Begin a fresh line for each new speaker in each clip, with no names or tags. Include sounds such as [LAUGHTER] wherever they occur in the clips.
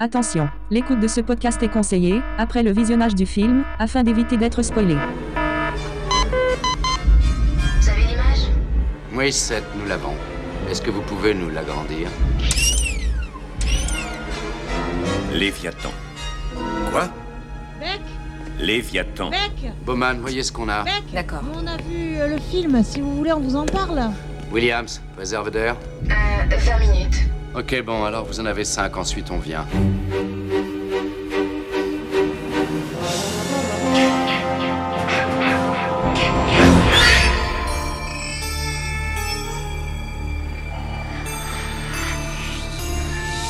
Attention, l'écoute de ce podcast est conseillée, après le visionnage du film, afin d'éviter d'être spoilé.
Vous avez l'image
Oui, 7, nous l'avons. Est-ce que vous pouvez nous l'agrandir
Léviathan. Quoi
Beck
Léviathan.
Beck
Bowman, voyez ce qu'on a.
Beck
D'accord.
On a vu euh, le film, si vous voulez, on vous en parle.
Williams, réserve d'air
Euh, 20 minutes.
Ok, bon, alors vous en avez 5, ensuite on vient.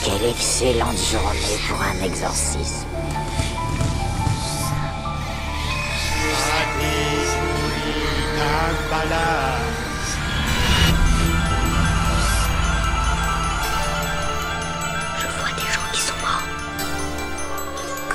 Quelle excellente journée pour un exorcisme.
Je vois des gens qui sont morts.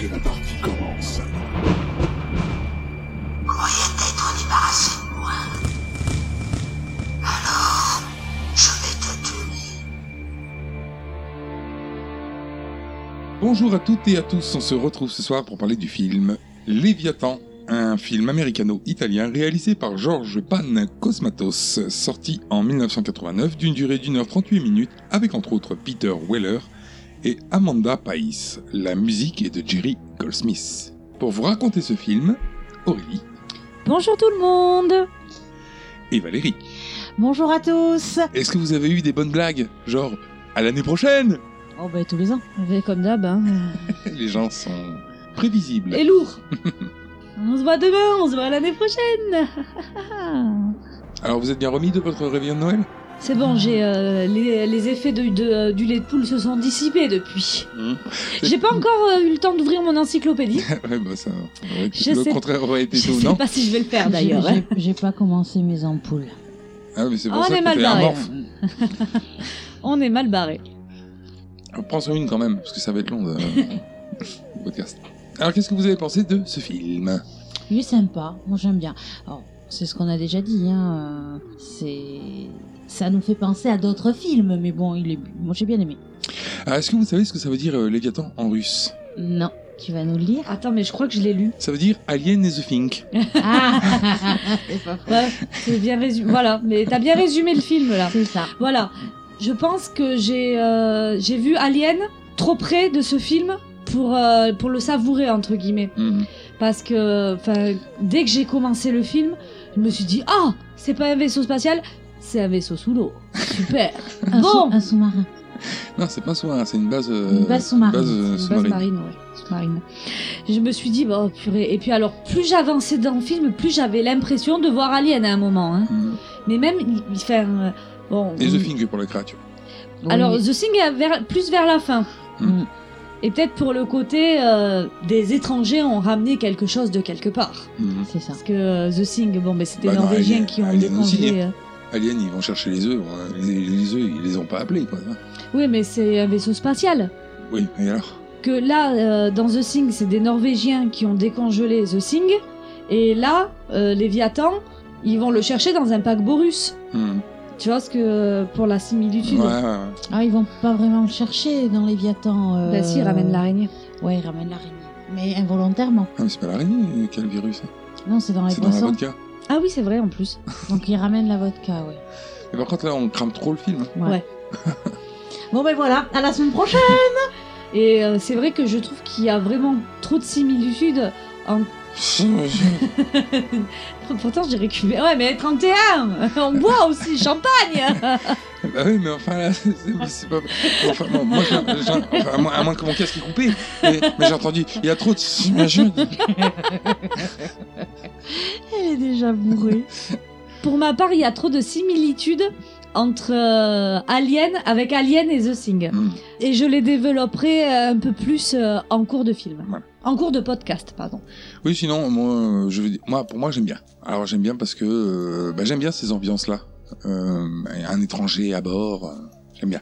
Et la partie commence. Bonjour à toutes et à tous, on se retrouve ce soir pour parler du film Léviathan, un film américano-italien réalisé par Georges Pan Cosmatos, sorti en 1989 d'une durée d'une heure 38 minutes avec entre autres Peter Weller et Amanda Pais. La musique est de Jerry Goldsmith. Pour vous raconter ce film, Aurélie
Bonjour tout le monde
et Valérie.
Bonjour à tous
Est-ce que vous avez eu des bonnes blagues Genre, à l'année prochaine [LAUGHS]
Oh bah tous les ans.
Mais Comme d'hab, hein.
Les gens sont prévisibles.
Et lourd [LAUGHS] On se voit demain, on se voit l'année prochaine
Alors vous êtes bien remis de votre réveillon de Noël
[LAUGHS] C'est bon, j'ai euh, les, les effets de, de, euh, du lait de poule se sont dissipés depuis. J'ai pas encore euh, eu le temps d'ouvrir mon encyclopédie.
[LAUGHS] Ouais, bah ça, aurait été-
Je
le
sais-
contraire aurait été
Je sais
étonnant.
pas [LAUGHS] si je vais le faire d'ailleurs. hein.
J'ai- j'ai- J'ai pas commencé mes ampoules.
Ah, mais c'est pour
Oh, On
ça
est
que
mal
t'es
barré.
amorphe.
[LAUGHS] On est mal barré.
Prends-en une quand même, parce que ça va être
[LAUGHS]
long, le le podcast. Alors qu'est-ce que vous avez pensé de ce film
Il est sympa, moi j'aime bien. Alors, c'est ce qu'on a déjà dit, hein. euh, C'est. Ça nous fait penser à d'autres films, mais bon, il est... moi j'ai bien aimé.
Ah, Est-ce que vous savez ce que ça veut dire euh, Léviathan en russe
Non, tu vas nous le lire
Attends, mais je crois que je l'ai lu.
Ça veut dire Alien and the
[LAUGHS]
Fink.
Ah C'est pas faux.
Ouais, c'est bien résumé. Voilà, mais t'as bien résumé le film là.
C'est ça.
Voilà, je pense que j'ai euh, j'ai vu Alien trop près de ce film pour, euh, pour le savourer, entre guillemets.
Mhm.
Parce que enfin, dès que j'ai commencé le film, je me suis dit Ah, c'est pas un vaisseau spatial, c'est un vaisseau sous l'eau. Super
[LAUGHS] Un, sou-
Bon.
un sous-marin.
Non, c'est pas soi, hein, c'est une base... euh,
Une base sous-marine.
base, euh,
C'est une
Base
sous-marine.
marine, ouais. Sous-marine. Je me suis dit, bah, oh, purée. Et puis alors, plus j'avançais dans le film, plus j'avais l'impression de voir Alien à un moment. hein.
Mhm.
Mais même, il- il fait un- Bon,
Et
on-
The Fink pour la créature.
Oui.
Alors, Hmm. The Thing est vers- plus vers la fin.
Mm.
Et peut-être pour le côté euh, des étrangers ont ramené quelque chose de quelque part.
Mhm.
C'est ça.
Parce que euh, The Thing, bon, mais c'est des
Bah non,
Norvégiens
Alien-
qui ont
Alien aussi. hein.
congelé, euh.
Alien, ils vont chercher les œufs. hein. Les, les œufs, ils les ont pas appelés, quoi. hein.
Oui, mais c'est un vaisseau spatial.
Oui, et alors
Que là, euh, dans The Thing, c'est des Norvégiens qui ont décongelé The Thing. Et là, euh, Léviathan, ils vont le chercher dans un paquebot russe. [LAUGHS]
Mhm.
Tu vois ce que. euh, pour la similitude.
Ouais, ouais, ouais.
Ah, ils vont pas vraiment le chercher dans Léviathan. Euh...
Bah si, ils ramènent l'araignée.
Ouais, ils ramènent l'araignée. Mais involontairement.
Ah, mais c'est pas l'araignée qui a le virus. hein.
Non, c'est dans les
C'est dans la
poissons.
vodka.
Ah oui, c'est vrai en plus.
Donc ils ramènent la vodka, ouais.
Et par contre, là, on crame trop le film.
Ouais.
[LAUGHS] Ouais.
bon ben voilà, à la semaine prochaine.
Et euh, c'est vrai que je trouve qu'il y a vraiment trop de similitudes. [LAUGHS] Pourtant, j'ai récupéré. Ouais, mais 31 [LAUGHS] On boit
[LAUGHS]
aussi, champagne
[LAUGHS] bah oui, mais enfin, là, [LAUGHS] c'est c'est pas. Enfin, bon, moi, j'ai- j'ai- enfin, à moins, à moins que mon casque est coupé. Mais, mais j'ai entendu, il y a trop de.
[LAUGHS]
s'imagine.
Elle est déjà
[LAUGHS]
bourrée.
Pour ma part, il y a trop de similitudes entre euh, Alien, avec Alien et The Thing.
Hmm.
Et je les développerai euh, un peu plus euh, en cours de film.
Voilà.
En cours de podcast, pardon.
Oui, sinon, moi, euh, je veux dire- moi, pour moi, j'aime bien. Alors, j'aime bien parce que euh, bah, j'aime bien ces ambiances-là. Euh, un étranger à bord, euh, j'aime bien.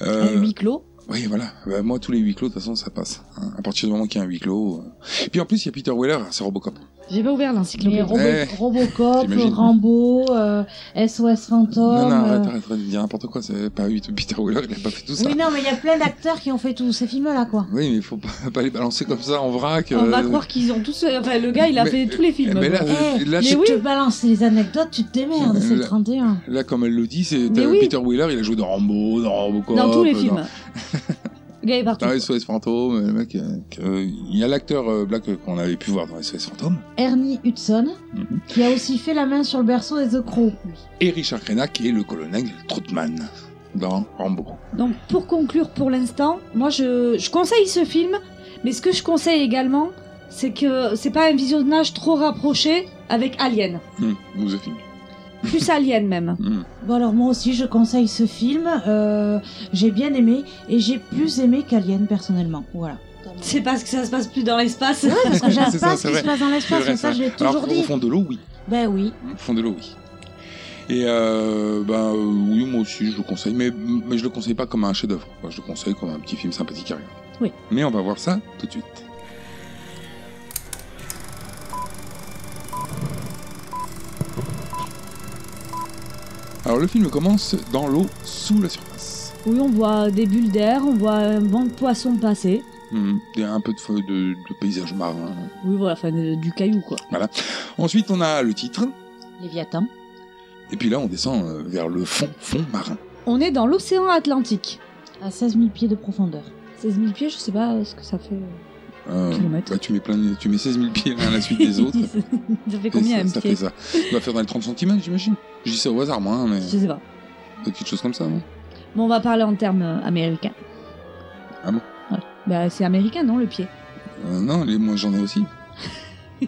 À
Euh,
huis clos.
Oui, voilà. Bah, moi, tous les huis clos, de toute façon, ça passe. hein. À partir du moment qu'il y a un huis clos. euh. Puis en plus, il y a Peter Weller, c'est Robocop.
J'ai pas ouvert
Mais
l'encyclopédie.
Robo-
Eh,
Robocop,
t'imagines.
Rambo, euh, SOS Fantôme.
non,
euh,
non, arrête, arrête, arrête de dire n'importe quoi. C'est pas oui, Peter Weller, il a pas fait tout ça.
Oui, non, mais il y a plein d'acteurs qui ont fait tous ces films-là, quoi.
Oui, mais il faut pas, pas les balancer comme ça en vrac.
On va
euh.
croire qu'ils ont tous. Enfin, le gars, il a
Mais-
fait tous les films.
Mais là,
quoi.
Eh,
là,
tu
c'est-
te balances les anecdotes, tu te démerdes, c'est le
Là-
31.
là, comme elle le dit, c'est
Mais
t'as
oui.
Peter Weller, il a joué dans Rambo, dans Robocop.
dans tous les
dans-
films.
[LAUGHS]
le gars est partout.
Dans SOS Fantôme, le mec, euh, que- il y a l'acteur euh, Black euh, qu'on avait pu voir dans SOS Fantôme,
Ernie Hudson,
Mhm.
qui a aussi fait la main sur le berceau des The Crow. lui.
et Richard Crenna qui est le colonel Troutman dans Rambo.
Donc pour conclure pour l'instant, moi je, je conseille ce film, mais ce que je conseille également, c'est que c'est pas un visionnage trop rapproché avec Alien,
Hmm, vous avez fini.
plus Alien même.
Hmm.
Bon, alors moi aussi, je conseille ce film. euh, j'ai bien aimé, et j'ai plus aimé qu'Alien, personnellement. Voilà.
C'est parce que ça se passe plus dans l'espace.
Parce
[LAUGHS]
que j'aime
[LAUGHS] C'est ça,
pas ce
c'est
qui
vrai.
se passe dans
C'est
l'espace,
vrai,
mais ça,
c'est
je l'ai
vrai. Alors,
toujours
Au
dit.
fond de l'eau, oui.
Ben oui.
Au fond de l'eau, oui. Et euh, ben euh, oui, moi aussi, je le conseille, mais, mais je le conseille pas comme un chef-d'œuvre. quoi. Je le conseille comme un petit film sympathique à regarder.
Oui.
Mais on va voir ça tout de suite. Alors le film commence dans l'eau sous la surface.
Oui, on voit des bulles d'air, on voit un banc de poissons passer.
Hum, Il y a un peu de, feu- de, de paysage marin.
Oui, voilà, enfin euh, du caillou quoi.
Ensuite, on a le titre,
Léviathan.
et puis là, on descend euh, vers le fond, fond marin.
On est dans l'océan Atlantique.
À 16 000 pieds de profondeur.
16 000 pieds, je sais pas euh, ce que ça fait. euh.
Euh,
Kilomètres.
bah, tu, mets plein de- tu mets 16 000 pieds l'un à la suite
[LAUGHS]
des autres.
ça fait
Et
combien
ça,
un
ça
pied
fait ça. On va faire dans les 30 cm, j'imagine. Je dis ça au hasard, moi, hein, mais
Je sais pas.
des petites choses comme ça, non
Bon, on va parler en termes euh, américains.
Ah bon
Ouais. Bah, c'est américain, non, le pied
Euh, Non, les, moi j'en ai
[LAUGHS]
aussi. Mais,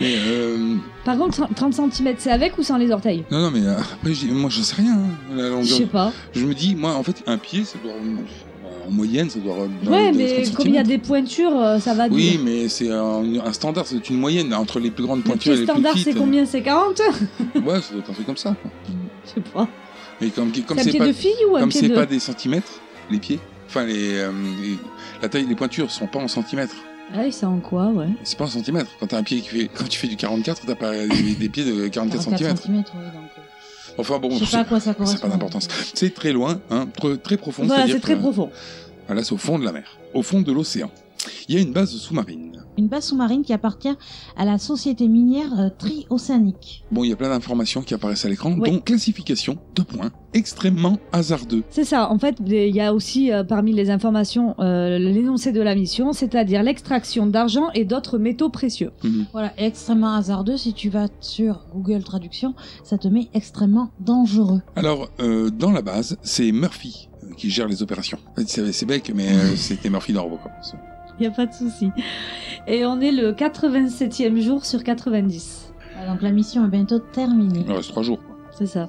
euh,
Par contre, 30 cm, c'est avec ou sans les orteils
non, non, mais euh, après, je dis, moi je sais rien. hein, la
Je
longueur.
sais pas.
Je me dis, moi en fait, un pied, ça doit. euh, En moyenne, ça doit. dans les- dans les
ouais, mais
30
comme il y a
centimètres.
des pointures, euh, ça va
Oui,
du-
mais c'est un, un standard, c'est une moyenne entre les plus grandes
Le
pointures et
pied
les
standard,
plus
c'est
petites. euh,
combien C'est 40
Ouais, ça doit être un truc comme ça. quoi.
Je sais pas.
Et comme comme
C'est un
c'est
pied
pas
de fille ou un
Comme
pied
c'est
de.
pas des centimètres, les pieds, enfin les, euh, les- la taille des pointures sont pas en centimètres.
Ouais, c'est Ah en quoi, ouais.
C'est pas en centimètres. Quand t'as un pied qui fait, quand tu fais du 44, t'as pas des,
[LAUGHS]
des pieds de 44
cm,
centimètres.
oui, donc. euh,
Enfin bon,
Je sais pas à quoi ça correspond.
c'est pas d'importance. C'est très loin, hein, tr- très profond.
Voilà,
c'est-à-dire
c'est très
que-
profond.
Voilà, c'est au fond de la mer, au fond de l'océan. Il y a une base sous-marine.
Une base sous-marine qui appartient à la société minière euh, Tri-Océanique.
Bon, il y a plein d'informations qui apparaissent à l'écran,
Ouais.
dont classification, deux points, extrêmement hasardeux.
C'est ça. En fait, il y a aussi euh, parmi les informations euh, l'énoncé de la mission, c'est-à-dire l'extraction d'argent et d'autres métaux précieux. [LAUGHS]
Mhm.
Voilà, extrêmement hasardeux. Si tu vas sur Google Traduction, ça te met extrêmement dangereux.
Alors, euh, dans la base, c'est Murphy euh, qui gère les opérations. En fait, C'est c'est bec, mais euh, c'était Murphy dans Robocop.
Il n'y a pas de souci. Et on est le 87e jour sur 90.
Ah, donc la mission est bientôt terminée.
Il reste trois jours. quoi.
C'est ça.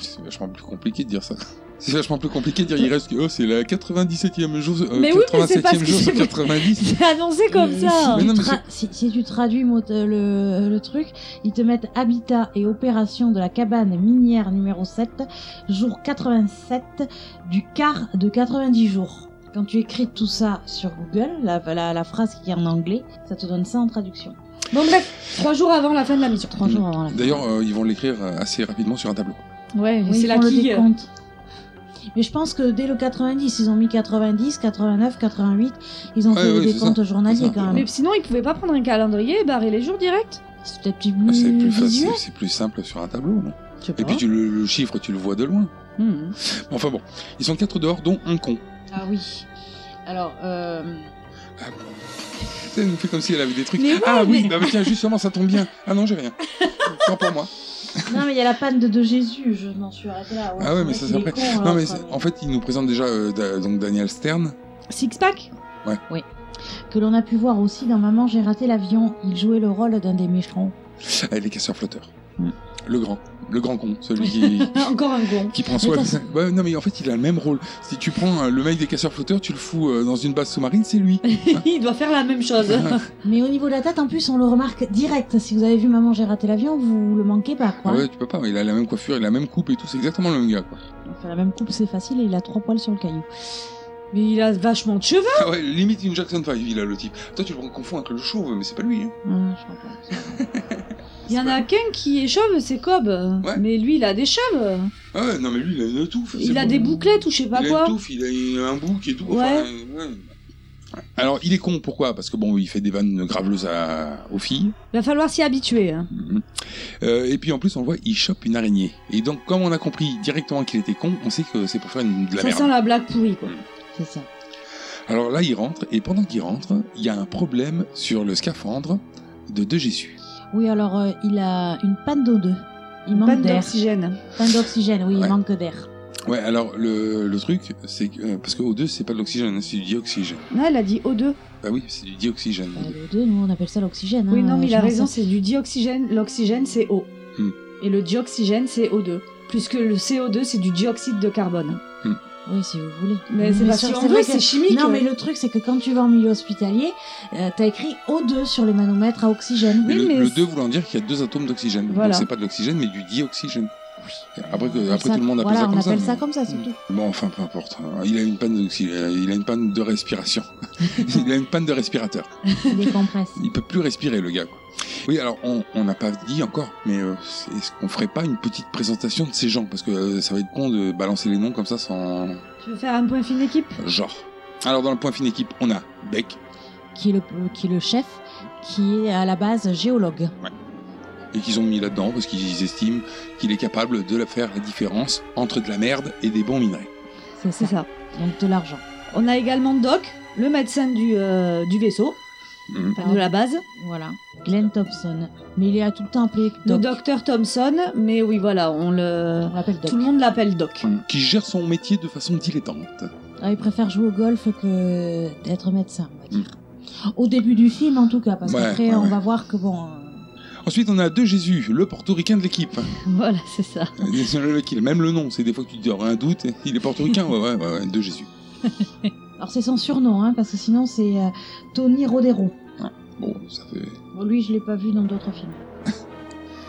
C'est vachement plus compliqué de dire ça. [LAUGHS] C'est vachement plus compliqué de dire il reste que oh, c'est la 97e jour, euh,
Mais oui, mais c'est
87e
parce que
jour sur
c'est- [LAUGHS]
90.
C'est annoncé comme
Et
ça.
Euh,
Mais
Si,
non,
tu
mais
tra- si- si tu traduis mot- euh, le, le truc, ils te mettent habitat et opération de la cabane minière numéro 7, jour 87 du quart de 90 jours. Quand tu écris tout ça sur Google, la, la- la phrase qui est en anglais, ça te donne ça en traduction.
Bon bref, trois jours avant la fin de la mission.
Trois jours avant la fin.
D'ailleurs, euh, ils vont l'écrire euh, assez rapidement sur un tableau.
Ouais,
Oui,
c'est
ils
la
font le
quille.
décompte. Mais je pense que dès le 90, ils ont mis 90, 89, 88, ils ont
Ouais,
fait
ouais,
des
c'est
décomptes journaliers
C'est ça.
quand même.
Mais sinon, ils pouvaient pas prendre un calendrier et barrer les jours direct.
C'est peut-être plus,
Ah, c'est plus
visuel.
facile, c'est plus simple sur un tableau, non
Je sais
Et
pas.
puis tu le, le chiffre, tu le vois de loin.
Mhm.
Enfin bon, ils sont quatre dehors, dont un [LAUGHS] con.
Ah oui. Alors, euh,
Ah, bon. Putain, Elle nous fait comme si elle avait des trucs.
Mais oui,
ah oui,
mais-
bah, tiens, justement, ça tombe bien. Ah non, j'ai rien. Tant pour moi.
non mais il y a la panne de, de Jésus, je m'en suis arrêtée là.
Ah ouais,
c'est
mais
vrai
ça,
qu'il
c'est
est
après.
hein,
con, hein,
Non,
alors,
mais
quoi,
c'est- en fait, ils nous présentent déjà euh, da- donc Daniel Stern.
Six pack
Que l'on a pu voir aussi dans Maman, j'ai raté l'avion. Il jouait le rôle d'un des méchants.
Ah, les casseurs flotteurs.
Mm.
Le grand. Le grand con.
[LAUGHS]
Celui qui,
Encore un con.
[LAUGHS] qui prend soin.
Mais ça,
Ouais, non, mais en fait, il a le même rôle. Si tu prends euh, le mec des casseurs flotteurs, tu le fous euh, dans une base sous-marine, c'est lui. Ah.
Il doit faire la même chose.
[LAUGHS] Mais au niveau de la tête, en plus, on le remarque direct. Si vous avez vu Maman, j'ai raté l'avion, vous le manquez pas,
Ah
quoi.
ouais, tu peux pas. mais Il a la même coiffure, il a la même coupe et tout. C'est exactement le même gars. Quoi.
Enfin, la même coupe, c'est facile et il a trois poils sur le caillou.
Mais il a vachement de cheveux.
Ah ouais, limite une Jackson 5, il a le type. Toi, tu le confonds avec le chauve, mais c'est pas lui. hein.
Ouais, je crois pas.
Il y en a qu'un qui est chauve, c'est Cobb.
Ouais.
Mais lui, il a des cheveux.
Ah ouais, non, mais lui, il a une touffe. c'est
Il a
bon.
des bouclettes ou je sais pas
il a
quoi.
une touffe, il a une- un bouc et tout.
Ouais.
enfin, euh, ouais. Alors, il est con, pourquoi Parce que bon, il fait des vannes graveleuses à- aux filles.
Il va falloir s'y habituer. hein.
Mhm. Euh, et puis en plus, on le voit, il chope une araignée. Et donc, comme on a compris directement qu'il était con, on sait que c'est pour faire une, de la
Ça
merde. Mm.
sent la blague pourrie, quoi.
C'est ça.
Alors là, il rentre, et pendant qu'il rentre, il y a un problème sur le scaphandre de De Jésus.
Oui, alors euh, il a une panne d'O2. Il manque
Panne
d'air.
d'oxygène.
Panne d'oxygène, oui,
Ouais.
il manque d'air.
Ouais, alors le, le truc, c'est que. euh, parce que O2, c'est pas de l'oxygène, hein, c'est du dioxygène.
Non, elle a dit O2.
Bah oui, c'est du dioxygène.
Euh, L'O2, nous on appelle ça l'oxygène.
Oui,
hein,
non, mais il a
je pense.
raison, c'est du dioxygène. L'oxygène, c'est O.
Hmm.
Et le dioxygène, c'est O2. Plus que le CO2, c'est du dioxyde de carbone.
Oui, si vous voulez.
Mais c'est pas
sûr,
si on
c'est
veut,
vrai
c'est
que-
chimique.
Non, mais le truc, c'est que quand tu vas en milieu hospitalier, euh, t'as écrit O2 sur les manomètres à oxygène.
Mais
Oui,
le,
mais
le
c'est-
2 voulant dire qu'il y a deux atomes d'oxygène.
Voilà.
Donc c'est pas de l'oxygène, mais du dioxygène. Après, que,
On
après
appelle
tout le monde appelle
ça- voilà,
ça comme ça. Mm.
on appelle ça
mais-
comme ça, c'est tout.
Bon, enfin, peu importe. Il a une panne, d'oxy- euh, il a une panne de
[LAUGHS]
respiration. il a une panne de respirateur.
Il décompresse.
Il peut plus respirer, le gars. quoi. Oui, alors on on n'a pas dit encore, mais euh, c'est- est-ce qu'on ferait pas une petite présentation de ces gens Parce que euh, ça va être con de balancer les noms comme ça sans
Tu veux faire un point fine équipe
genre. Alors dans le point fin équipe, on a Beck
Qui est, le, qui est le chef, qui est à la base géologue.
et qu'ils ont mis là-dedans parce qu'ils estiment qu'il est capable de la faire la différence entre de la merde et des bons minerais.
C'est ça.
C'est ça.
Donc de l'argent.
On a également Doc, le médecin du, euh, du vaisseau,
Mhm.
enfin, de la base.
Voilà. Glenn Thompson. Mais il est tout le temps appelé
Le
Doc.
docteur Thompson, mais oui, voilà, on le...
On l'appelle Doc.
Tout le monde l'appelle Doc.
qui gère son métier de façon dilettante.
Ah, il préfère jouer au golf que d'être médecin, on va
Hmm.
dire. Au début du film, en tout cas, parce
Ouais,
qu'après,
ouais,
on
ouais.
va voir que bon. euh,
Ensuite, on a De Jésus, le portoricain de l'équipe.
[LAUGHS]
Euh, [LAUGHS]
Voilà, c'est ça.
le mec, il a même le nom, c'est des fois que tu te dis, aurais un doute, il est portoricain, ouais, ouais, ouais, ouais, De Jésus.
Alors, c'est son surnom, hein, parce que sinon, c'est euh, Tony Rodero.
Bon, ça fait.
Bon, lui, je l'ai pas vu dans d'autres films.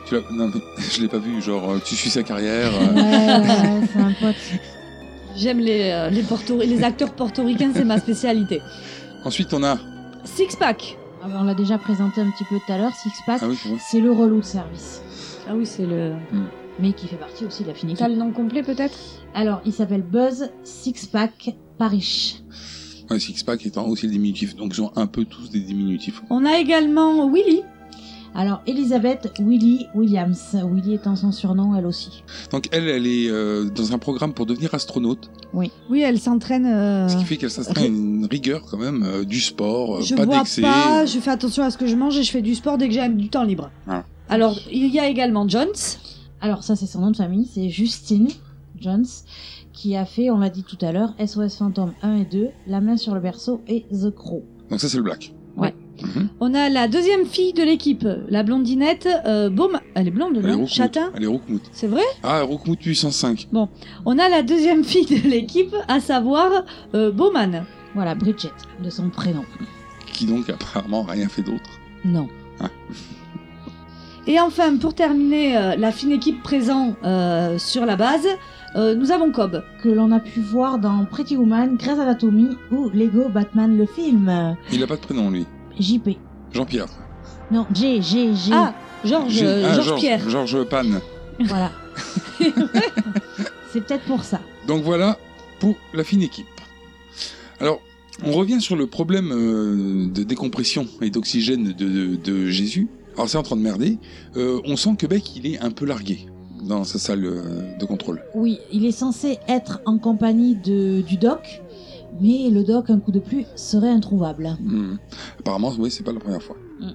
Tu l'as- non, mais [LAUGHS] je l'ai pas vu, genre, euh, tu suis sa carrière.
Ouais,
euh,
[LAUGHS]
ouais, ouais, c'est un pote.
J'aime les, euh, les, porto- les acteurs portoricains, c'est ma spécialité.
[LAUGHS] Ensuite, on a.
Six Pack.
Ah, ben, on l'a déjà présenté un petit peu tout à l'heure, Six Pack.
Ah oui, c'est vrai. Hmm.
C'est le relou de service,
Ah oui, c'est le.
mais qui fait partie aussi de la finie.
T'as le nom complet peut-être
Alors, il s'appelle Buzz Six Pack Parish.
Ouais, Sixpack étant aussi le diminutif, donc ils ont un peu tous des diminutifs.
On a également Willy.
Alors, Elisabeth Willie Williams. Willie étant son surnom, elle aussi.
Donc, elle, elle est euh, dans un programme pour devenir astronaute,
Oui, elle s'entraîne. euh,
ce qui fait qu'elle
[LAUGHS]
s'astreint à une rigueur quand même, euh, du sport, euh,
Je
pas
bois
d'excès.
pas, je fais attention à ce que je mange et je fais du sport dès que j'ai du temps libre.
Voilà.
Alors, il y a également Jones.
Alors, ça, c'est son nom de famille, c'est Justine Jones, qui a fait, on l'a dit tout à l'heure, SOS Fantôme 1 et 2, La main sur le berceau et The Crow.
Donc, ça, c'est le black.
Ouais.
Mhm.
On a la deuxième fille de l'équipe, la blondinette euh, Beauma- Elle est blonde,
Elle est
non
roukmout.
Châtain
Elle est roukmout.
C'est vrai
Ah, roukmout 805.
On a la deuxième [LAUGHS] fille de l'équipe, à savoir euh, Bowman.
Voilà, Bridget, de son prénom.
qui donc apparemment rien fait d'autre. Ah.
Non.
Et enfin, pour terminer, euh, la fine équipe présente euh, sur la base, euh, nous avons Cobb.
Que l'on a pu voir dans Pretty Woman, Grey's Anatomy ou Lego Batman le film.
Il a pas de prénom lui.
JP.
Jean-Pierre.
Non, G, G, G.
Ah, Georges
J'ai- ah,
Georges
Georges-
Pierre.
Georges Pan.
[LAUGHS]
Voilà. c'est peut-être pour ça.
Donc voilà pour la fine équipe. Alors, on revient sur le problème euh, de décompression et d'oxygène de, de- de Jésus. Alors c'est en train de merder. Euh, on sent que Beck, il est un peu largué dans sa salle euh, de contrôle.
Oui, il est censé être en compagnie de, du doc, mais le doc, un coup de plus, serait introuvable.
Hmm. Apparemment, oui, c'est pas la première fois.
Mm.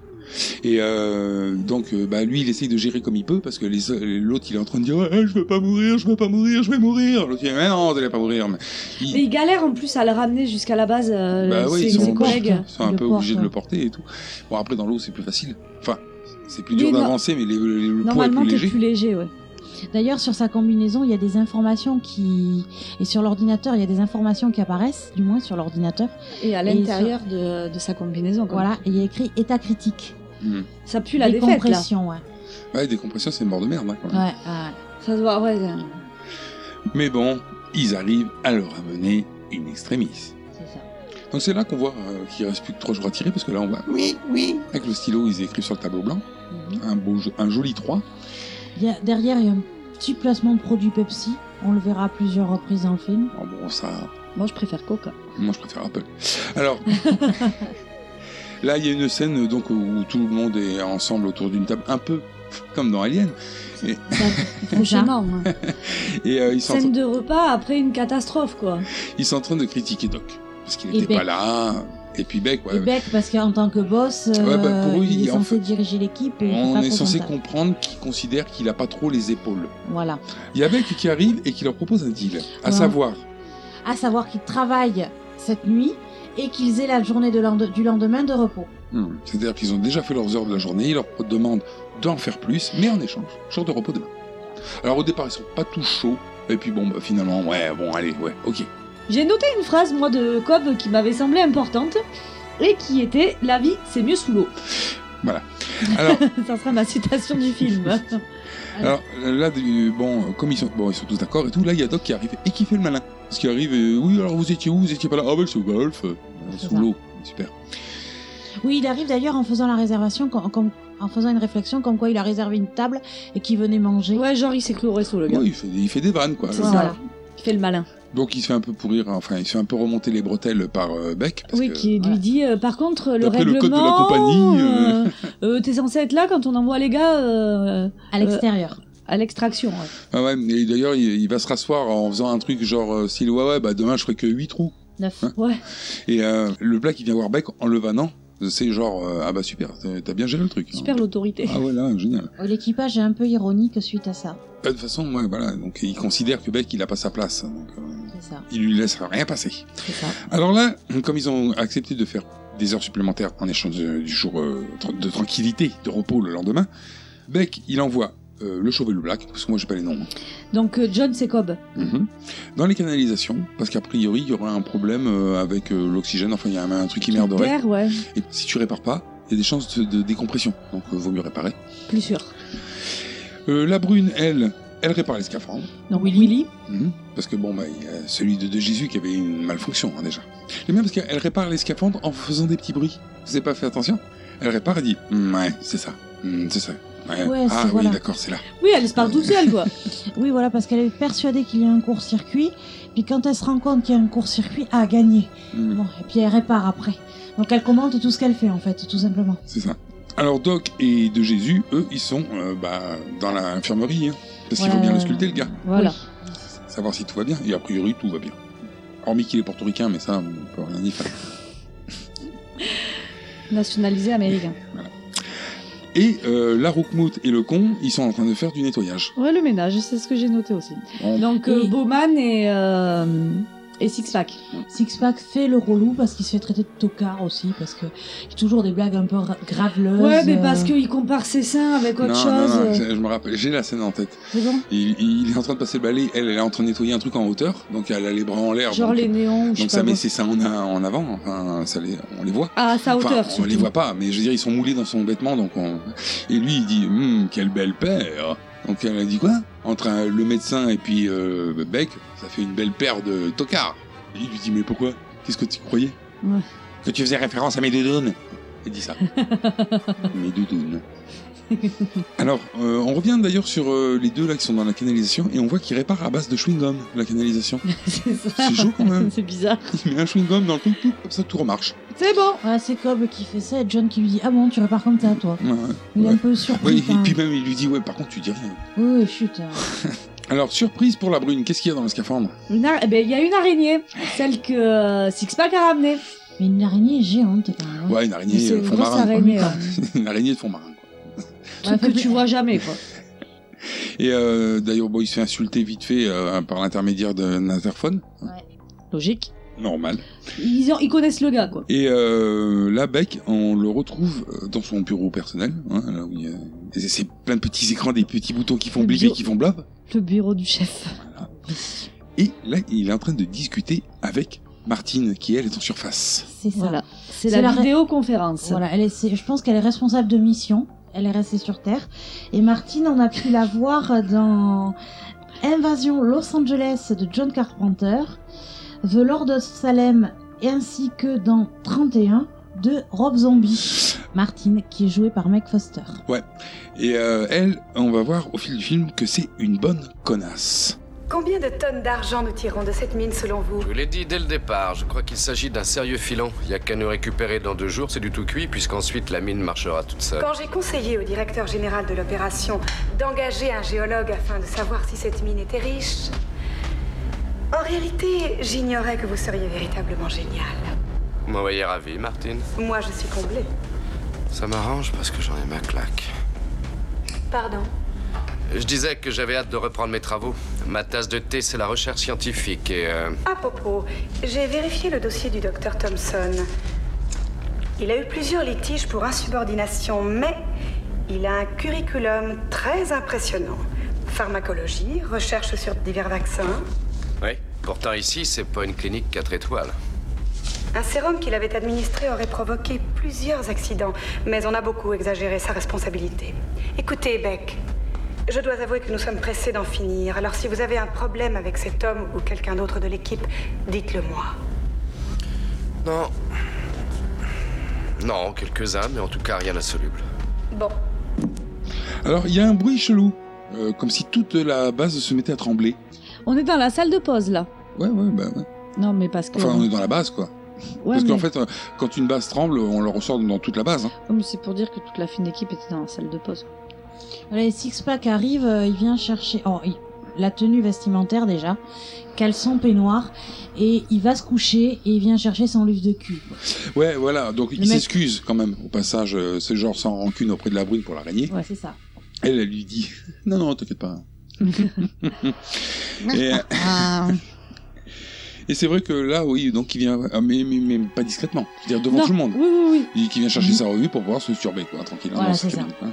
Et euh, donc, euh, bah, lui, il essaye de gérer comme il peut parce que les- euh, l'autre, il est en train de dire Ouais, Je veux pas mourir, je veux pas mourir, je vais mourir. L'autre, il dit Mais non, t'allais pas mourir. Mais il-
Mais il galère en plus à le ramener jusqu'à la base, euh,
Bah oui,
ses,
ils sont,
ses collègues.
ils sont un
Le
peu
porte,
obligés de
ouais.
le porter et tout. Bon, après, dans l'eau, c'est plus facile. Enfin, c'est plus
Oui,
dur
non.
d'avancer, mais les- les- le poids est
Normalement,
plus
t'es
léger.
plus léger, ouais.
D'ailleurs, sur sa combinaison, il y a des informations qui. Et sur l'ordinateur, il y a des informations qui apparaissent, du moins sur l'ordinateur.
Et à
Et ils
l'intérieur de, de sa combinaison, quoi.
Voilà, et il y a écrit état critique.
Hmm.
Ça pue la défaite, là.
Décompression, ouais.
Ouais, décompression, c'est une mort de merde. hein, quand même.
Ouais, ouais.
Ça se voit, ouais.
Mais bon, ils arrivent à le ramener in extremis. Donc c'est là qu'on voit euh, qu'il reste plus que trois jours à tirer, parce que là on va... Oui, oui. Avec le stylo, ils écrivent sur le tableau blanc.
Mhm.
Un, beau, jeu- un joli 3.
Il y a- derrière, il y a un petit placement de produit Pepsi. On le verra à plusieurs reprises dans le film.
Alors Oh, bon, ça...
Moi, je préfère Coca.
Moi, je préfère Apple.
[LAUGHS]
Alors, là, il y a une scène donc où tout le monde est ensemble autour d'une table, un peu comme dans Alien.
Franchement, hein.
[LAUGHS] Et euh, ils sont en
scène de repas après une catastrophe, quoi.
train- ils sont en train de critiquer Doc parce qu'il
Et
n'était pas
Beck.
là. Et puis Beck, ouais.
Et Beck, parce qu'en tant que boss, euh,
Ouais, bah, pour eux,
il est
il- en
censé
fait,
diriger l'équipe. et il
on
pas
est
trop
censé
rentable.
comprendre qu'il considère qu'il n'a pas trop les épaules.
Voilà.
Il y a Beck qui arrive et qui leur propose un deal, à
Ouais.
savoir
À savoir qu'ils travaillent cette nuit et qu'ils aient la journée de lende- du lendemain de repos.
Hmm. C'est-à-dire qu'ils ont déjà fait leurs heures de la journée, ils leur demandent d'en faire plus, mais en échange, jour de repos demain. Alors au départ, ils sont pas tout chauds, et puis bon, bah, finalement, ouais, bon, allez, ouais, ok.
J'ai noté une phrase, moi, de Cobb qui m'avait semblé importante et qui était « La vie, c'est mieux sous l'eau
[LAUGHS]
[LAUGHS]
Alors, ».
Ça sera ma citation du film.
[LAUGHS] alors là, du- bon, comme ils sont, bon, ils sont tous d'accord et tout, là, il y a Doc qui arrive et qui fait le malin. Parce qu'il arrive, et, oui, alors vous étiez où Vous étiez pas là Ah, ben, c'est au golf, euh,
C'est
sous
ça.
l'eau, super.
Oui, il arrive d'ailleurs en faisant la réservation, com- com- en faisant une réflexion comme quoi il a réservé une table et qu'il venait manger.
Ouais, genre, il s'est cru au resto, le gars.
Ouais, il, fait, il fait des vannes, quoi.
C'est
Le-
ça. Il fait le malin.
Donc il se fait un peu pourrir, enfin, il se fait un peu remonter les bretelles par euh, Beck. parce
oui,
que-
qui
ouais.
lui dit euh, par contre le
D'après le
règlement.
code de la compagnie, euh.
euh, euh, t'es censé être là quand on envoie les gars euh,
À l'extérieur.
à l'extraction. ouais.
Ah ouais, et d'ailleurs, il, il va se rasseoir en faisant un truc genre, euh, s'il ouais, ouais, bah demain je ferai que 8 trous.
Neuf.
Ouais.
Et euh, le plat qui vient voir Beck en le vannant, c'est genre, euh, ah bah super, t'as t'as bien géré le truc. hein.
[LAUGHS]
Super l'autorité.
Ah ouais, là, génial.
Euh, L'équipage est un peu ironique suite à ça.
Bah, De toute façon, ouais, voilà, donc il considère que Beck, il a pas sa place. Donc, euh,
C'est ça.
il lui laisse rien passer.
C'est ça.
Alors là, comme ils ont accepté de faire des heures supplémentaires en échange de- du jour euh, tra- de tranquillité, de repos le lendemain, Beck, il envoie euh, le chauve et le black, parce que moi j'ai pas les noms. hein.
Donc euh, John c'est Cobb.
Mhm. Dans les canalisations, parce qu'a priori, il y aurait un problème euh, avec euh, l'oxygène, enfin, il y a un, un truc qui merderait.
Claire, ouais,
Et si tu répares pas, il y a des chances de, de décompression, donc euh, vaut mieux réparer.
plus sûr.
Euh, la brune, elle, elle répare les scaphandres,
Donc Willy.
Mhm. parce que bon, bah, il y a celui de, de Jésus qui avait une malfonction hein, déjà. Et même parce qu'elle répare les scaphandres en faisant des petits bruits. Vous avez pas fait attention Elle répare et dit Mm, Ouais, c'est ça, Mm, c'est ça. Ouais.
Ouais, c'est-
ah oui,
voilà.
d'accord, c'est là.
Oui, elle se parle toute seule quoi.
[LAUGHS] Oui, voilà, parce qu'elle est persuadée qu'il y a un court-circuit. Puis quand elle se rend compte qu'il y a un court-circuit, ah, gagné.
Mm.
Bon, et puis elle répare après. Donc elle commente tout ce qu'elle fait, en fait, tout simplement.
C'est ça. Alors Doc et de Jésus, eux, ils sont euh, bah, dans l'infirmerie. Hein, parce qu'il faut
Ouais.
bien l'ausculter, le gars.
Voilà.
Oui.
Savoir si tout va bien. Et a priori, tout va bien. Hormis qu'il est portoricain, mais ça, on peut rien y faire.
Nationalisé américain.
Et euh, la Roukmout et le con, ils sont en train de faire du nettoyage.
Ouais, le ménage, c'est ce que j'ai noté aussi.
On-
Donc euh,
Et-
Bowman et euh, et Six Pack.
Sixpack fait le relou parce qu'il se fait traiter de tocard aussi, parce que il y a toujours des blagues un peu ra- graveleuses.
Ouais, mais
euh,
parce qu'il compare ses seins avec autre
non,
chose.
non, non,
euh,
je, je me rappelle, j'ai la scène en tête.
c'est bon.
Il, il est en train de passer le balai, elle, elle est en train de nettoyer un truc en hauteur, donc elle a les bras en l'air.
Genre
donc,
les néons. ou Ah, je
donc
sais
ça
pas
met
quoi.
ses seins en, en avant, enfin, ça les, on les voit.
Ah, à sa
Enfin,
hauteur.
on
surtout.
les voit pas, mais je veux dire, ils sont moulés dans son vêtement, donc on... Et lui, il dit, Hum, quel bel père Donc elle a dit quoi Entre un- le médecin et puis euh, Beck, ça fait une belle paire de tocards. Et il lui dit, mais pourquoi Qu'est-ce que tu croyais
Ouais.
Que tu faisais référence à mes doudounes Elle dit ça. [LAUGHS] mes doudounes. Alors, euh, on revient d'ailleurs sur euh, les deux là qui sont dans la canalisation, et on voit qu'ils réparent à base de chewing-gum la canalisation.
[LAUGHS]
[LAUGHS]
c'est ça.
C'est chaud quand
[LAUGHS]
même.
C'est bizarre.
Mm. Il met un chewing-gum dans le truc, pouf, comme ça tout remarche.
C'est bon.
ouais, c'est Cobb qui fait ça et John qui lui dit Ah bon, tu répares comme ça, toi.
Ouais, ouais.
Il est
Ouais.
un peu surpris.
Oui, et
enfin,
puis même il lui dit, ouais, par contre, tu dis rien.
oui, oui, chut. hein.
Alors, surprise pour la brune, qu'est-ce qu'il y a dans le scaphandre
Une ara- eh ben, il y a une araignée, celle que euh, Sixpack a ramenée.
Mais une araignée est géante quand même. hein.
Ouais, une
Mais
araignée
C'est
euh,
une
fond
grosse
marin. quoi.
araignée. hein.
[LAUGHS] une araignée de fond marin. Quoi.
Truc
Ouais,
que
fait-
tu vois jamais, quoi.
Et euh, d'ailleurs, bon, il se fait insulter vite fait euh, par l'intermédiaire d'un interphone.
Logique.
Normal.
Ils, ont- ils connaissent le gars, quoi.
Et euh, là, Beck, on le retrouve euh, dans son bureau personnel. Hein, là où il y a- et c'est- C'est plein de petits écrans, des petits boutons qui font
Le
blip et
bio-
qui font blab.
Le bureau du chef.
Et là, il est en train de discuter avec Martine, qui elle est en surface.
C'est ça.
Voilà. C'est
C'est
la,
la ra-
vidéoconférence.
Voilà, elle est- c'est- je pense qu'elle est responsable de mission. Elle est restée sur Terre. Et Martine, on a pu la voir dans Invasion Los Angeles de John Carpenter, The Lord of Salem ainsi que dans 31 de Rob Zombie, Martine, qui est jouée par Meg Foster.
Et euh, elle, on va voir au fil du film que c'est une bonne connasse.
Combien de tonnes d'argent nous tirons de cette mine selon vous
Je vous l'ai dit dès le départ, je crois qu'il s'agit d'un sérieux filon. Il n'y a qu'à nous récupérer dans deux jours, c'est du tout cuit, puisqu'ensuite la mine marchera toute seule.
Quand j'ai conseillé au directeur général de l'opération d'engager un géologue afin de savoir si cette mine était riche, en réalité, j'ignorais que vous seriez véritablement génial.
Vous m'envoyez ravi, Martine.
Moi, je suis comblée.
Ça m'arrange parce que j'en ai ma claque.
Pardon
Je disais que j'avais hâte de reprendre mes travaux. Ma tasse de thé, c'est la recherche scientifique et... euh,
À propos, j'ai vérifié le dossier du docteur Thompson. Il a eu plusieurs litiges pour insubordination, mais il a un curriculum très impressionnant. Pharmacologie, recherche sur divers vaccins,
Oui. Pourtant ici, c'est pas une clinique 4 étoiles.
Un sérum qu'il avait administré aurait provoqué plusieurs accidents, mais on a beaucoup exagéré sa responsabilité. Écoutez, Beck, je dois avouer que nous sommes pressés d'en finir, alors si vous avez un problème avec cet homme ou quelqu'un d'autre de l'équipe, dites-le moi.
Non. Non, quelques-uns, mais en tout cas rien d'insoluble.
Bon,
Alors il y a un bruit chelou, euh, comme si toute la base se mettait à trembler.
On est dans la salle de pause là.
Ouais, ouais, bah ouais.
Non, mais parce que.
Enfin, on est dans la base, quoi.
Ouais,
Parce
mais-
qu'en fait, euh, quand une base tremble, on le ressort dans toute la base. hein.
Oh, mais c'est pour dire que toute la fine équipe était dans la salle de pause.
Voilà, et Sixpack arrive, euh, il vient chercher oh, il- la tenue vestimentaire déjà, caleçon peignoir, et il va se coucher et il vient chercher son livre de cul.
Ouais, voilà. Donc il
mec-
s'excuse quand même. Au passage, euh, c'est genre sans rancune auprès de la brune pour l'araignée.
Ouais, c'est ça.
Elle, elle lui dit Non, non, t'inquiète
[LAUGHS]
pas. et euh, et c'est vrai que là, oui, donc il vient, ah, mais, mais, mais pas discrètement, je veux dire devant
Non,
tout le monde.
Oui, oui, oui.
Il qui vient chercher sa revue pour pouvoir se turber, quoi, tranquille. hein,
Mhm. Voilà,
dans sa
c'est ça.
cabine, hein.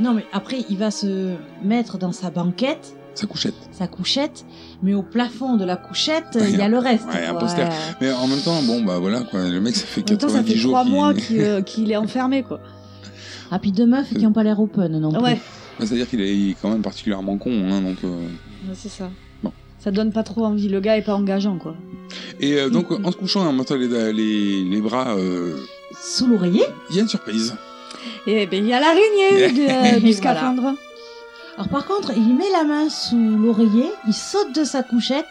Non, mais après, il va se mettre dans sa banquette,
Sa couchette.
sa couchette, mais au plafond de la couchette,
Ouais,
il y a le reste.
ouais, un
quoi.
poster. Mais en même temps, bon, bah voilà, quoi, le mec, ça fait
En même temps,
90
ça fait
jours
trois
qu'il- [LAUGHS]
mois qu'il euh, qu'il est enfermé, quoi.
Ah, puis deux meufs qui ont pas l'air open non plus.
Ouais,
Ouais, Bah, C'est-à-dire qu'il est il est quand même particulièrement con, hein, donc. euh,
Ouais, c'est ça.
Bon.
Ça donne pas trop envie. Le gars est pas engageant, quoi.
Et euh, donc,
Mhm.
en se couchant et en montant les, les, les bras, euh,
Sous l'oreiller.
il y a une surprise.
Et ben, il y a l'araignée du, euh, du
Et
scaphandre.
Alors par contre, il met la main sous l'oreiller, il saute de sa couchette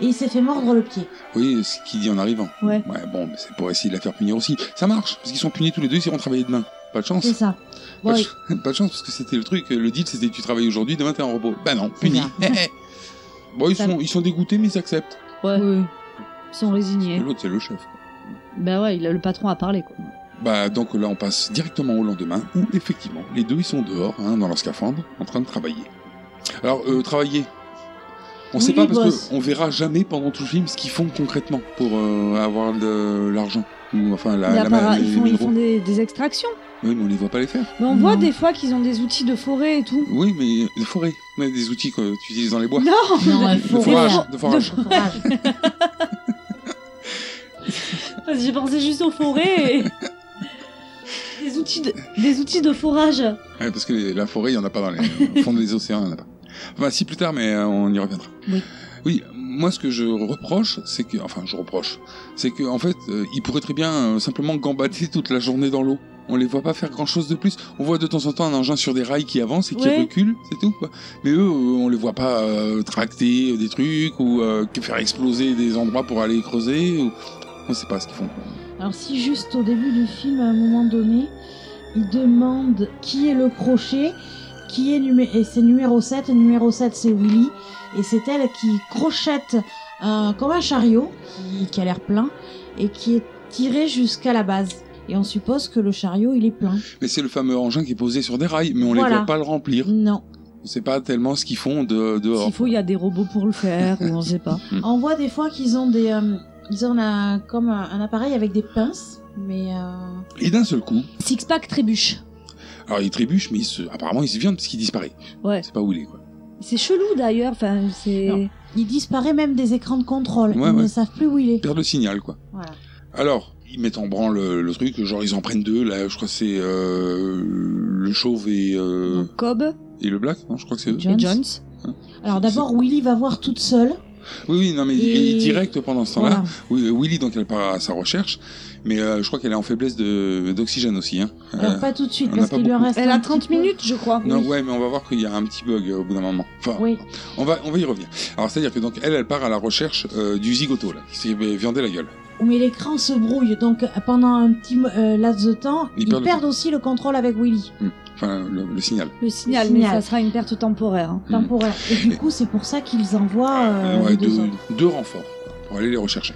et il s'est fait mordre le pied.
Oui, ce qu'il dit en arrivant.
Ouais.
bon, mais c'est pour essayer de la faire punir aussi. Ça marche, parce qu'ils sont punis tous les deux, ils iront travailler demain. Pas de chance.
C'est ça.
Pas, de...
Ouais,
ch- pas de chance, parce que c'était le truc. Le deal, c'était tu travailles aujourd'hui, demain t'es en repos. Bah non, puni.
ça.
Eh, eh. bon, ils
Ça-
sont, ils sont dégoûtés, mais ils acceptent.
Ouais.
oui.
Ils sont
Et
résignés.
l'autre, c'est le chef.
Ben ouais, il a le patron à parler, quoi.
Bah, donc là, on passe directement au lendemain, où effectivement, les deux, ils sont dehors, hein, dans leur scaphandre, en train de travailler. Alors, euh, travailler. On
Oui,
sait pas
les
parce
boss.
qu'on verra jamais pendant tout le film ce qu'ils font concrètement pour euh, avoir de l'argent. Ou enfin, la,
Il
Bah, la,
appara-
les-
ils font,
les
ils
minéraux.
font des, des extractions.
Oui, mais on les voit pas les faire.
Mais on
Non.
voit des fois qu'ils ont des outils de forêt et tout.
Oui, mais des forêts. Mais des outils que tu utilises dans les bois.
Non,
Non, il
de
faut
forage.
rien.
De forage.
[LAUGHS]
Forage.
Parce que J'ai pensé juste
[LAUGHS]
aux forêts et... des, outils de... des outils de forage.
Ouais, parce que les- la forêt, il y en a pas dans les au fond des océans, il y en a pas. Enfin, si plus tard, mais euh, on y reviendra.
Oui.
Oui, moi ce que je reproche, c'est que, enfin, je reproche, c'est que en fait, euh, ils pourraient très bien euh, simplement gambader toute la journée dans l'eau. On les voit pas faire grand chose de plus. On voit de temps en temps un engin sur des rails qui avance et qui
Ouais.
recule, c'est tout. Quoi. Mais eux, euh, on les voit pas euh, tracter des trucs ou euh, que faire exploser des endroits pour aller creuser. Ou... On sait pas ce qu'ils font. quoi.
Alors si juste au début du film, à un moment donné, il demande qui est le crochet, qui est numé et c'est numéro 7, numéro 7 c'est Willy, et c'est elle qui crochette un- comme un chariot, qui, qui a l'air plein, et qui est tiré jusqu'à la base. Et on suppose que le chariot il est plein.
Mais c'est le fameux engin qui est posé sur des rails, mais on les
Voilà.
voit pas le remplir.
Non.
On sait pas tellement ce qu'ils font de, dehors.
S'il faut, il y a des robots pour le faire ou on
[LAUGHS]
sait pas.
Hmm.
On voit des fois qu'ils ont des... euh, ils ont un, comme un, un appareil avec des pinces, mais... euh,
Et d'un seul coup,
Sixpack trébuche.
alors il trébuche, mais il se... apparemment il se viande parce qu'il disparaît.
Ouais.
C'est pas où il est, quoi.
C'est chelou d'ailleurs. Enfin, c'est.
Non. Il disparaît même des écrans de contrôle.
Ouais,
Ils
ouais.
ne savent plus où il
Il
est.
perd le signal, quoi.
Voilà.
Alors, ils mettent en branle euh, le, le truc, genre ils en prennent deux, là je crois que c'est euh, le chauve et, euh, Hein.
Donc, Cobb
et le black, non je crois que c'est eux.
Jones.
et Jones.
Alors d'abord, Willy va voir toute seule.
Oui, oui, non, mais
Et-
et direct pendant ce temps-là.
Voilà.
Oui, euh, Willy, donc, elle part à sa recherche, mais euh, je crois qu'elle est en faiblesse de- d'oxygène aussi. Hein.
Alors,
Euh,
pas tout de suite,
on
parce
n'a pas
qu'il lui en
beaucoup.
reste.
Elle
un
a
petit
30
peu.
minutes, je crois.
Non, ouais, mais on va voir qu'il y a un petit bug euh, au bout d'un moment. Enfin,
Oui.
on, va, on va y revenir. Alors, c'est-à-dire que donc, elle, elle part à la recherche euh, du zigoto, là, qui s'est viandé la gueule.
Mais l'écran se brouille, donc pendant un petit mo- euh, laps de temps,
Ils
ils,
perdent le
perdent aussi le contrôle avec Willy,
Hmm. Enfin, le, le signal.
Le signal,
Le signal.
mais ça sera une perte temporaire. hein.
temporaire. Et du coup, c'est pour ça qu'ils envoient
Ah,
euh,
Ouais,
les deux
deux,
autres.
deux renforts quoi, pour aller les rechercher.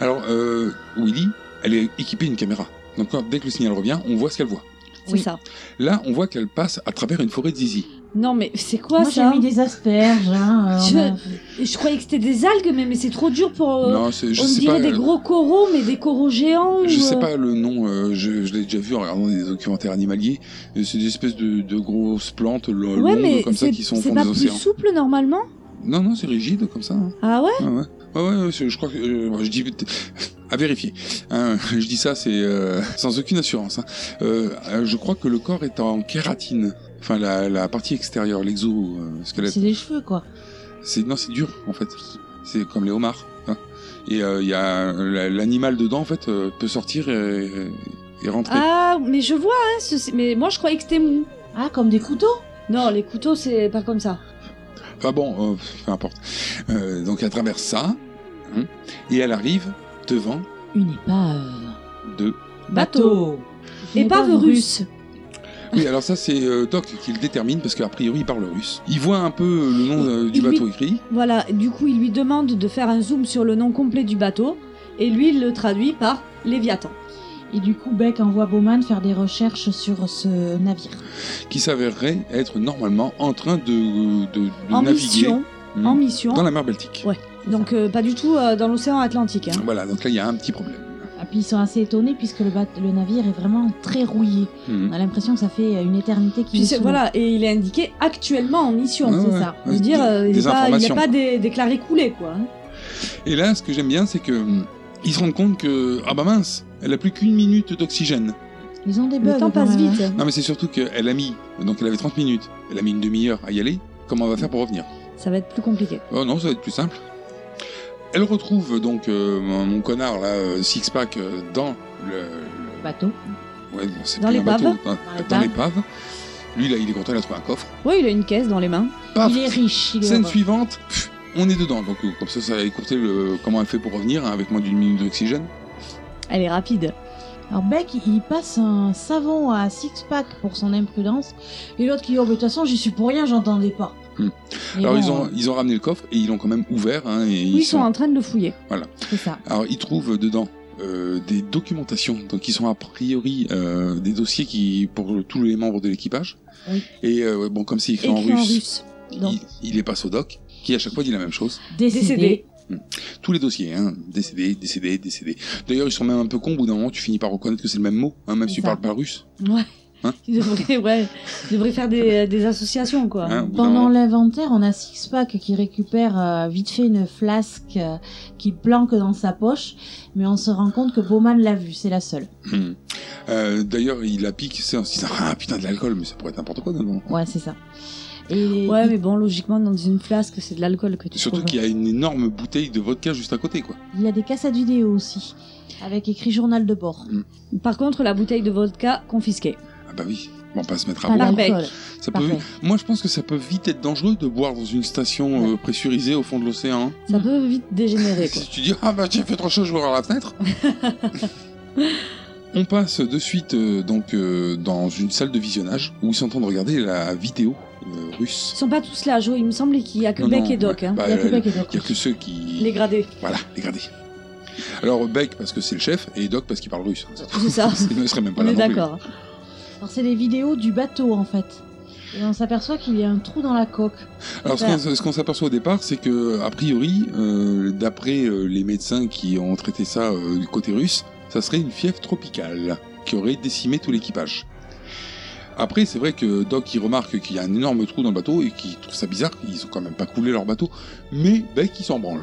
Alors, euh, Willy, elle est équipée d'une caméra. Donc, quand- dès que le signal revient, on voit ce qu'elle voit.
C'est
Oui.
ça.
Là, on voit qu'elle passe à travers une forêt de zizi.
Non, mais c'est quoi
Moi, j'ai
ça
mis des asperges. hein, euh,
[LAUGHS] Je-
on a-
Je croyais que c'était des algues, mais, mais c'est trop dur pour. euh,
non, c'est- je
on
sais
dirait
pas.
des
euh,
gros coraux, mais des coraux géants.
Je
ou,
sais
euh,
pas le nom, euh, je, je l'ai déjà vu en regardant des documentaires animaliers. Euh, C'est des espèces de, de grosses plantes lo-
Ouais,
longues
mais
comme ça
c'est
qui sont au
c'est
fond
pas
des
plus
océans.
souple normalement
Non, non, c'est rigide comme ça. hein.
Ah ouais
Ouais, ouais. Ouais, ouais, ouais, c'est- je crois que. euh, bon, je dis. [LAUGHS] À vérifier. Hein, [LAUGHS] je dis ça, c'est euh, sans aucune assurance. hein. Euh, euh, je crois que le corps est en kératine. Enfin, la, la partie extérieure, euh, l'exo-squelette.
C'est des cheveux, quoi.
C'est non, c'est dur en fait. C'est comme les homards. hein. Et euh, il y a la- l'animal dedans en fait euh, peut sortir et, et rentrer.
Ah, mais je vois, hein, ce- mais moi je croyais que c'était mou.
Ah, comme des couteaux
Non, les couteaux, c'est pas comme ça.
Enfin bon, euh, peu importe. Euh, donc elle traverse ça hein, et elle arrive devant
Une épave.
de.
Bateau.
Une
Épave russe.
Oui, alors ça c'est euh, Doc qui le détermine parce qu'a priori il parle russe. Il voit un peu le nom euh, du
Il lui-
bateau écrit.
Voilà, du coup, il lui demande de faire un zoom sur le nom complet du bateau, et lui, il le traduit par Léviathan.
Et du coup, Beck envoie Bowman faire des recherches sur ce navire.
qui s'avérerait être normalement en train de, de- de
en
naviguer
mission,
hmm,
en mission.
dans la mer Baltique.
Ouais. Donc, euh, pas du tout euh, dans l'océan Atlantique. hein.
Voilà, donc là il y a un petit problème.
Et Ah, puis, ils sont assez étonnés puisque le, bate- le navire est vraiment très rouillé.
Hmm.
On a l'impression que ça fait une éternité qu'il
Puis
est
c'est-
sous l'eau.
voilà, et il est indiqué actuellement en mission,
Ouais,
c'est
ouais,
ça.
ouais,
Je veux
c'est
dire,
des-
euh,
des
il n'y a
informations.
pas dé- déclaré coulé, quoi. hein.
Et là, ce que j'aime bien, c'est que hum, ils se rendent compte que ah bah mince, elle a plus qu'une minute d'oxygène.
Ils ont des bugs.
Le temps
quand
passe
même, hein.
vite.
Non, mais c'est surtout qu'elle a mis donc elle avait 30 minutes. Elle a mis une demi-heure à y aller. Comment on va faire pour revenir
Ça va être plus compliqué.
Oh non, ça va être plus simple. Elle retrouve donc euh, mon mon connard là, euh, six pack euh, dans le,
Bateau.
le- ouais, bon, c'est
Dans
plus un
l'épave.
bateau, dans- dans
l'épave.
l'épave. Lui là, il est content, il a trouvé un coffre.
Ouais, il a une caisse dans les mains.
Paf,
Il est riche. Il est
Scène
heureux.
suivante, pff, on est dedans. Donc euh, comme ça, ça a écourté le comment elle fait pour revenir hein, avec moins d'une minute d'oxygène.
Elle est rapide.
Alors Beck, il passe un savon à six pack pour son imprudence, et l'autre qui dit oh, mais de toute façon j'y suis pour rien, j'entendais pas.
Hmm.
Mais
Alors
bon,
ils ont
euh,
ils ont ramené le coffre et ils l'ont quand même ouvert. hein, et
Oui, ils sont en train de le fouiller.
c'est ça.
Alors ils trouvent dedans. euh, des documentations donc qui sont a priori euh, des dossiers qui pour tous les membres de l'équipage
Oui.
et euh, bon comme c'est écrit, en
Écrit en
russe,
russe.
Donc
il, il est passe au doc qui à chaque fois dit la même chose Hum.
décédé.
Décédé.
tous les dossiers hein, décédé décédé décédé d'ailleurs ils sont même un peu cons au bout d'un moment tu finis par reconnaître que c'est le même mot hein, même si
C'est
tu
ça.
parles pas russe
Ouais.
Hein
il, devrait, ouais, il devrait faire des, des associations, quoi.
hein, au bout d'un
Pendant
moment.
l'inventaire, on a six pack qui récupère euh, vite fait une flasque euh, qu'il planque dans sa poche, mais on se rend compte que Bowman l'a vu, c'est la seule.
Hmm. Euh, D'ailleurs, il la pique, c'est en se disant Ah putain, de l'alcool, mais ça pourrait être n'importe quoi dedans.
Ouais, c'est ça. Et
Ouais,
il-
mais bon, logiquement, dans une flasque, c'est de l'alcool que tu
Surtout
trouves.
qu'il y a une énorme bouteille de vodka juste à côté, quoi.
il y a des cassettes vidéo aussi, avec écrit journal de bord.
Mm.
Par contre, la bouteille de vodka confisquée.
Ah bah oui, bon, on va pas se mettre à
Pas
boire.
la- Parfait.
d'alcool.
Ça peut...
Parfait.
Moi, je pense que ça peut vite être dangereux de boire dans une station euh, pressurisée au fond de l'océan. hein.
Mm.
Ça peut vite dégénérer,
[LAUGHS]
quoi.
Si tu dis Ah bah j'ai fait trop chaud, je vais ouvrir la
[LAUGHS]
fenêtre. On passe de suite euh, donc euh, dans une salle de visionnage où ils sont en train de regarder la vidéo euh, russe.
Ils sont pas tous là, Jo. Il me semble qu'il y a que
Non,
Beck
non,
et Doc.
ouais.
hein.
Bah,
Il y a que
euh,
Beck et Doc.
il y a que ceux qui.
Les gradés.
Voilà, dégradé. Alors Beck parce que c'est le chef et Doc parce qu'il parle russe.
[LAUGHS] C'est ça.
[LAUGHS] Il ne serait même pas
On
là
est
non plus.
d'accord.
Alors, c'est des vidéos du bateau en fait. Et on s'aperçoit qu'il y a un trou dans la coque.
Alors
Ah.
ce qu'on- ce qu'on s'aperçoit au départ, c'est que a priori, euh, d'après euh, les médecins qui ont traité ça euh, du côté russe, ça serait une fièvre tropicale qui aurait décimé tout l'équipage. Après, c'est vrai que Doc il remarque qu'il y a un énorme trou dans le bateau et qu'il trouve ça bizarre. Ils ont quand même pas coulé leur bateau, mais Beck il s'en branle.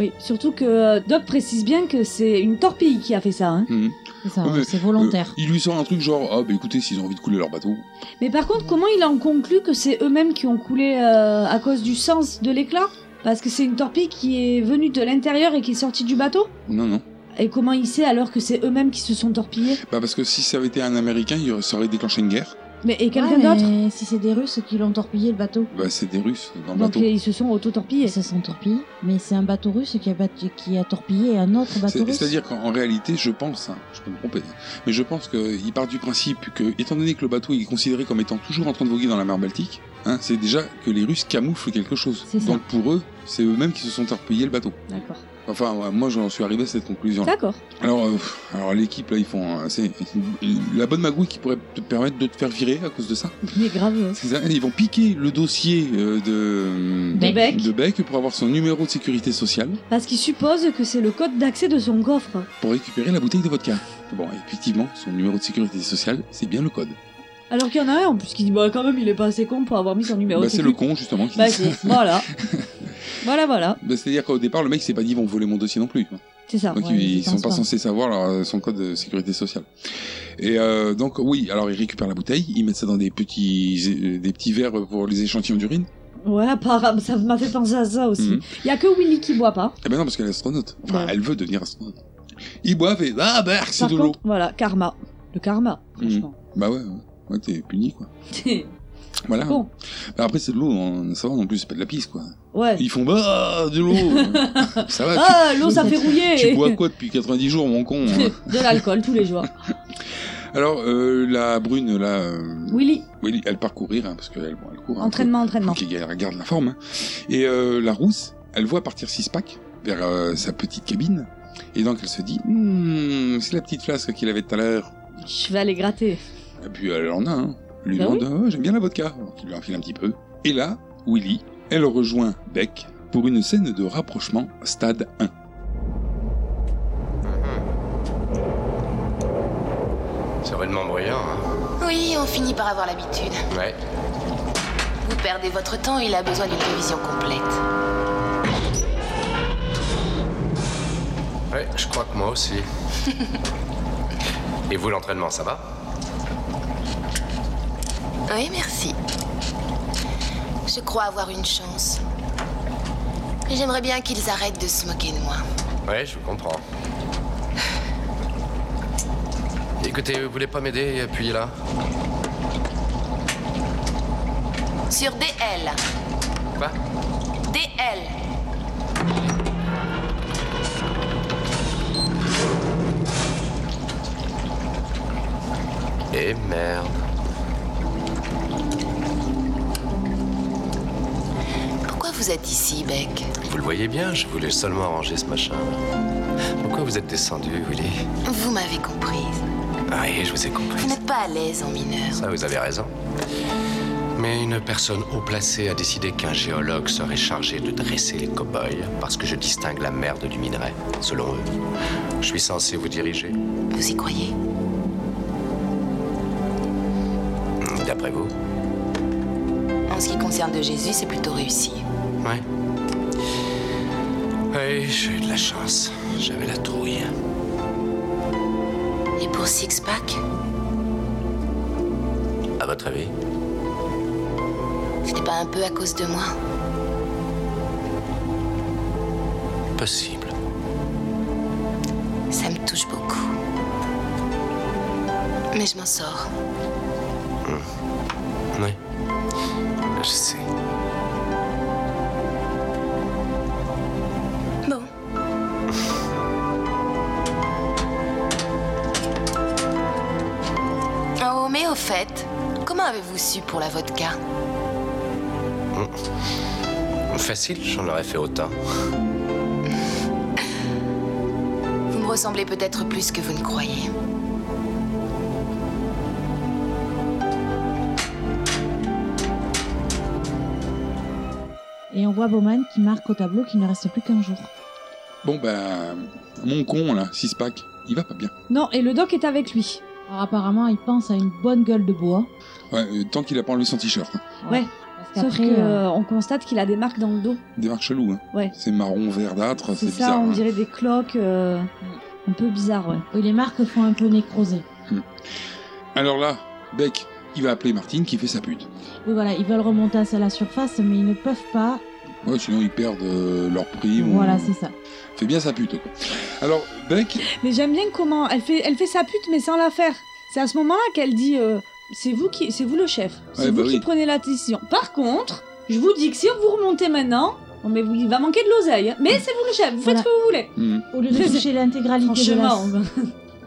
Oui, surtout que euh, Doc précise bien que c'est une torpille qui a fait ça. hein.
Mhm.
C'est ça,
Ouais, mais,
c'est
Euh,
volontaire.
il lui sort un truc genre ah bah écoutez s'ils ont envie de couler leur bateau,
euh, Mais par contre, comment il en conclut que c'est eux-mêmes qui ont coulé euh, à cause du sens de l'éclat Parce que c'est une torpille qui est venue de l'intérieur et qui est sortie du bateau
Non, non.
Et comment il sait alors que c'est eux-mêmes qui se sont torpillés
Bah parce que si ça avait été un Américain, il aurait- ça aurait déclenché une guerre.
Mais et quelqu'un
Ouais,
d'autre
mais Si c'est des Russes qui l'ont torpillé le bateau.
Bah c'est des Russes dans le
Donc
bateau.
ils se sont auto-torpillés.
Ça s'entorpille, mais c'est un bateau russe qui a, battu- qui a torpillé un autre
Bah,
bateau
C'est-
russe.
C'est-à-dire qu'en réalité, je pense, hein, je peux me tromper, mais je pense qu'il part du principe que, étant donné que le bateau est considéré comme étant toujours en train de voguer dans la mer Baltique, hein, c'est déjà que les Russes camouflent quelque chose.
C'est ça.
Donc pour eux, c'est eux-mêmes qui se sont torpillés le bateau.
D'accord.
Enfin, ouais, moi j'en suis arrivé à cette conclusion.
D'accord.
Alors, euh, pff, alors l'équipe là, ils font, euh, c'est la bonne magouille qui pourrait te permettre de te faire virer à cause de ça.
Mais grave.
[LAUGHS] C'est ça, Ils vont piquer le dossier euh, de
De Beck.
de Beck pour avoir son numéro de sécurité sociale.
Parce qu'il suppose que c'est le code d'accès de son coffre.
pour récupérer la bouteille de vodka. Bon, effectivement, son numéro de sécurité sociale, c'est bien le code.
Alors qu'il y en a un en plus qui dit bah quand même il est pas assez con pour avoir mis son numéro.
bah,
de
c'est le
sécu.
con, justement, qui
Bah
dit
si,
ça.
voilà. voilà voilà,
[LAUGHS] Bah, C'est-à-dire qu'au départ, le mec s'est pas dit, ils vont voler mon dossier non plus. quoi.
c'est ça.
Donc,
ouais,
ils,
il
ils sont
pense
pas,
pas.
censés savoir leur- euh, son code de sécurité sociale. Et euh, donc, oui, alors ils récupèrent la bouteille, ils mettent ça dans des petits, euh, des petits verres pour les échantillons d'urine.
Ouais, par- ça m'a fait penser à ça aussi. Il
Mhm.
y a que Willy qui boit pas.
Eh ben non, parce qu'elle est astronaute. Enfin,
Ouais.
elle veut devenir astronaute. Ils boivent et, ah, bah, c'est
Par
de l'eau.
contre, voilà, karma.
[LAUGHS]
Le karma,
Mhm.
franchement.
Bah ouais, ouais, Ouais, t'es puni, quoi. Voilà.
bon,
Bah, après, c'est de l'eau, hein, ça va non plus, c'est pas de la pisse, quoi.
ouais.
Ils font, bah, de
[LAUGHS]
l'eau. ça va, [LAUGHS] tu-
Ah, l'eau ça fait rouiller.
Tu bois quoi depuis 90 jours, mon con hein
[LAUGHS] [LAUGHS] De l'alcool tous
[LAUGHS]
les jours.
Alors, euh, la brune, là, euh,
Willy,
oui, elle part courir, hein, parce qu'elle bon, elle court. hein,
entraînement,
faut- faut
entraînement.
qu'elle garde- garde la forme. hein. Et euh, la rousse, elle voit partir six packs vers euh, sa petite cabine. Et donc, elle se dit, Hmm, c'est la petite flasque qu'il avait tout à l'heure.
Je vais aller gratter.
Et puis, elle en a un. Elle lui
Bah
demande, Ah, j'aime bien la vodka. Alors, il lui enfile un petit peu. Et là, Willy, elle rejoint Beck pour une scène de rapprochement stade 1.
C'est vraiment bruyant, hein.
Oui, on finit par avoir l'habitude.
Ouais.
Vous perdez votre temps, il a besoin d'une révision complète.
Ouais, je crois que moi [LAUGHS] aussi. Et vous, l'entraînement, ça va
Oui, merci. Je crois avoir une chance. Et J'aimerais bien qu'ils arrêtent de se moquer de moi.
Ouais, je vous comprends. Écoutez, vous voulez pas m'aider et appuyer là
Sur DL.
Quoi
DL.
Eh merde.
Pourquoi vous êtes ici, Beck
Vous le voyez bien, je voulais seulement arranger ce machin. Pourquoi vous êtes descendu, Willy
Vous m'avez comprise.
Ah oui, je vous ai compris.
Vous n'êtes pas à l'aise en mineur.
Ça, vous avez raison. Mais une personne haut placée a décidé qu'un géologue serait chargé de dresser les cow-boys parce que je distingue la merde du minerai, selon eux. Je suis censé vous diriger,
Vous y croyez
d'après vous
En ce qui concerne de Jésus, c'est plutôt réussi.
Ouais. Oui, j'ai eu de la chance. J'avais la trouille.
Et pour Sixpack,
À votre avis
c'était pas un peu à cause de moi
Possible.
Ça me touche beaucoup. Mais je m'en sors.
Oui. Je sais.
Bon. Oh, mais au fait, comment avez-vous su pour la vodka
Hmm. Facile, j'en aurais fait autant.
Vous me ressemblez peut-être plus que vous ne croyez.
Et on voit Bowman qui marque au tableau qu'il ne reste plus qu'un jour.
Bon, bah, mon con, là, six packs, il va pas bien.
Non, et le doc est avec lui.
Alors apparemment, il pense à une bonne gueule de bois.
Ouais, euh, tant qu'il a pas enlevé son t-shirt. hein.
Ouais.
Parce
Sauf
qu'après,
que
euh,
euh, on constate qu'il a des marques dans le dos.
Des marques cheloues, hein.
Ouais.
C'est marron verdâtre, c'est
C'est ça,
bizarre.
on
hein.
dirait des cloques euh, un peu bizarres, ouais.
oui, les marques font un peu nécroser.
Alors là, Beck, il va appeler Martine qui fait sa pute.
Oui, voilà, ils veulent remonter à la surface, mais ils ne peuvent pas
Ouais, sinon ils perdent euh, leur prix.
Voilà, c'est ça.
Fait bien sa pute. Quoi. Alors, Beck,
Mais j'aime bien comment elle fait, elle fait sa pute, mais sans la faire. C'est à ce moment-là qu'elle dit euh, C'est vous qui, c'est vous le chef. C'est
Ouais,
vous
bah
qui
oui.
prenez la décision. Par contre, je vous dis que si vous remontez maintenant, bon, mais vous- il va manquer de l'oseille. hein. Mais c'est vous le chef, vous
Voilà.
faites ce que vous voulez.
hmm,
[LAUGHS]
Au lieu de toucher l'intégralité de, la-
Franchement.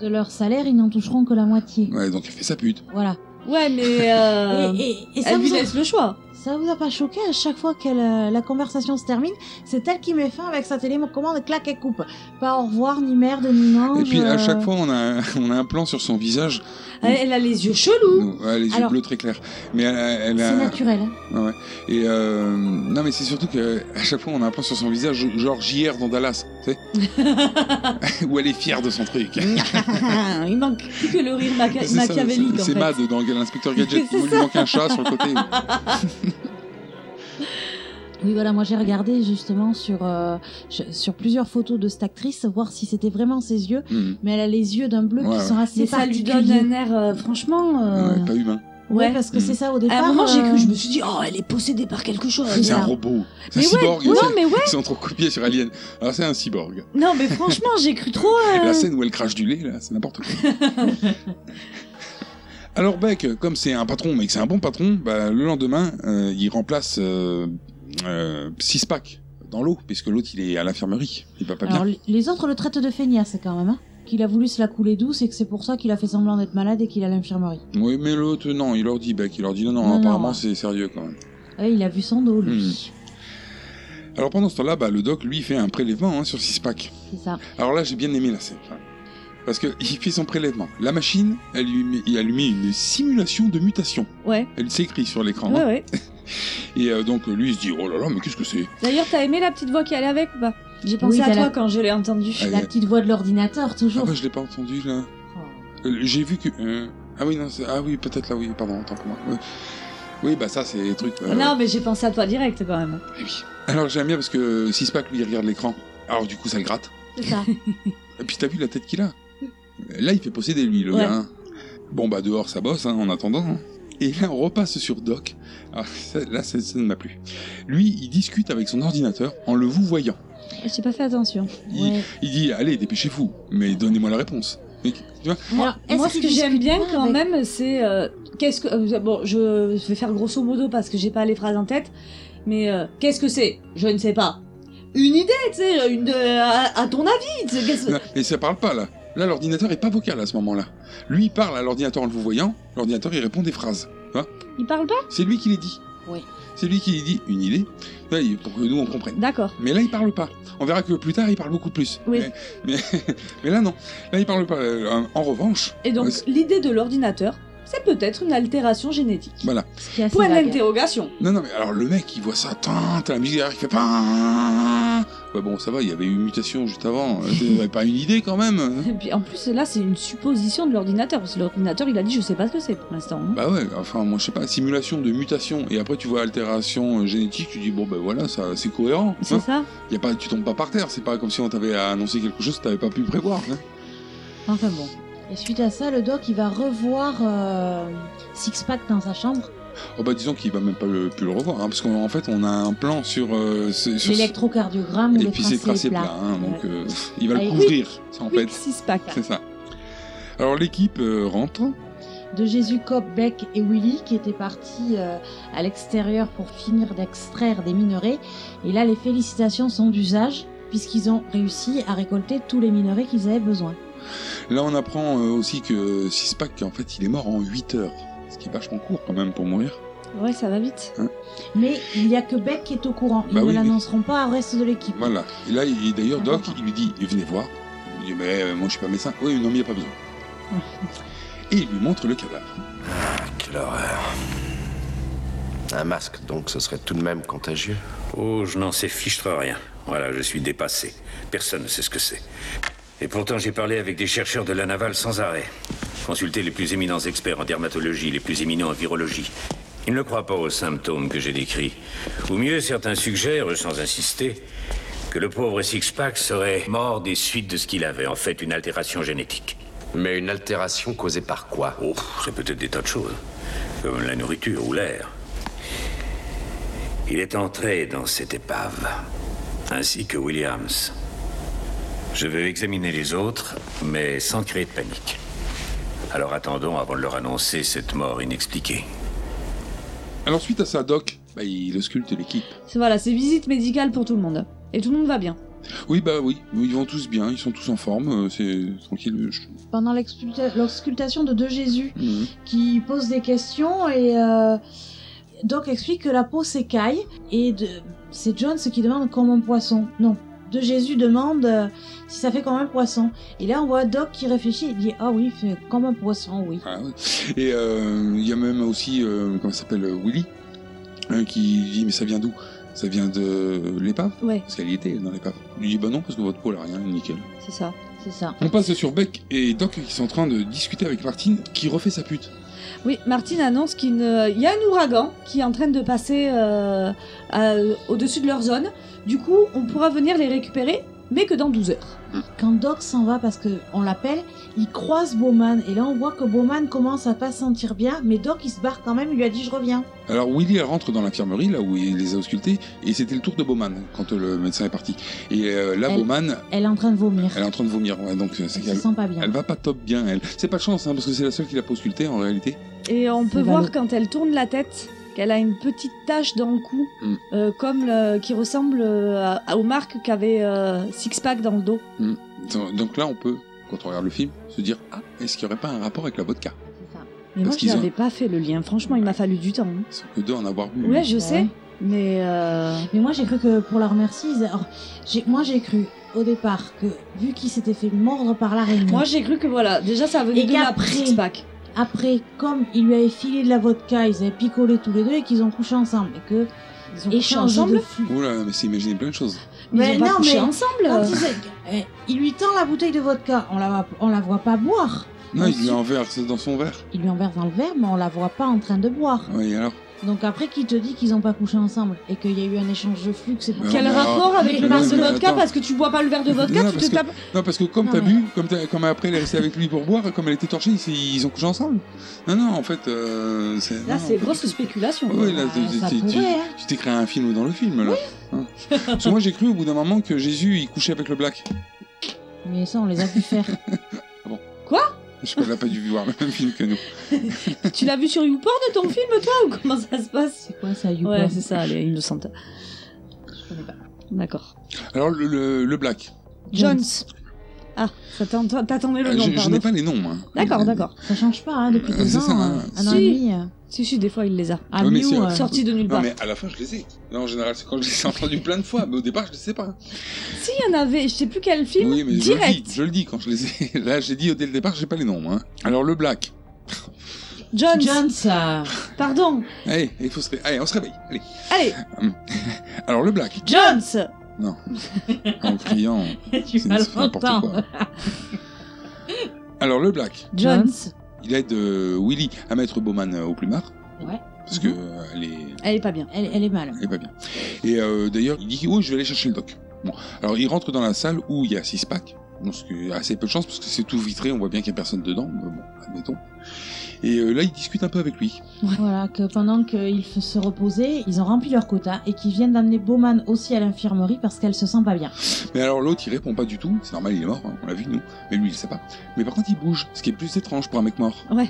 de leur salaire, ils n'en toucheront que la moitié.
ouais, donc elle fait sa pute.
Voilà.
Ouais, mais. euh,
et, et- et ça,
elle lui
vous a,
laisse le choix.
ça vous a pas choqué à chaque fois que la, la conversation se termine C'est elle qui met fin avec sa télécommande, claque et coupe. Pas au revoir, ni merde, ni
Oh
euh. non.
Et puis à chaque fois, on a, [LAUGHS] un- on a un plan sur son visage.
Elle, elle a les yeux chelous.
Non, ouais, les yeux
Alors-
bleus très clairs. Mais elle, a- elle
C'est
a.
naturel. hein.
Ouais, ouais. Et euh, non, mais c'est surtout que à chaque fois, on a un plan sur son visage, genre JR dans Dallas, tu
[LAUGHS]
sais, [LAUGHS] où elle est fière de son truc.
hein.
il manque plus que le rire maca-
C'est ça,
machiavélique.
c'est-
en
C'est
fait.
Mad dans l'inspecteur Gadget.
[LAUGHS] C'est
Il lui
ça.
manque un chat sur le
[LAUGHS]
côté.
Oui, voilà, moi j'ai regardé justement sur, euh, je- sur plusieurs photos de cette actrice, voir si c'était vraiment ses yeux.
Hmm.
Mais elle a les yeux d'un bleu
Ouais,
qui sont assez
Mais ça lui donne
particuliers.
un air, euh, franchement. euh,
Ouais, pas humain.
Ouais,
ouais.
parce que
Hmm.
c'est ça au départ.
À un moment, j'ai
euh,
cru, je me suis dit, oh, elle est possédée par quelque chose.
C'est un
ça.
robot. C'est un
Mais ouais,
cyborg.
non,
c'est-
mais ouais.
Ils sont trop copiés sur Alien. Alors c'est un cyborg.
Non, mais franchement, j'ai cru trop. euh,
La scène où elle crache du lait, là, c'est n'importe
[LAUGHS]
quoi. Alors Beck, comme c'est un patron, mais que c'est un bon patron, bah, le lendemain, euh, il remplace euh, euh, Sixpack dans l'eau, puisque l'autre il est à l'infirmerie, il va pas bien.
Alors, les- les autres le traitent de feignasse quand même, hein qu'il a voulu se la couler douce et que c'est pour ça qu'il a fait semblant d'être malade et qu'il est à l'infirmerie.
Oui, mais l'autre, non, il leur dit Beck, il leur dit non, non,
Non, non,
apparemment
ouais.
c'est sérieux quand même.
Ouais, Eh, il a vu son dos, lui.
Alors pendant ce temps-là, bah, le doc lui fait un prélèvement hein, sur Sixpack.
C'est ça.
Alors là, j'ai bien aimé la scène. hein. Parce que il fait son prélèvement. La machine, elle lui met, il a lui mis une simulation de mutation.
Ouais.
Elle s'écrit sur l'écran.
Ouais,
hein.
ouais.
Et euh, donc lui, il se dit, oh là là, mais qu'est-ce que c'est
D'ailleurs, t'as aimé la petite voix qui allait avec ou pas J'ai pensé
Oui,
à
t'as
toi
la-
quand je l'ai entendue.
Elle-
La petite voix de l'ordinateur,
Ah
toujours.
bah, je l'ai pas entendu là.
Oh.
Euh, J'ai vu que... euh, Ah oui, non, c'est- ah oui, peut-être là, oui, pardon, tant pour moi. Ouais. Oui, bah ça, c'est les trucs... euh,
Non, mais j'ai pensé à toi direct quand même.
eh oui. Alors j'aime bien parce que Sixpack, lui, il regarde l'écran. Alors du coup, ça le gratte.
C'est ça.
Et puis t'as vu la tête qu'il a Là, il fait posséder lui, le
Ouais.
gars. hein. Bon, bah dehors, ça bosse, hein, en attendant. hein. Et là, on repasse sur Doc. Ah, ça- là, ça, ça ne m'a plu. Lui, il discute avec son ordinateur en le vous voyant.
[LAUGHS] J'ai pas fait attention.
Il,
Ouais.
il dit, allez, dépêchez-vous, mais donnez-moi la réponse. Mais, tu vois
Alors, est-ce
Moi, ce
qu'il
que j'aime
discute
bien
pas
quand
avec-
même, c'est. euh, qu'est-ce que. euh, bon, je vais faire grosso modo parce que j'ai pas les phrases en tête. Mais euh, qu'est-ce que c'est Je ne sais pas. Une idée, tu sais, une de- à, à ton avis. tu sais, qu'est-ce-
Là, mais ça parle pas, là. Là, l'ordinateur est pas vocal à ce moment-là. Lui, il parle à l'ordinateur en le vous voyant. L'ordinateur, il répond des phrases.
Il parle pas
C'est lui qui les dit.
Oui.
C'est lui qui les dit une idée, là, il- pour que nous, on comprenne.
D'accord.
Mais là, il parle pas. On verra que plus tard, il parle beaucoup plus.
Oui.
Mais, mais- [LAUGHS] mais là, non. Là, il parle pas. Euh, En, en revanche,
Et donc,
Ouais, c'est-
l'idée de l'ordinateur, c'est peut-être une altération génétique.
voilà.
Ce qui est assez
Point
vague. hein.
d'interrogation.
Non, non, mais alors le mec, il voit ça. Tant, t'as la musique derrière qui fait. Pin. Ouais, bon, ça va, il y avait eu une mutation juste
[LAUGHS]
avant. Euh, Il avait pas une idée quand même.
Et puis en plus, là, c'est une supposition de l'ordinateur, parce que l'ordinateur, il a dit, je sais pas ce que c'est pour l'instant. hein.
Bah ouais, enfin, moi, je sais pas. Simulation de mutation. Et après, tu vois altération euh, génétique, tu dis, bon, ben voilà, ça, c'est cohérent.
c'est
hein.
ça
Y a pas, tu tombes pas par terre. C'est pas comme si on t'avait annoncé quelque chose que t'avais pas pu prévoir. hein.
Enfin bon.
Et suite à ça, le doc, il va revoir euh, Sixpack dans sa chambre.
Oh, bah, disons qu'il va même pas le- plus le revoir. hein, parce qu'en en fait, on a un plan sur. euh, ce- sur ce-
L'électrocardiogramme où
Et
le
puis c'est tracé
tracé est plat.
plat, hein, donc euh, [LAUGHS] il va
Allez,
le couvrir, ça en
Quick
fait,
six pack.
c'est ça. Alors l'équipe euh, rentre, euh.
de Jésus Cop, Beck et Willy qui étaient partis euh, à l'extérieur pour finir d'extraire des minerais. Et là, les félicitations sont d'usage puisqu'ils ont réussi à récolter tous les minerais qu'ils avaient besoin.
là on apprend euh, aussi que Sixpack, en fait, il est mort en 8 heures, ce qui est vachement court quand même pour mourir.
Ouais, ça va vite.
Mais il n'y a que Beck qui est au courant. Ils
Hein. Bah
ne
oui, mais-
l'annonceront pas au reste de l'équipe.
Voilà, et là, il- d'ailleurs, Doc, il lui dit, venez voir, il dit, mais euh, moi je suis pas médecin, oui, non, mais il n'y a pas besoin. Et il lui montre le cadavre.
Ah, Quelle horreur. Un masque, donc, ce serait tout de même contagieux.
Oh, je n'en sais fichtre rien. Voilà, je suis dépassé. Personne ne sait ce que c'est. Et pourtant, j'ai parlé avec des chercheurs de la navale sans arrêt. Consulté les plus éminents experts en dermatologie, les plus éminents en virologie. Ils ne croient pas aux symptômes que j'ai décrits. Ou mieux, certains suggèrent, sans insister, que le pauvre Sixpack serait mort des suites de ce qu'il avait, en fait une altération génétique.
Mais une altération causée par quoi
Oh, hein. c'est peut-être des tas de choses, comme la nourriture ou l'air. Il est entré dans cette épave, ainsi que Williams. Je veux examiner les autres, mais sans créer de panique. Alors attendons avant de leur annoncer cette mort inexpliquée.
Alors suite à ça, Doc, bah, il ausculte l'équipe.
C'est- Voilà, c'est visite médicale pour tout le monde. Et tout le monde va bien.
Oui, bah oui, ils vont tous bien, ils sont tous en forme, euh, c'est tranquille. je-
Pendant l'exculta- l'auscultation de deux Jésus
Mhm.
qui pose des questions et euh, Doc explique que la peau s'écaille et de... c'est John ce qui demande comme un poisson. Non, de Jésus demande euh, si ça fait comme un poisson. Et là on voit Doc qui réfléchit et dit ah oui fait comme un poisson oui.
Ah ouais. Et euh, il y a même aussi, euh, comment il s'appelle, euh, Willy, hein, qui dit Mais ça vient d'où Ça vient de l'épave
Ouais,
Parce qu'elle y était, elle, dans l'épave. Il lui dit Bah non, parce que votre peau, elle a rien, nickel.
c'est ça.
C'est ça.
On passe sur Beck et Doc qui sont en train de discuter avec Martine, qui refait sa pute.
Oui, Martine annonce qu'il ne- il y a un ouragan qui est en train de passer euh, à- au-dessus de leur zone. Du coup, on pourra venir les récupérer, mais que dans 12 heures.
Quand Doc s'en va parce que on l'appelle, il croise Bowman et là on voit que Bowman commence à pas se sentir bien, mais Doc il se barre quand même, il lui a dit je reviens.
Alors Willy elle rentre dans l'infirmerie, là où il les a auscultés, et c'était le tour de Bowman quand le médecin est parti. Et euh, là,
Elle-
Bowman,
Elle est en train de vomir.
elle est en train de vomir, ouais, donc euh, c'est
Elle
qu'elle-
se sent pas bien.
Elle va pas top bien, elle. C'est pas de chance, hein, parce que c'est la seule qui l'a pas auscultée en réalité.
Et on
C'est
peut voir
valo.
quand elle tourne la tête qu'elle a une petite tache dans le cou,
Mm.
euh, comme le- qui ressemble euh, à- aux marques qu'avait euh, Sixpack dans le dos.
Hmm. Donc donc là, on peut, quand on regarde le film, se dire Ah, est-ce qu'il n'y aurait pas un rapport avec la vodka
C'est ça.
Mais
Parce
moi, je
qu'ils ont-
n'avais pas fait le lien. Franchement, il m'a fallu du temps. hein.
Sauf que deux en avoir bu.
Ouais, je sais,
Mm. ouais.
mais euh,
Mais moi j'ai cru que pour la remercier, ils- alors, j'ai- moi j'ai cru au départ que vu qu'il s'était fait mordre par l'araignée,
moi, j'ai cru que voilà, déjà, ça venait
Et
de la
qu'après-
Sixpack.
après comme il lui avait filé de la vodka, ils avaient picolé tous les deux et qu'ils ont couché ensemble et que
Ils ont couché
échange de
ensemble.
flux.
Oula, mais c'est imaginer plein de choses.
Mais
Mais
ils ont pas
non,
couché
mais-
ensemble.
Quand ils- eh, il lui tend la bouteille de vodka, on la, va- on la voit pas boire.
Non, il
Ensuite-
lui a un verre c'est dans son verre.
Il lui enverse dans le verre, mais on la voit pas en train de boire.
Oui, alors.
Donc après, qui te dit qu'ils ont pas couché ensemble et qu'il y a eu un échange de flux, que c'est pour
Ouais,
ça
Quel
mais
rapport
alors-
avec le
Non,
verre de
mais
vodka
attends.
Parce que tu bois pas le verre de vodka,
Non,
tu
parce
te
que-
tapes.
Non, parce que comme
Non,
t'as
mais-
bu, comme, t'as- comme après elle est restée avec lui pour boire, comme elle était torchée, ils, ils ont couché ensemble. Non, non, en fait. euh, c'est-
Là,
non,
c'est
en fait-
grosse spéculation.
Ouais, ouais, là,
Ah,
tu-
ça
tu- tu-
pourrait, hein.
tu t'es créé un film dans le film, là. Hein. Parce que moi, j'ai cru au bout d'un moment que Jésus, il couchait avec le black.
Mais ça, on les a
[LAUGHS]
vu faire.
Ah Je crois qu'on a pas dû voir [LAUGHS] le même film que nous.
Tu l'as vu sur YouPorn ton film, toi, ou comment ça se passe
hein. C'est quoi ça, Youporn
Ouais, c'est ça, elle est innocente.
Je connais pas.
D'accord.
Alors, le, le- le black.
Jones. Ah, ça t'en- t'attendais le
Euh,
nom,
je je
pardon.
n'ai pas les noms. hein.
D'accord, d'accord.
Ça change pas hein, depuis
Euh,
deux
c'est
ans.
ça, hein.
euh, Un an et
Si.
demi. euh,
Si, si, des fois, il les a.
À
Ouais, mais si,
Miou,
euh,
euh,
Sorti de nulle
Non,
part.
mais à la fin, je les ai. Là, en général, c'est quand je les ai entendus plein de fois, mais au départ, je ne sais pas.
Si, il y en avait, je sais plus quel film,
oui, mais je le,
direct.
dis, je le dis quand je les ai. [LAUGHS] Là, j'ai dit dès le départ, j'ai pas les noms. hein. Alors, le black.
Jones,
John, ça.
pardon.
Allez, Eh, il faut se ré- Allez, on se réveille. Allez.
Allez,
Alors, le black. [LAUGHS]
Jones
Non. [LAUGHS] en criant.
tu
C'est
vas
c'est n'importe
l'entendre.
quoi. Alors, le black.
Jones.
Il aide euh, Willy à mettre Bowman euh, au plumard.
Ouais.
Parce que euh, elle, est...
Elle est pas bien.
Elle, elle est mal.
elle est pas bien. Et euh, d'ailleurs, il dit Oh, je vais aller chercher le doc. Bon. Alors, il rentre dans la salle où il y a six packs. Bon, ce qui est assez peu de chance parce que c'est tout vitré, on voit bien qu'il n'y a personne dedans. mais bon, admettons. Et euh, là, il discute un peu avec lui.
Voilà, que pendant qu'ils f- se reposaient, ils ont rempli leur quota et qu'ils viennent d'amener Bowman aussi à l'infirmerie parce qu'elle se sent pas bien.
Mais alors, l'autre, il répond pas du tout. C'est normal, il est mort, hein, on l'a vu, nous. Mais lui, il sait pas. Mais par contre, il bouge, ce qui est plus étrange pour un mec mort.
Ouais.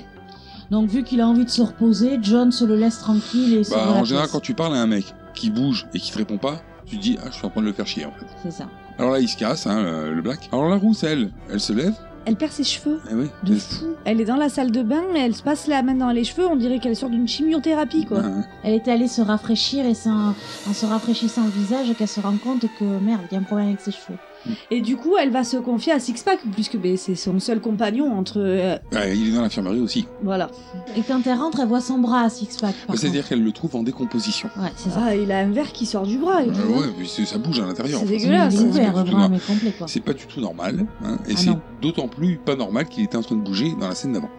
Donc, vu qu'il a envie de se reposer, John se le laisse tranquille et se
Bah, en général, quand tu parles à un mec qui bouge et qui te répond pas, tu te dis Ah, je suis en train de le faire chier, en fait.
C'est ça.
Alors là, il se casse, hein, le, le black. Alors la rousse, elle, elle se lève.
Elle perd ses cheveux.
Eh oui.
De fou. Elle est dans la salle de bain, elle se passe la main dans les cheveux, on dirait qu'elle sort d'une chimiothérapie, quoi.
Ah,
Elle était allée se rafraîchir et c'est en, en se rafraîchissant le visage qu'elle se rend compte que merde, il y a un problème avec ses cheveux.
Et du coup, elle va se confier à Sixpack, puisque ben, c'est son seul compagnon entre. euh,
ah, il est dans l'infirmerie aussi.
voilà.
Et quand elle rentre, elle voit son bras à six-pack. par
C'est-à-dire qu'elle le trouve en décomposition.
contre. Ouais, c'est ça.
Ah, il a un verre qui sort du bras et tout.
Euh,
hein.
ouais, mais c'est- ça bouge à l'intérieur.
C'est
en fait.
dégueulasse,
Il
C'est
est
pas
hein.
ouvert,
du
le
tout
bras,
normal.
mais complet quoi.
C'est pas du tout normal, hein, et
Ah
c'est
non.
d'autant plus pas normal qu'il était en train de bouger dans la scène d'avant.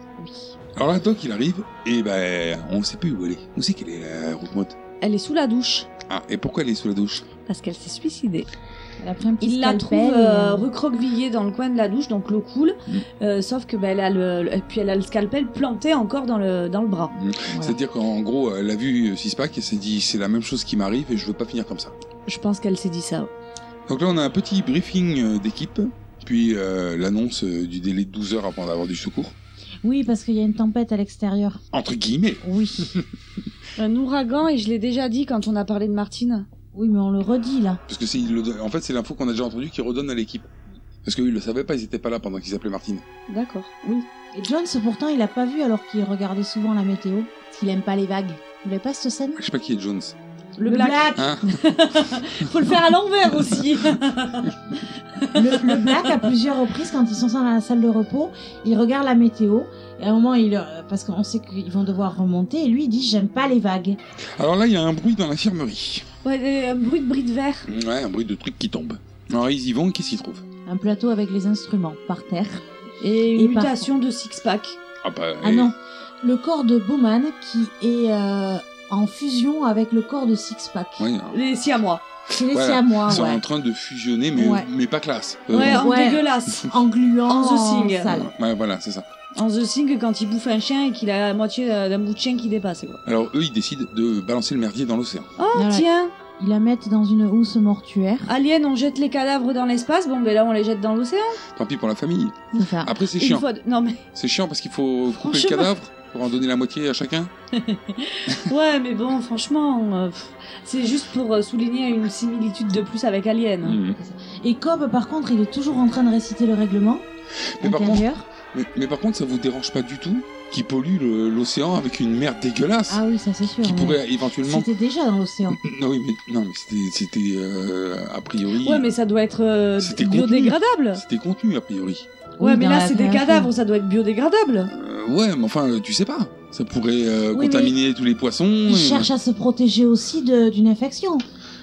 Alors là, Doc, il arrive, et ben, on sait plus où elle est. On sait qu'elle est, la route
elle est sous la douche
Ah, et pourquoi elle est sous la douche
parce qu'elle s'est suicidée.
Elle a pris un petit
Il la trouve
scalpel et,
euh,
euh,
recroquevillée dans le coin de la douche, donc l'eau coule.
Mm.
Euh, sauf que bah, elle a le, le- et puis elle a le scalpel planté encore dans le dans le bras.
Mm. C'est-à-dire qu'en gros, elle a vu euh, Sixpack et s'est dit c'est la même chose qui m'arrive et je veux pas finir comme ça.
Je pense qu'elle s'est dit ça.
Donc là, on a un petit briefing euh, d'équipe, puis euh, l'annonce euh, du délai de 12 heures avant d'avoir du secours.
Oui, parce qu'il y a une tempête à l'extérieur.
Entre guillemets.
Oui.
Un ouragan et je l'ai déjà dit quand on a parlé de Martine.
oui, mais on le redit là.
[LAUGHS] Parce que c'est, il le- en fait, c'est l'info qu'on a déjà entendue qui redonne à l'équipe. Parce qu'ils le savaient pas, ils étaient pas là pendant qu'ils s'appelaient Martine.
D'accord. Oui.
Et Jones, pourtant, il a pas vu alors qu'il regardait souvent la météo. Parce qu'il aime pas les vagues. Vous voulez pas cette scène
Je sais pas qui est Jones.
Le, black. [LAUGHS]
Hein
Faut le faire à l'envers
[LAUGHS]
aussi.
Le, le
Black,
black
à plusieurs reprises, quand ils sont dans la salle de repos, ils regardent la météo. Et à un moment, il, euh, parce qu'on sait qu'ils vont devoir remonter, et lui, il dit J'aime pas les vagues.
Alors là, il y a un bruit dans l'infirmerie.
ouais, euh, un bruit de bris de verre.
Ouais, un bruit de truc qui tombe. Alors ils y vont, qu'est-ce qu'ils trouvent
Un plateau avec les instruments par terre.
Et une
Et par-
mutation de six-pack.
Ah bah.
Ah
eh,
non, le corps de Bowman qui est euh, en fusion avec le corps de Sixpack.
ouais, alors,
Les si à moi.
C'est laissé
Voilà.
à moi,
ils sont en
ouais.
train de fusionner, mais,
Ouais.
mais pas classe. Euh,
Ouais, en
Ouais. Oh,
dégueulasse.
En gluant
En The
en
Thing.
salle.
ouais, voilà, c'est ça.
En The Thing, quand il bouffe un chien et qu'il a la moitié euh, d'un bout de chien qui dépasse. Quoi.
Alors eux, ils décident de balancer le merdier dans l'océan.
Oh
Ouais.
tiens,
Ils la mettent dans une housse mortuaire.
Alien, on jette les cadavres dans l'espace. Bon, ben là, on les jette dans l'océan.
Tant pis pour la famille.
Enfin,
Après, c'est
Une
chiant.
fois de- Non mais [LAUGHS]
C'est chiant parce qu'il faut couper le
Franchement.
cadavre pour en donner la moitié à chacun.
ouais, mais bon, franchement, euh, pff, c'est juste pour euh, souligner une similitude de plus avec Alien.
Mmh.
Mmh.
Et Cobb, par contre, il est toujours en train de réciter le règlement
Mais, par contre,
intérieur.
mais, mais par contre, ça vous dérange pas du tout qu'ils polluent le- l'océan avec une merde dégueulasse
ah oui, ça c'est sûr.
qui
ouais.
pourrait éventuellement.
C'était déjà dans l'océan.
Non, oui, mais, non, mais c'était, c'était euh, a priori.
Ouais, mais ça doit être euh,
C'était contenu.
biodégradable.
C'était contenu a priori.
Ouais,
Oui,
mais
dans
là,
la
c'est des
première
cadavres, ça doit être biodégradable.
Euh, ouais, mais enfin, euh, tu sais pas. Ça pourrait euh,
Oui,
contaminer tous les poissons.
Il
et-
cherche à se protéger aussi de- d'une infection.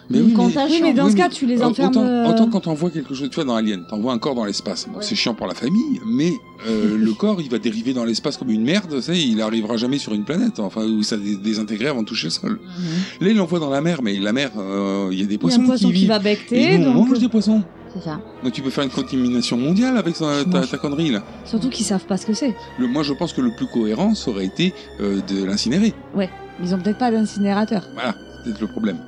Mais
du
oui, mais-
contagion.
Oui, mais dans
Oui,
ce
mais-
cas, tu les
Euh,
enfermes.
autant,
euh,
autant quand on voit quelque chose, tu vois, dans Alien, t'envoies un corps dans l'espace. Bon, C'est chiant pour la famille, mais
[LAUGHS]
euh, le corps, il va dériver dans l'espace comme une merde, tu sais, il arrivera jamais sur une planète, enfin, où ça dé- désintégrer avant de toucher le sol. Là, il l'envoie dans la mer, mais la mer, euh, il y a des
il y a
poissons
un poisson
qui
qui,
vivent.
va
Et
becter,
nous, on
donc... euh,
mange des poissons.
C'est ça.
Donc tu peux faire une contamination mondiale avec ça-
Je
ta,
mange.
ta connerie, là.
Surtout qu'ils savent pas ce que c'est.
Le, moi, je pense que le plus cohérent, ça aurait été euh, de l'incinérer.
Mais Ils ont peut-être pas d'incinérateur.
Voilà, c'est peut-être le problème.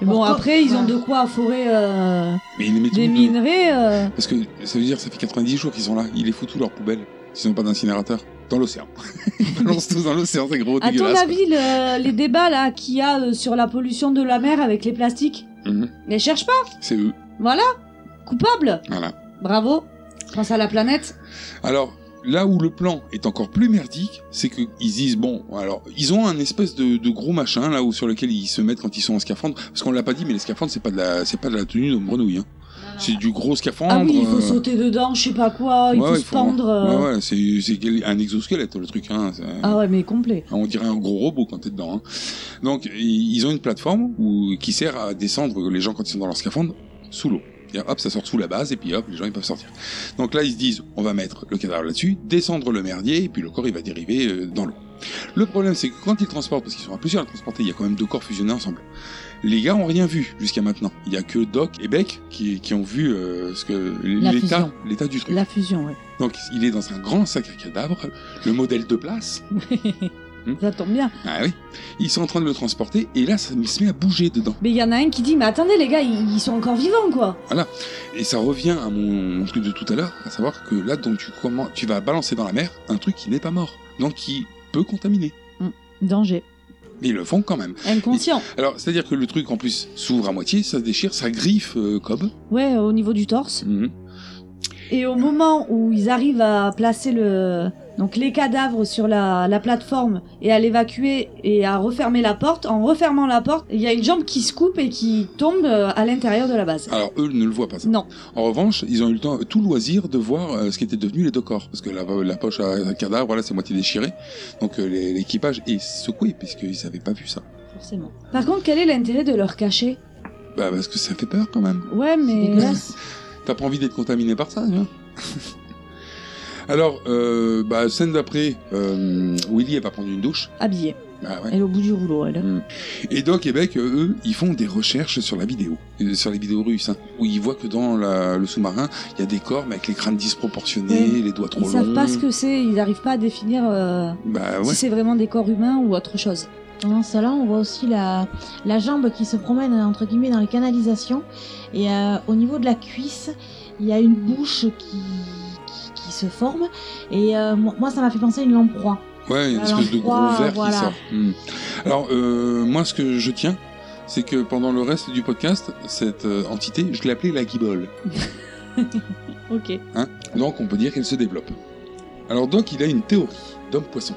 Mais bon,
Pourquoi
après, ils ont de quoi afforer euh,
Mais il les met
des
tous-
minerais. euh,
Parce que ça veut dire que ça fait 90 jours qu'ils sont là. Ils les foutent tous leurs poubelles. S'ils n'ont pas d'incinérateur. Dans l'océan. [LAUGHS] Ils balancent tous dans l'océan, c'est gros,
euh. À ton
dégueulasse.
avis, le- les débats là qu'il y a euh, sur la pollution de la mer avec les plastiques,
Mhm.
les cherche pas.
C'est eux.
Voilà, coupable.
Voilà.
Bravo. Pense à la planète.
Alors, là où le plan est encore plus merdique, c'est qu'ils disent, bon, alors, ils ont un espèce de, de gros machin, là, où, sur lequel ils se mettent quand ils sont en scaphandre. Parce qu'on l'a pas dit, mais les scaphandres, c'est pas de la, c'est pas de la tenue de grenouille, hein. C'est du gros scaphandre.
Ah oui, il faut
euh,
sauter dedans, je sais pas quoi, il
ouais,
faut
ouais,
se pendre. euh.
Ouais, ouais, c'est, c'est un exosquelette, le truc, hein. c'est-
Ah ouais, mais complet.
Hein, On dirait un gros robot quand t'es dedans. hein. Donc i- ils ont une plateforme où, qui sert à descendre les gens quand ils sont dans leur scaphandre sous l'eau. Et hop, ça sort sous la base et puis hop, les gens ils peuvent sortir. Donc là ils se disent, on va mettre le cadavre là-dessus, descendre le merdier et puis le corps il va dériver euh, dans l'eau. Le problème c'est que quand ils transportent, parce qu'ils sont à plusieurs à le transporter, il y a quand même deux corps fusionnés ensemble. Les gars ont rien vu jusqu'à maintenant. Il y a que Doc et Beck qui, qui ont vu euh, ce que l'état
fusion.
l'état du truc.
La fusion, ouais.
Donc il est dans un grand sac à cadavre, le modèle de place.
Ça tombe bien.
Ah oui. Ils sont en train de le transporter et là, ça se met à bouger dedans.
Mais il y en a un qui dit Mais attendez, les gars, ils, ils sont encore vivants quoi.
Et ça revient à mon, mon truc de tout à l'heure, à savoir que là, donc, tu, comment, tu vas balancer dans la mer un truc qui n'est pas mort, donc qui peut contaminer.
Hmm. Danger.
Mais ils le font quand même.
Inconscient.
Alors, c'est-à-dire que le truc, en plus, s'ouvre à moitié, ça se déchire, ça griffe euh, Mhm. Cobb.
Ouais, au niveau du torse. Et au moment où ils arrivent à placer le donc les cadavres sur la, la plateforme et à l'évacuer et à refermer la porte, en refermant la porte, il y a une jambe qui se coupe et qui tombe euh, à l'intérieur de la base.
Alors, eux ne le voient pas, ça.
Non,
En revanche, ils ont eu le temps, tout le loisir de voir euh, ce qui était devenu les deux corps. Parce que la, euh, la poche à, à cadavre, voilà, c'est moitié déchirée. Donc, euh, les- l'équipage est secoué, puisqu'ils n'avaient pas vu ça.
forcément. Par contre, quel est l'intérêt de leur cacher
Bah, parce que ça fait peur quand même.
Ouais, mais
dégueulasse.
T'as pas envie d'être contaminé par ça, [LAUGHS] hein Alors, euh, bah, scène d'après, euh, Willy elle va prendre une douche.
habillé.
Bah ouais. Mm.
Elle est au bout du rouleau, elle.
Et Doc et Beck, euh, eux, ils font des recherches sur la vidéo, euh, sur les vidéos russes, hein, où ils voient que dans la- le sous-marin, il y a des corps mais avec les crânes disproportionnés,
Oui.
les doigts trop
Ils savent
longs.
pas ce que c'est, ils n'arrivent pas à définir euh,
Bah ouais.
si [LAUGHS] c'est vraiment des corps humains ou autre chose.
Dans celle-là, on voit aussi la, la jambe qui se promène entre guillemets dans les canalisations. Et euh, au niveau de la cuisse, il y a une bouche qui, qui, qui se forme. Et euh, moi, moi, ça m'a fait penser à une lamproie.
Ouais, il y a une
Alors,
espèce de gros
trois,
verre
voilà.
qui sort. Hmm. Alors, euh, moi, ce que je tiens, c'est que pendant le reste du podcast, cette euh, entité, je l'ai appelée la guibole.
Ok.
Hein Donc, on peut dire qu'elle se développe. Alors, Doc, il a une théorie d'homme-poisson.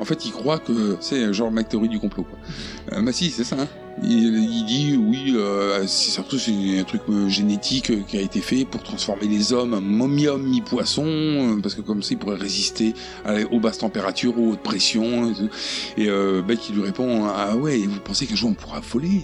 En fait, il croit que c'est euh, genre ma théorie du complot. Quoi. Euh, bah si, c'est ça. hein. Il, il dit oui, euh, c'est surtout c'est un truc euh, génétique euh, qui a été fait pour transformer les hommes en momium mi-poisson, euh, parce que comme ça, ils pourraient résister à la- aux basses températures, aux hautes pressions. Et, tout. Et, euh, Beck, il lui répond Ah ouais, vous pensez qu'un jour on pourra voler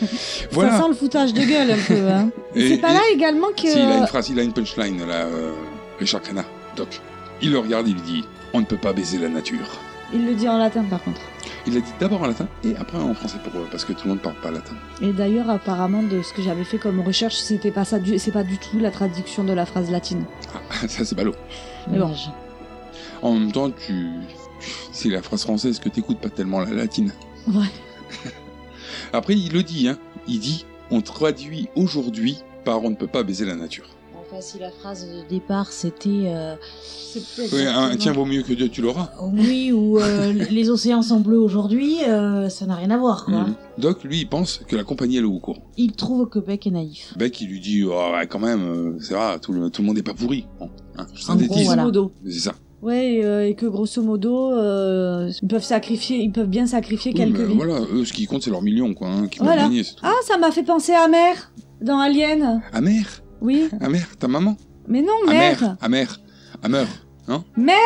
Ça
Voilà.
sent le foutage de gueule un peu. Hein.
Et-
c'est pas
et-
là également que.
si, il a une phrase, il a une punchline, là, euh, Richard Cana, Doc. Il le regarde, il lui dit On ne peut pas baiser la nature.
Il le dit en latin par contre.
Il l'a dit d'abord en latin et après en français, pour, parce que tout le monde ne parle pas latin.
Et d'ailleurs, apparemment, de ce que j'avais fait comme recherche, c'était pas ça, du... c'est pas du tout la traduction de la phrase latine.
Ah, [LAUGHS] ça, c'est ballot.
Mais bon.
Dommage.
En même temps, tu. C'est la phrase française que t'écoutes pas tellement la latine.
Ouais.
[LAUGHS] Après, il le dit, hein. Il dit On traduit aujourd'hui par on ne peut pas baiser la nature.
Enfin, si la phrase de départ, c'était. euh,
Oui, un, tiens, vaut mieux que Dieu, tu l'auras.
Oui,
[LAUGHS]
ou euh, les océans sont bleus aujourd'hui, euh, ça n'a rien à voir, quoi.
Mm.
Mhm. Doc, lui, il pense que la compagnie est le haut cours.
Il trouve que Beck est naïf.
Beck, il lui dit Ah, ouais, quand même, euh, c'est vrai, tout le, tout le monde n'est pas pourri. Bon, hein, je
En gros,
synthétise.
voilà.
Modo.
C'est ça.
Ouais, et, euh, et que grosso modo, euh, ils peuvent sacrifier, ils peuvent bien sacrifier
Oui,
quelques
mais
vies.
voilà, eux, ce qui compte, c'est leurs millions, quoi, hein, qu'ils peuvent
Voilà.
gagner, c'est tout.
Ah, ça m'a fait penser à Mère dans Alien.
Amère, [LAUGHS]
Oui,
amère, ta maman
mais non,
Amère,
Mère.
amère, hein. amère.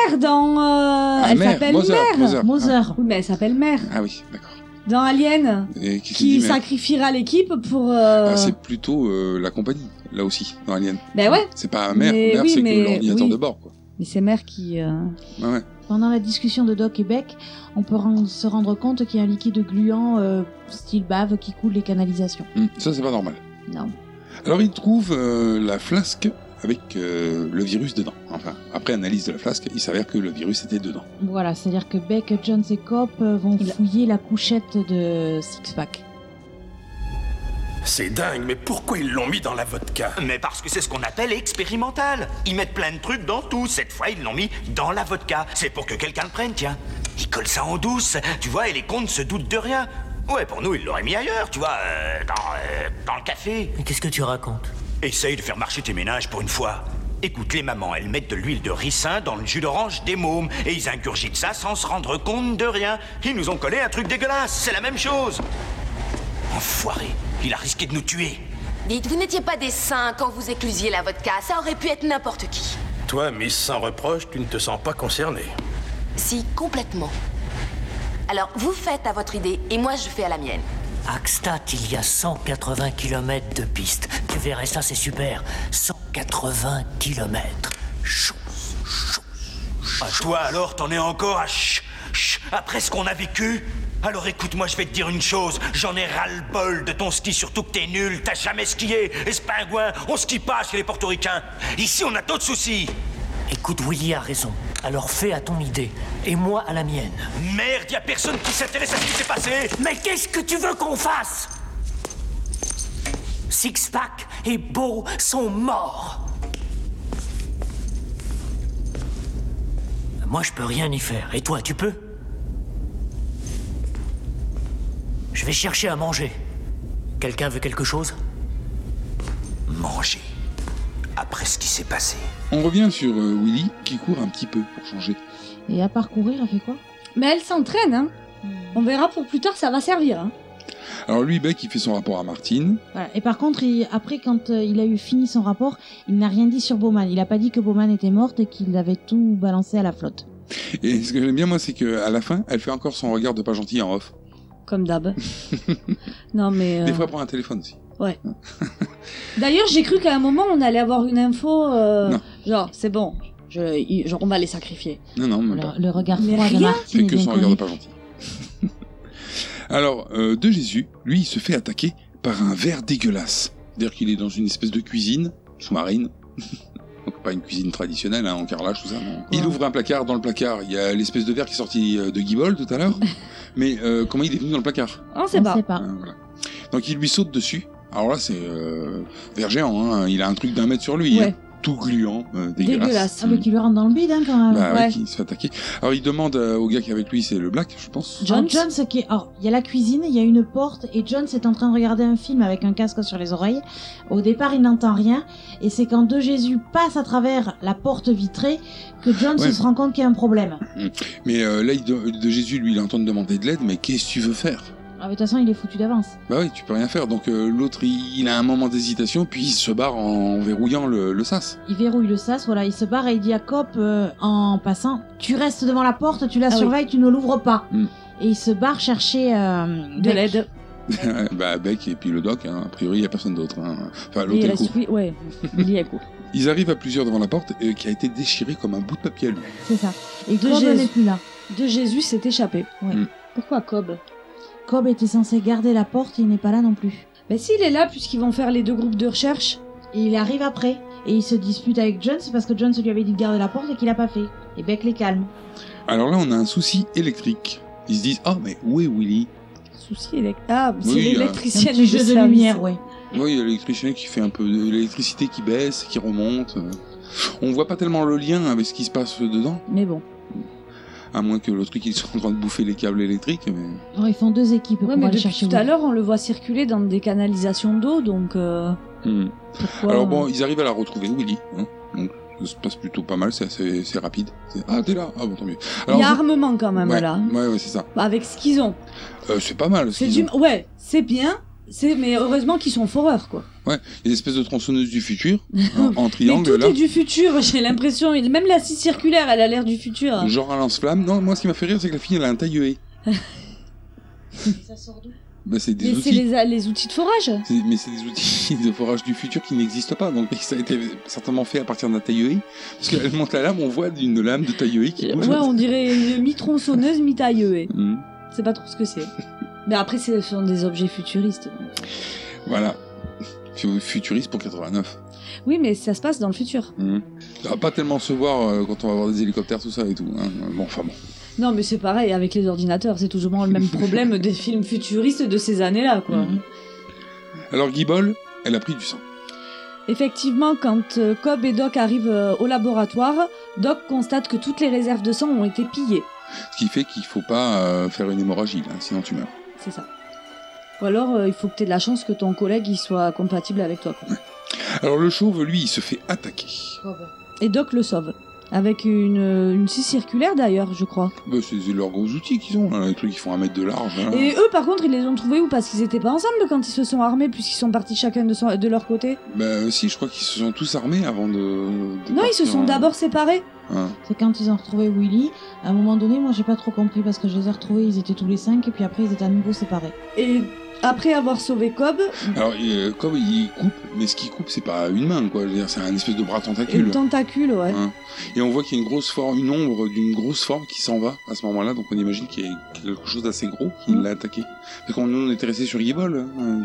Mère dans. euh, elle
Amère,
s'appelle
Ah, Mother,
Mère.
Mother.
Moser,
Oui, mais elle s'appelle Mère.
Ah oui, d'accord.
Dans Alien,
Et qu'est-ce qu'il dit,
qui
mère
sacrifiera l'équipe pour. euh,
Ah, c'est plutôt euh, la compagnie, là aussi, dans Alien.
Ben ouais,
C'est pas mère,
Mais
mère
oui,
c'est
mais
que l'ordinateur
oui.
de bord, quoi.
mais c'est Mère qui. euh,
Ah ouais.
pendant la discussion de Doc et Beck, on peut ren- se rendre compte qu'il y a un liquide gluant, euh, style bave, qui coule les canalisations.
Hmm, Ça, c'est pas normal.
Non.
Alors, il trouve euh, la flasque avec euh, le virus dedans. Enfin, après analyse de la flasque, il s'avère que le virus était dedans.
Voilà, c'est-à-dire que Beck, Jones et Cop euh, vont
Il-
fouiller la couchette de Sixpack.
C'est dingue, mais pourquoi ils l'ont mis dans la vodka
Mais parce que c'est ce qu'on appelle expérimental. Ils mettent plein de trucs dans tout. Cette fois, ils l'ont mis dans la vodka. C'est pour que quelqu'un le prenne, tiens. Ils collent ça en douce, tu vois, et les cons ne se doutent de rien. Ouais, pour nous, ils l'auraient mis ailleurs, tu vois, euh, dans, euh, dans le café.
Qu'est-ce que tu racontes
Essaye de faire marcher tes ménages pour une fois. Écoute, les mamans, elles mettent de l'huile de ricin dans le jus d'orange des mômes et ils ingurgitent ça sans se rendre compte de rien. Ils nous ont collé un truc dégueulasse, c'est la même chose. Enfoiré, il a risqué de nous tuer.
Dites, vous n'étiez pas des saints quand vous éclusiez la vodka. Ça aurait pu être n'importe qui.
Toi, Miss sans reproche, tu ne te sens pas concernée.
Si, complètement. Alors, vous faites à votre idée et moi, je fais à la mienne.
Axtat, il y a 180 km de piste. Tu verrais ça, c'est super. 180 km.
Ah, toi alors, t'en es encore à ch, ch- après ce qu'on a vécu Alors écoute-moi, je vais te dire une chose. J'en ai ras-le-bol de ton ski, surtout que t'es nul. T'as jamais skié. Et ce pingouin, on skie pas chez les portoricains. Ici, on a d'autres soucis.
Écoute, Willy a raison. Alors fais à ton idée, et moi à la mienne.
Merde, y a personne qui s'intéresse à ce qui s'est passé.
Mais qu'est-ce que tu veux qu'on fasse Sixpack et Beau sont morts. Moi, je peux rien y faire. Et toi, tu peux Je vais chercher à manger. Quelqu'un veut quelque chose
Manger. Après ce qui s'est passé.
On revient sur euh, Willy, qui court un petit peu pour changer.
Et à parcourir, elle fait quoi
Mais elle s'entraîne, hein. On verra pour plus tard, ça
[LAUGHS]
va servir. Hein.
Alors, lui, Beck, il fait son rapport à Martine.
Voilà. Et par contre, il- après, quand euh, il a eu fini son rapport, il n'a rien dit sur Bowman. Il n'a pas dit que Bowman était morte et qu'il avait tout balancé à la flotte.
Et ce que j'aime bien, moi, c'est qu'à la fin, elle fait encore son regard de pas gentil en off.
Comme d'hab. non, mais. euh,
Des fois, elle prend un téléphone aussi.
D'ailleurs, j'ai cru qu'à un moment, on allait avoir une info. euh,
Non.
Genre, c'est bon. Je, il- genre, on va les sacrifier.
Non, non, même pas.
Le, le regard
Mais
froid de
rien
Martine
Fait
est
que
bien
son regard de
connu.
pas gentil. [LAUGHS] Alors, euh, de Jésus, lui, il se fait attaquer par un verre dégueulasse. C'est-à-dire qu'il est dans une espèce de cuisine sous-marine. [LAUGHS] Donc pas une cuisine traditionnelle, hein, en carrelage, tout ça. non. Il ouvre un placard. Dans le placard, il y a l'espèce de verre qui est sorti euh, de Guibol tout
[LAUGHS]
à l'heure. Mais euh, comment il est venu dans le placard
On sait pas.
Donc il lui saute dessus. Alors là, c'est euh, verre géant. hein. Il a un truc d'un mètre sur lui.
Ouais.
hein. Tout gluant, euh, dégueulasse.
Ah, mais qui lui rentre dans le bide, hein, quand
Ah,
même.
Bah ouais, qui se fait attaquer. Alors il demande euh, au gars qui est avec lui, c'est le Black, je pense.
Jones, Jones qui est... Alors, il y a la cuisine, il y a une porte, et Jones est en train de regarder un film avec un casque sur les oreilles. Au départ, il n'entend rien, et c'est quand De Jésus passe à travers la porte vitrée que Jones
Ouais.
se rend compte qu'il y a un problème.
Mais euh, là, il de, de Jésus, lui, il est en train de demander de l'aide, mais qu'est-ce que tu veux faire
Ah, mais de toute façon, il est foutu d'avance.
Bah oui, tu peux rien faire. Donc euh, l'autre, il, il a un moment d'hésitation, puis il se barre en verrouillant le, le sas. [LAUGHS]
Il verrouille le sas, voilà, il se barre et il dit à Cop euh, en passant Tu restes devant la porte, tu la
Ah oui.
surveilles, tu ne l'ouvres pas.
Hmm.
Et il se barre chercher. euh,
De
Beck.
l'aide.
bah Beck et puis le doc, hein. a priori, il n'y a personne d'autre. hein. Enfin,
Et
l'autre,
il
elle
reste
court.
lui, ouais, il y a court.
Ils arrivent à plusieurs devant la porte, euh, qui a été déchirée comme un bout de papier à lui.
C'est ça. Et
De
Cobb
Jésus.
n'est plus là.
De Jésus s'est échappé.
Ouais.
Hmm.
Pourquoi Cobb
Cobb était censé garder la porte, il n'est pas là non plus.
Ben s'il est là, puisqu'ils vont faire les deux groupes de recherche.
Et il arrive après. Et il se dispute avec Jones parce que Jones lui avait dit de garder la porte et qu'il a pas fait. Et Beck les calme.
Alors là, on a un souci électrique. Ils se disent, ah, mais où est Willy
Souci électrique. Ah, c'est
Oui,
l'électricienne
un petit
du
jeu de
service.
lumière, ouais.
Oui, il y a l'électricien qui fait un peu de l'électricité qui baisse, qui remonte. euh. On voit pas tellement le lien avec ce qui se passe dedans,
Mais bon.
à moins que le truc il soit en train de bouffer les câbles électriques. Mais...
Non, Oh, ils font deux équipes
Ouais,
pour
mais
aller
depuis
chercher
tout à
Will.
l'heure, on le voit circuler dans des canalisations d'eau, donc euh,
Hmm.
pourquoi
Alors bon, ils arrivent à la retrouver, Willy. hein. Donc ça se passe plutôt pas mal, c'est assez c'est rapide. C'est- Ah, t'es là Ah bon, tant mieux.
Il y a
vous-
armement quand même
ouais,
là.
Ouais, ouais, c'est ça.
Bah, Avec ce qu'ils ont.
Euh, c'est pas mal. ce
C'est
qu'ils
du...
ont.
Ouais, c'est bien, c'est... mais heureusement qu'ils sont foreurs, quoi.
Ouais, les espèces de tronçonneuses du
[LAUGHS]
futur, hein, en
Mais
triangle
tout
là.
est du futur, [LAUGHS] j'ai l'impression. Il- Même la scie circulaire, elle a l'air du futur.
Genre un lance-flamme. Non, moi ce qui m'a fait rire, c'est que la fille elle a un E.
[LAUGHS]
tailleué.
Ça sort d'où
Bah, c'est des
Mais c'est
outils.
les, les outils de forage.
C'est- Mais c'est des outils [LAUGHS] de forage du futur qui n'existent pas, donc ça a été certainement fait à partir d'un tailleuil. Parce qu'elle monte la lame, on voit une lame de tailleuil qui bouge.
Ouais, on dirait une mi-tronçonneuse, mi-tailleuée.
Hmm.
C'est pas trop ce que c'est. Mais après, ce sont des objets futuristes.
Voilà. Fu- Futuriste pour 89.
Oui, mais ça se passe dans le futur.
Hmm. Ça va pas tellement se voir euh, quand on va avoir des hélicoptères, tout ça et tout. hein. Bon, enfin bon.
Non, mais c'est pareil avec les ordinateurs, c'est toujours le
[LAUGHS]
même problème des films futuristes de ces années-là, quoi.
Mhm. Alors Guibol, elle a pris du sang.
Effectivement, quand euh, Cobb et Doc arrivent euh, au laboratoire, Doc constate que toutes les réserves de sang ont été pillées.
Ce qui fait qu'il faut pas euh, faire une hémorragie, là, sinon tu meurs.
C'est ça. Ou alors, euh, il faut que tu aies de la chance que ton collègue il soit compatible avec toi. quoi.
Alors le chauve, lui, il se fait attaquer.
Et Doc le sauve. Avec une, euh, une scie circulaire d'ailleurs, je crois.
Bah, c'est c'est leurs gros outils qu'ils ont, hein, les trucs qui font un mètre de large. hein.
Et eux, par contre, ils les ont trouvés où Parce qu'ils étaient pas ensemble quand ils se sont armés, puisqu'ils sont partis chacun de, son- de leur côté.
Bah si, je crois qu'ils se sont tous armés avant de... de
non, ils se
partir
sont
en-
d'abord séparés.
Hein.
C'est quand ils ont retrouvé Willy. À un moment donné, moi j'ai pas trop compris parce que je les ai retrouvés, ils étaient tous les cinq et puis après ils étaient à nouveau séparés.
Et après avoir sauvé Cobb,
Alors, euh, comme il coupe, mais ce qu'il coupe, c'est pas une main, quoi. Je veux dire, C'est un espèce de bras
une
tentacule.
tentacule, ouais.
Hein. Et on voit qu'il y a une grosse forme, une ombre d'une grosse forme qui s'en va à ce moment-là. Donc on imagine qu'il y a quelque chose d'assez gros qui
Mm.
l'a attaqué. Parce qu'on nous, on était resté sur Gibol. Hein.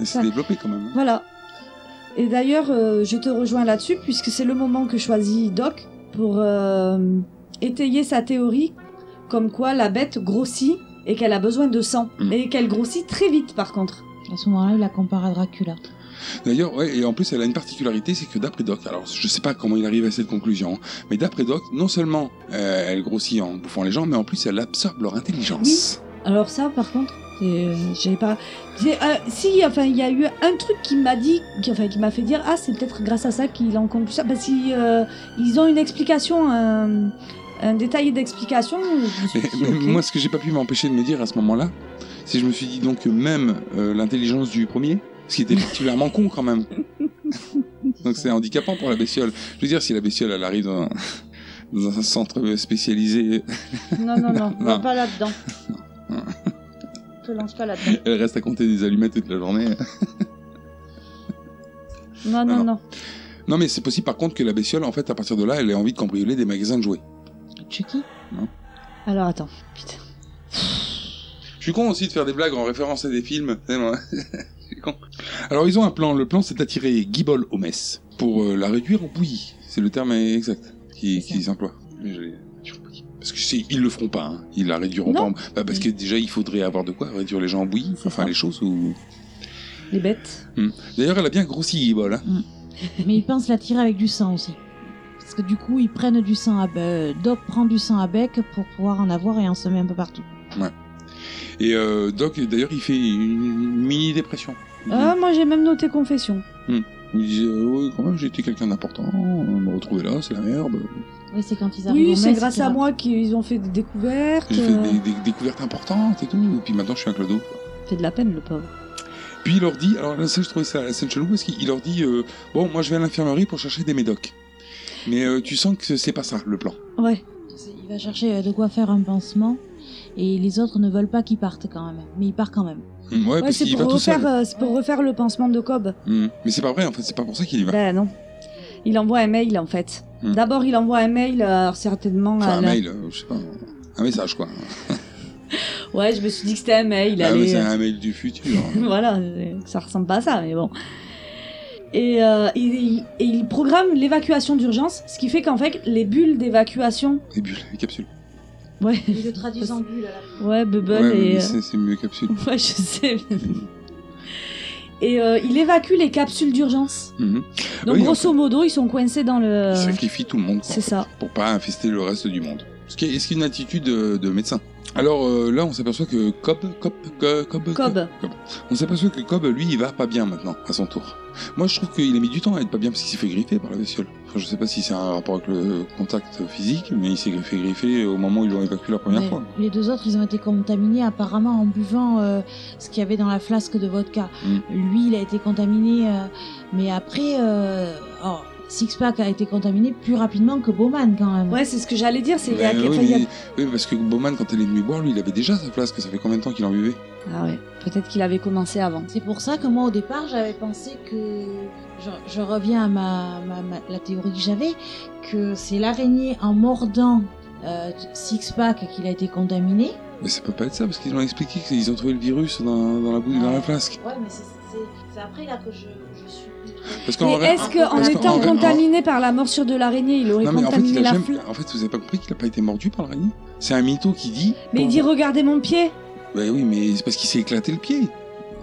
Et
Ça-
C'est développé quand même. hein.
Voilà. Et d'ailleurs, euh, je te rejoins là-dessus, puisque c'est le moment que choisit Doc pour euh, étayer sa théorie, comme quoi la bête grossit et qu'elle a besoin de sang.
Mm.
Et qu'elle grossit très vite, par contre.
À ce moment-là, il la compare à Dracula.
D'ailleurs, ouais, et en plus, elle a une particularité, c'est que d'après Doc, alors je sais pas comment il arrive à cette conclusion, hein, mais d'après Doc, non seulement euh, elle grossit en bouffant les gens, mais en plus, elle absorbe leur intelligence.
Alors ça, par contre, c'est, euh, j'ai pas... c'est, euh, si, enfin, il y a eu un truc qui m'a dit, qui, enfin, qui m'a fait dire, ah, c'est peut-être grâce à ça qu'il en conclut ça. Parce qu'ils euh, ils ont une explication, un, un détail d'explication. je me suis
Mais,
dit,
mais
ok.
moi, ce que j'ai pas pu m'empêcher de me dire à ce moment-là, c'est que je me suis dit donc que même euh, l'intelligence du premier, ce qui était particulièrement con quand même. donc c'est handicapant pour la bestiole. Je veux dire, si la bestiole elle arrive dans un, dans un centre spécialisé, [LAUGHS]
Non, non, non,
Non.
va pas là-dedans.
Non.
Te lance pas là-dedans.
elle reste à compter des allumettes toute la journée.
Non,
non,
non, non.
Non, mais c'est possible par contre que la bestiole, en fait, à partir de là, elle ait envie de cambrioler des magasins de jouets.
Chucky
Alors attends, putain.
Je suis con aussi de faire des blagues en référence à des films. [LAUGHS] C'est moi. Je suis con. Alors ils ont un plan. Le plan, c'est d'attirer Guibol au mess pour euh, la réduire en bouillie. C'est le terme exact qui- qu'ils emploient. Mais je l'ai- je l'ai pas dit. Parce que c'est- ils le feront pas. hein. Ils la réduiront pas.
Non.
en- Bah, parce que déjà, il faudrait avoir de quoi réduire les gens en bouillie. Enfin, les choses ou.
Les bêtes.
Hmm. D'ailleurs, elle a bien grossi Guibol. Hein.
[LAUGHS]
Hmm.
Mais ils pensent la tirer avec du sang aussi. Parce que du coup, ils prennent du sang à bec. Doc prend du sang à bec pour pouvoir en avoir et en semer un peu partout.
Ouais. Et euh, Doc, d'ailleurs, il fait une mini dépression.
Ah, moi j'ai même noté confession.
Hmm. Il disait, euh, ouais, quand même, j'ai été quelqu'un d'important, on me retrouver là, c'est la merde.
Oui, c'est quand ils arrivent.
Oui,
au
c'est
Mexique,
grâce
ils
à
vont-
moi qu'ils ont fait des découvertes.
J'ai fait
euh,
des, des découvertes importantes et tout, et puis maintenant je suis un clodo.
Fait de la peine le pauvre.
Puis il leur dit, alors là, ça, je trouvais ça la scène chelou, parce qu'il leur dit, euh, bon, moi je vais à l'infirmerie pour chercher des médocs. Mais euh, tu sens que c'est pas ça, le plan.
Ouais.
Il va chercher euh, de quoi faire un pansement. Et les autres ne veulent pas qu'il parte quand même. Mais il part quand même.
Mm, Ouais, parce
c'est
qu'il va
pour,
tout seul.
refaire, euh, c'est pour refaire le pansement de Cobb.
Mm. Mais c'est pas vrai, en fait, c'est pas pour ça qu'il y va.
Bah non. Il envoie un mail en fait.
Hmm.
D'abord, il envoie un mail euh, certainement
Enfin,
à
un
la-
mail, euh, je sais pas, un message quoi.
Ouais, je me suis dit que c'était un mail. Il
Ah, mais
allait,
c'est
euh,
un mail hein. du futur.
[LAUGHS] voilà, euh, ça ressemble pas à ça, mais bon. Et, euh, il, il- et il programme l'évacuation d'urgence, ce qui fait qu'en fait, les bulles d'évacuation.
Les bulles, les capsules.
Ouais. [LAUGHS]
Ils le traduisent en bulle.
Ouais, bubble
ouais, mais
et. euh,
c'est- c'est mieux capsule.
[LAUGHS] Ouais, je sais. et euh, il évacue les capsules d'urgence.
Mhm.
Donc,
Oui, en
grosso modo, ils sont coincés dans le.
Il sacrifie tout le monde. quoi,
Euh, C'est
en fait,
ça.
Pour pas infester le reste du monde. Ce qui est, ce qui est une attitude euh, de médecin. Alors euh, là, on s'aperçoit que Cobb, Cobb, Cobb, Cobb,
Cobb.
On s'aperçoit que Cobb, lui, il va pas bien maintenant, à son tour. Moi, je trouve qu'il a mis du temps à être pas bien parce qu'il s'est fait griffer par la bestiole. Enfin, je sais pas si c'est un rapport avec le contact physique, mais il s'est fait griffer au moment où ils l'ont évacué la première
Mais
fois.
Les deux autres, ils ont été contaminés apparemment en buvant euh, ce qu'il y avait dans la flasque de vodka.
Mm.
Lui, il a été contaminé, euh, mais après, euh, oh, Sixpack a été contaminé plus rapidement que Bowman quand même.
Ouais, c'est ce que j'allais dire. C'est il y a
Ben
enfin,
oui,
il y a-
mais- oui, parce que Bowman, quand elle est venue boire, lui, il avait déjà sa flasque. Ça fait combien de temps qu'il en buvait
Ah ouais, peut-être qu'il avait commencé avant.
C'est pour ça que moi, au départ, j'avais pensé que. Je, je reviens à ma, ma- ma- la théorie que j'avais, que c'est l'araignée en mordant euh, Sixpack qu'il a été contaminé.
Mais ça peut pas être ça, parce qu'ils ont expliqué qu'ils ont trouvé le virus dans, dans la boue,
Ah.
dans la flasque.
Ouais, mais c'est- c'est c'est après là que je, je suis.
Parce qu'en
Mais
vrai-
est-ce qu'en
parce qu'en
étant
vrai- en-
contaminé par la morsure de l'araignée, il aurait
Non, mais en fait,
contaminé
il a
la
jamais-
flamme
en fait, vous avez pas compris qu'il a pas été mordu par l'araignée C'est un mytho qui dit.
Mais il dit regardez mon pied.
Bah oui, mais c'est parce qu'il s'est éclaté le pied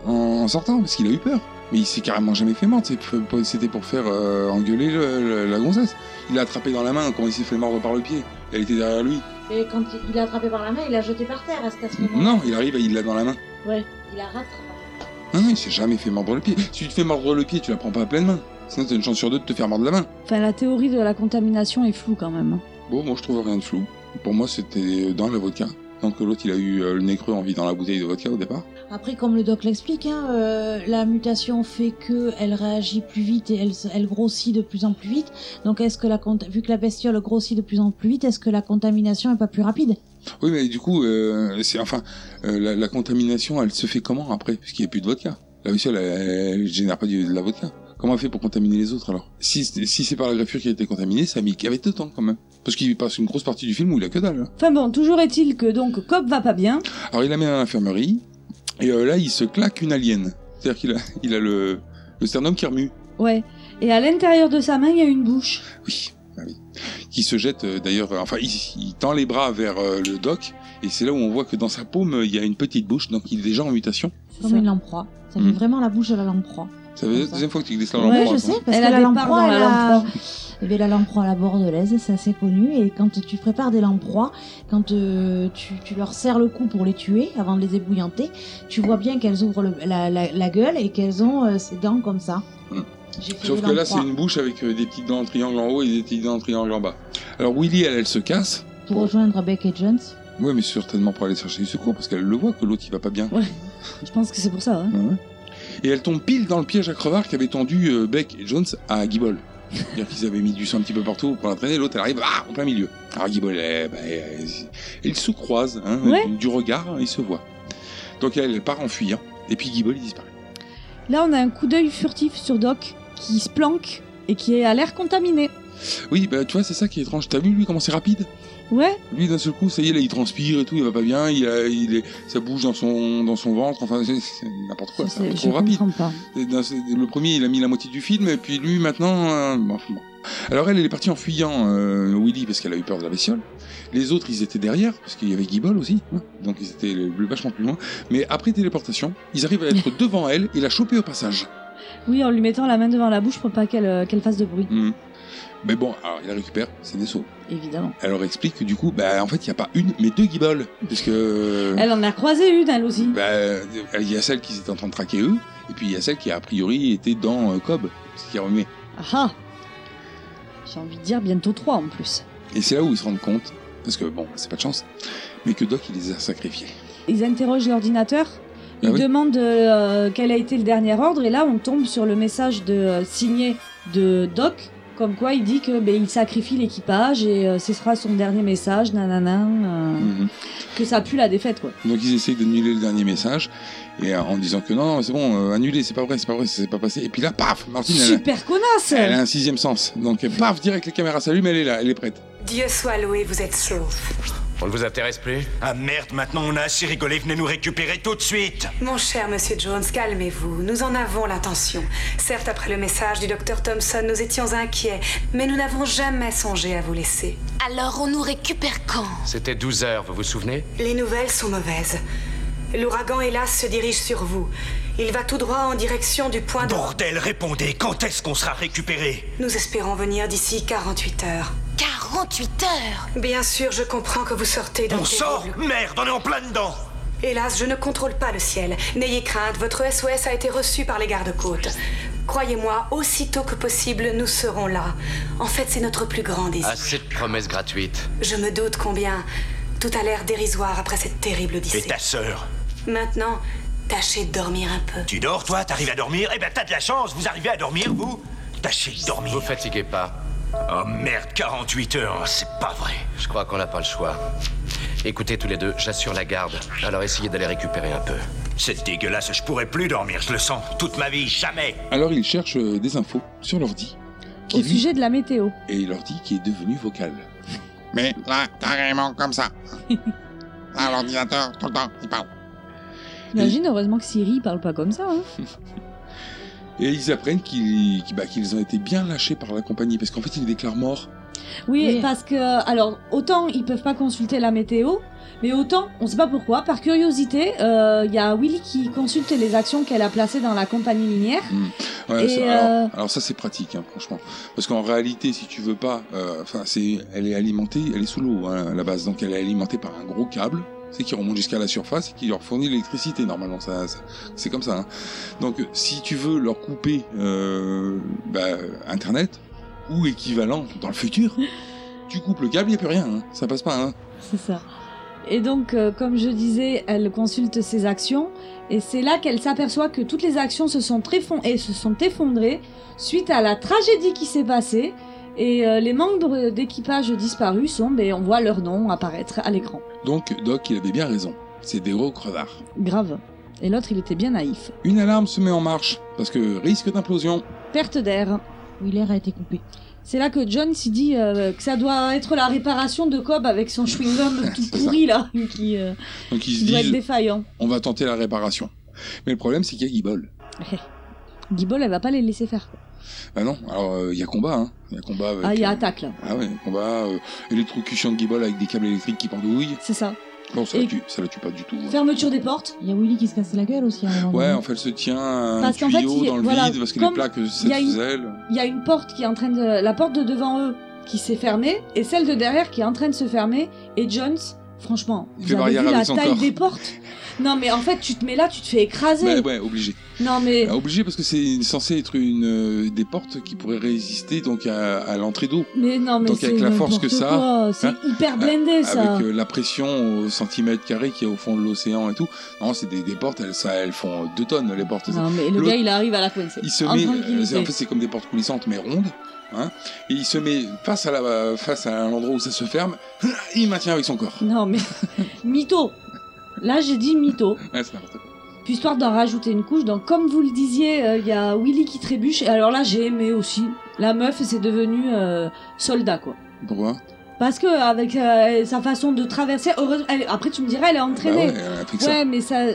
en, en sortant, parce qu'il a eu peur. Mais il s'est carrément jamais fait mordre. c'est pour- C'était pour faire euh, engueuler le- le- la gonzesse. Il l'a attrapé dans la main quand il s'est fait mordre par le pied. Elle était derrière lui.
Et quand il l'a attrapé par la main, il l'a jeté par terre. Est-ce qu'à ce moment
Non, il arrive et il l'a dans la main.
Ouais. Il la rattrape.
Non, non, il s'est jamais fait mordre le pied. Si tu te fais mordre le pied, tu la prends pas à pleine main. Sinon, t'as une chance sur deux de te faire mordre la main.
Enfin, la théorie de la contamination est floue quand même.
Bon, moi je trouve rien de flou. Pour moi, c'était dans la vodka. Donc l'autre, il a eu euh, le nez creux en vidant la bouteille de vodka au départ.
Après, comme le doc l'explique, hein, euh, la mutation fait que elle réagit plus vite et elle, se- elle grossit de plus en plus vite. Donc, est-ce que la cont- vu que la bestiole grossit de plus en plus vite, est-ce que la contamination est pas plus rapide
Oui, mais du coup, euh, c'est enfin euh, la, la contamination, elle se fait comment après Puisqu'il n'y a plus de vodka. La bestiole, elle, elle génère pas du- de la vodka. Comment elle fait pour contaminer les autres alors Si, si c'est par la griffure qui a été contaminée, ça a mis avait deux temps quand même. Parce qu'il passe une grosse partie du film où il a que dalle. hein.
Enfin bon, toujours est-il que donc Cobb va pas bien.
Alors il la met à l'infirmerie et euh, là, il se claque une alien. C'est-à-dire qu'il a, il a le, le sternum qui remue.
Ouais. Et à l'intérieur de sa main, il y a une bouche.
Oui, ah oui. Qui se jette euh, d'ailleurs, euh, enfin, il, il tend les bras vers euh, le doc, et c'est là où on voit que dans sa paume, euh, il y a une petite bouche, donc il est déjà en mutation.
Comme une lamproie. Ça
Mm.
fait vraiment la bouche de la lamproie.
Ça fait la deuxième fois que tu glisses la hein,
Ouais,
lampe.
je sais, parce
Elle
que
a
la
des parts dans
lamproie,
la
elle a-
lamproie.
Eh bien, la lamproie à la bordelaise, c'est assez connu. Et quand tu prépares des lamproies, quand euh, tu, tu leur serres le cou pour les tuer, avant de les ébouillanter, tu vois bien qu'elles ouvrent le- la, la- la gueule et qu'elles ont euh, ces dents comme ça.
Mm.
J'ai fait
Sauf
des
que là, c'est
lamproies.
une bouche avec euh, des petites dents en triangle en haut et des petites dents en triangle en bas. Alors Willy, elle, elle se casse.
Pour rejoindre Beck et Jones.
Oui, mais certainement pour aller chercher du secours, parce qu'elle le voit que l'autre, il va pas bien.
Ouais. Je pense que c'est pour ça. hein.
Ouais. Et elle tombe pile dans le piège à crevard qu'avaient tendu euh, Beck et Jones à Gibol. C'est-à-dire qu'ils avaient mis du sang un petit peu partout pour l'entraîner, l'autre elle arrive ah, en plein milieu. Alors Gibol, eh, ben, eh, ils se croisent, hein,
Ouais.
du, du regard, hein, ils se voient. Donc elle, elle part en fuyant, et puis Gibol il disparaît.
Là, on a un coup d'œil furtif sur Doc qui se planque et qui a l'air contaminé.
Oui, bah tu vois, c'est ça qui est étrange. T'as vu lui comment c'est rapide
Ouais.
Lui, d'un seul coup, ça y est, là, il transpire et tout, il va pas bien, il a, il est, ça bouge dans son, dans son ventre, enfin, c'est c'est n'importe quoi, c'est un peu
je
trop rapide.
comprends pas.
Et d'un seul- Le premier, il a mis la moitié du film, et puis lui, maintenant, euh, bon, enfin, bon. Alors elle, elle est partie en fuyant euh, Willy parce qu'elle a eu peur de la bestiole. Les autres, ils étaient derrière, parce qu'il y avait Guibol aussi, hein, donc ils étaient le- le vachement plus loin. Mais après téléportation, ils arrivent à être devant elle et la choper au passage.
Oui, en lui mettant la main devant la bouche pour pas qu'elle euh, qu'elle fasse de bruit.
Mhm. Mais bon, alors il la récupère, c'est Nesso.
Évidemment.
Elle leur explique que du coup, bah, en fait, il n'y a pas une, mais deux guiboles. Parce que.
Elle en a croisé une, elle aussi.
Euh. Bah, il y a celle qui s'est en train de traquer eux, et puis il y a celle qui, a priori, était dans euh, Cobb, ce qui a remué.
Ah ah J'ai envie de dire bientôt trois en plus.
Et c'est là où ils se rendent compte, parce que bon, c'est pas de chance, mais que Doc, il les a sacrifiés.
Ils interrogent l'ordinateur. Ils
Ah oui.
demandent euh, quel a été le dernier ordre et là on tombe sur le message de euh, signé de Doc, comme quoi il dit que ben, il sacrifie l'équipage et euh, ce sera son dernier message, nanana, euh,
Mhm.
que ça pue la défaite quoi.
Donc ils essayent d'annuler le dernier message, et euh, en disant que non, c'est bon, euh, annuler, c'est pas vrai, c'est pas vrai, ça s'est pas passé. Et puis là, paf, Martine, elle,
Super connasse
elle a un sixième sens. Donc euh, paf, direct, la caméra s'allume, elle est là, elle est prête.
Dieu soit loué, vous êtes sauve.
On ne vous intéresse plus Ah merde, maintenant on a assez rigolé, venez nous récupérer tout de suite
Mon cher monsieur Jones, calmez-vous. Nous en avons l'intention. Certes, après le message du docteur Thompson, nous étions inquiets, mais nous n'avons jamais songé à vous laisser.
Alors on nous récupère quand
C'était 12 heures, vous vous souvenez
Les nouvelles sont mauvaises. L'ouragan, hélas, se dirige sur vous. Il va tout droit en direction du point de...
Bordel, répondez, quand est-ce qu'on sera récupéré
Nous espérons venir d'ici 48 heures.
48 heures
Bien sûr, je comprends que vous sortez d'un
On sort
terrible-
Merde, on est en plein dedans
Hélas, je ne contrôle pas le ciel. N'ayez crainte, votre SOS a été reçu par les gardes-côtes. Croyez-moi, aussitôt que possible, nous serons là. En fait, c'est notre plus grand désir.
Assez de promesses
Ah.
gratuites.
Je me doute combien tout a l'air dérisoire après cette terrible
Et
odyssée.
ta sœur
Maintenant, tâchez de dormir un peu.
Tu dors, toi T'arrives à dormir Eh ben, t'as de la chance, vous arrivez à dormir, vous Tâchez de dormir. Vous
fatiguez pas.
Oh merde, 48 heures, c'est pas vrai.
Je crois qu'on n'a pas le choix. Écoutez tous les deux, j'assure la garde. Alors essayez d'aller récupérer un peu.
C'est dégueulasse, je pourrais plus dormir, je le sens. Toute ma vie, jamais
Alors ils cherchent euh, des infos sur l'ordi,
Au sujet de la météo.
et l'ordi qui est devenu vocal. Mais là, carrément comme ça. Là, l'ordinateur, tout le temps, il parle.
Imagine, heureusement que Siri parle pas comme ça. hein.
[LAUGHS] Et ils apprennent qu'ils qu'ils- bah, qu'ils ont été bien lâchés par la compagnie, parce qu'en fait, ils les déclarent morts.
Oui, parce que, euh, alors, autant ils peuvent pas consulter la météo, mais autant, on sait pas pourquoi, par curiosité, euh, il y a Willy qui consulte les actions qu'elle a placées dans la compagnie minière.
Hmm. Ouais,
Et,
ça-
euh,
alors, alors ça c'est pratique, hein, franchement, parce qu'en réalité, si tu veux pas, euh, enfin, c'est, elle est alimentée, elle est sous l'eau hein, à la base, donc elle est alimentée par un gros câble, c'est qui remonte jusqu'à la surface et qui leur fournit l'électricité. Normalement, ça, ça- c'est comme ça. hein. Donc, si tu veux leur couper euh, bah, Internet ou équivalent dans le futur,
[LAUGHS]
tu coupes le câble, il y a plus rien, hein, ça passe pas. hein.
C'est ça. Et donc, euh, comme je disais, elle consulte ses actions, et c'est là qu'elle s'aperçoit que toutes les actions se sont, effon- et se sont effondrées suite à la tragédie qui s'est passée, et euh, les membres d'équipage disparus sont, ben, on voit leur nom apparaître à l'écran.
Donc, Doc, il avait bien raison. C'est des gros crevards.
Grave. Et l'autre, il était bien naïf.
Une alarme se met en marche parce que risque d'implosion.
Perte d'air. Oui, l'air a été coupé. C'est là que John s'y dit euh, que ça doit être la réparation de Cobb avec son
[LAUGHS]
chewing-gum tout
ça.
pourri là, qui, euh,
Donc ils se
qui doit être
disent,
défaillant.
on va tenter la réparation. Mais le problème, c'est qu'il y a Guibol.
Guibol, elle va pas les laisser faire. quoi.
Ah non, alors euh, il y a combat, hein. Il y a combat avec.
ah, il y a
euh,
attaque là.
Ah ouais, combat, euh, électrocution de Guibol avec des câbles électriques qui pendouillent.
C'est ça.
Bon, ça,
Et-
la tue, ça la tue pas du tout. hein.
Fermeture des portes.
Il y a Willy qui se casse la gueule aussi à un moment
Ouais,
donné.
en fait, elle se tient à un
Parce qu'en fait,
tuyau
il-
dans le
voilà,
vide parce que
comme
les plaques,
il y a
ça
une-
sous elle.
Il y a une porte qui est en train de. La porte de devant eux qui s'est fermée, et celle de derrière qui est en train de se fermer, et Jones. Franchement,
Il
vous
fait
avez
barrière
vu la
avec son
taille
corps.
des portes Non mais en fait, tu te mets là, tu te fais
Bah
écraser.
ouais, obligé.
Non mais
Bah, obligé parce que c'est censé être une euh, des portes qui pourraient résister donc à, à l'entrée d'eau.
Mais non, mais
Donc,
c'est
avec la force que
n'importe
ça a,
quoi, C'est
hein,
hyper Ah, blindé ça.
Avec euh, la pression au centimètre carré qui est au fond de l'océan et tout. Non, c'est des, des portes, elles, ça, elles font deux tonnes les portes.
Non, mais le
L'autre-
gars il arrive à la coincer.
Il se
En
met, euh,
tranquillité.
c'est- en fait, c'est comme des portes coulissantes mais rondes, hein, et il se met face à la, face à l'endroit où ça se ferme. [LAUGHS] Il maintient avec son corps.
Non, mais [LAUGHS] mytho. Là, j'ai dit mytho.
Ouais, c'est n'importe quoi.
Puis histoire d'en rajouter une couche. Donc, comme vous le disiez, euh, il y a Willy qui trébuche. Et alors là, j'ai aimé aussi. La meuf, c'est devenu euh, soldat quoi.
Pourquoi
Parce que avec euh, sa façon de traverser, heureusement, elle- après tu me dirais, elle est entraînée.
Bah ouais, elle a appris que
ouais,
ça.
mais ça,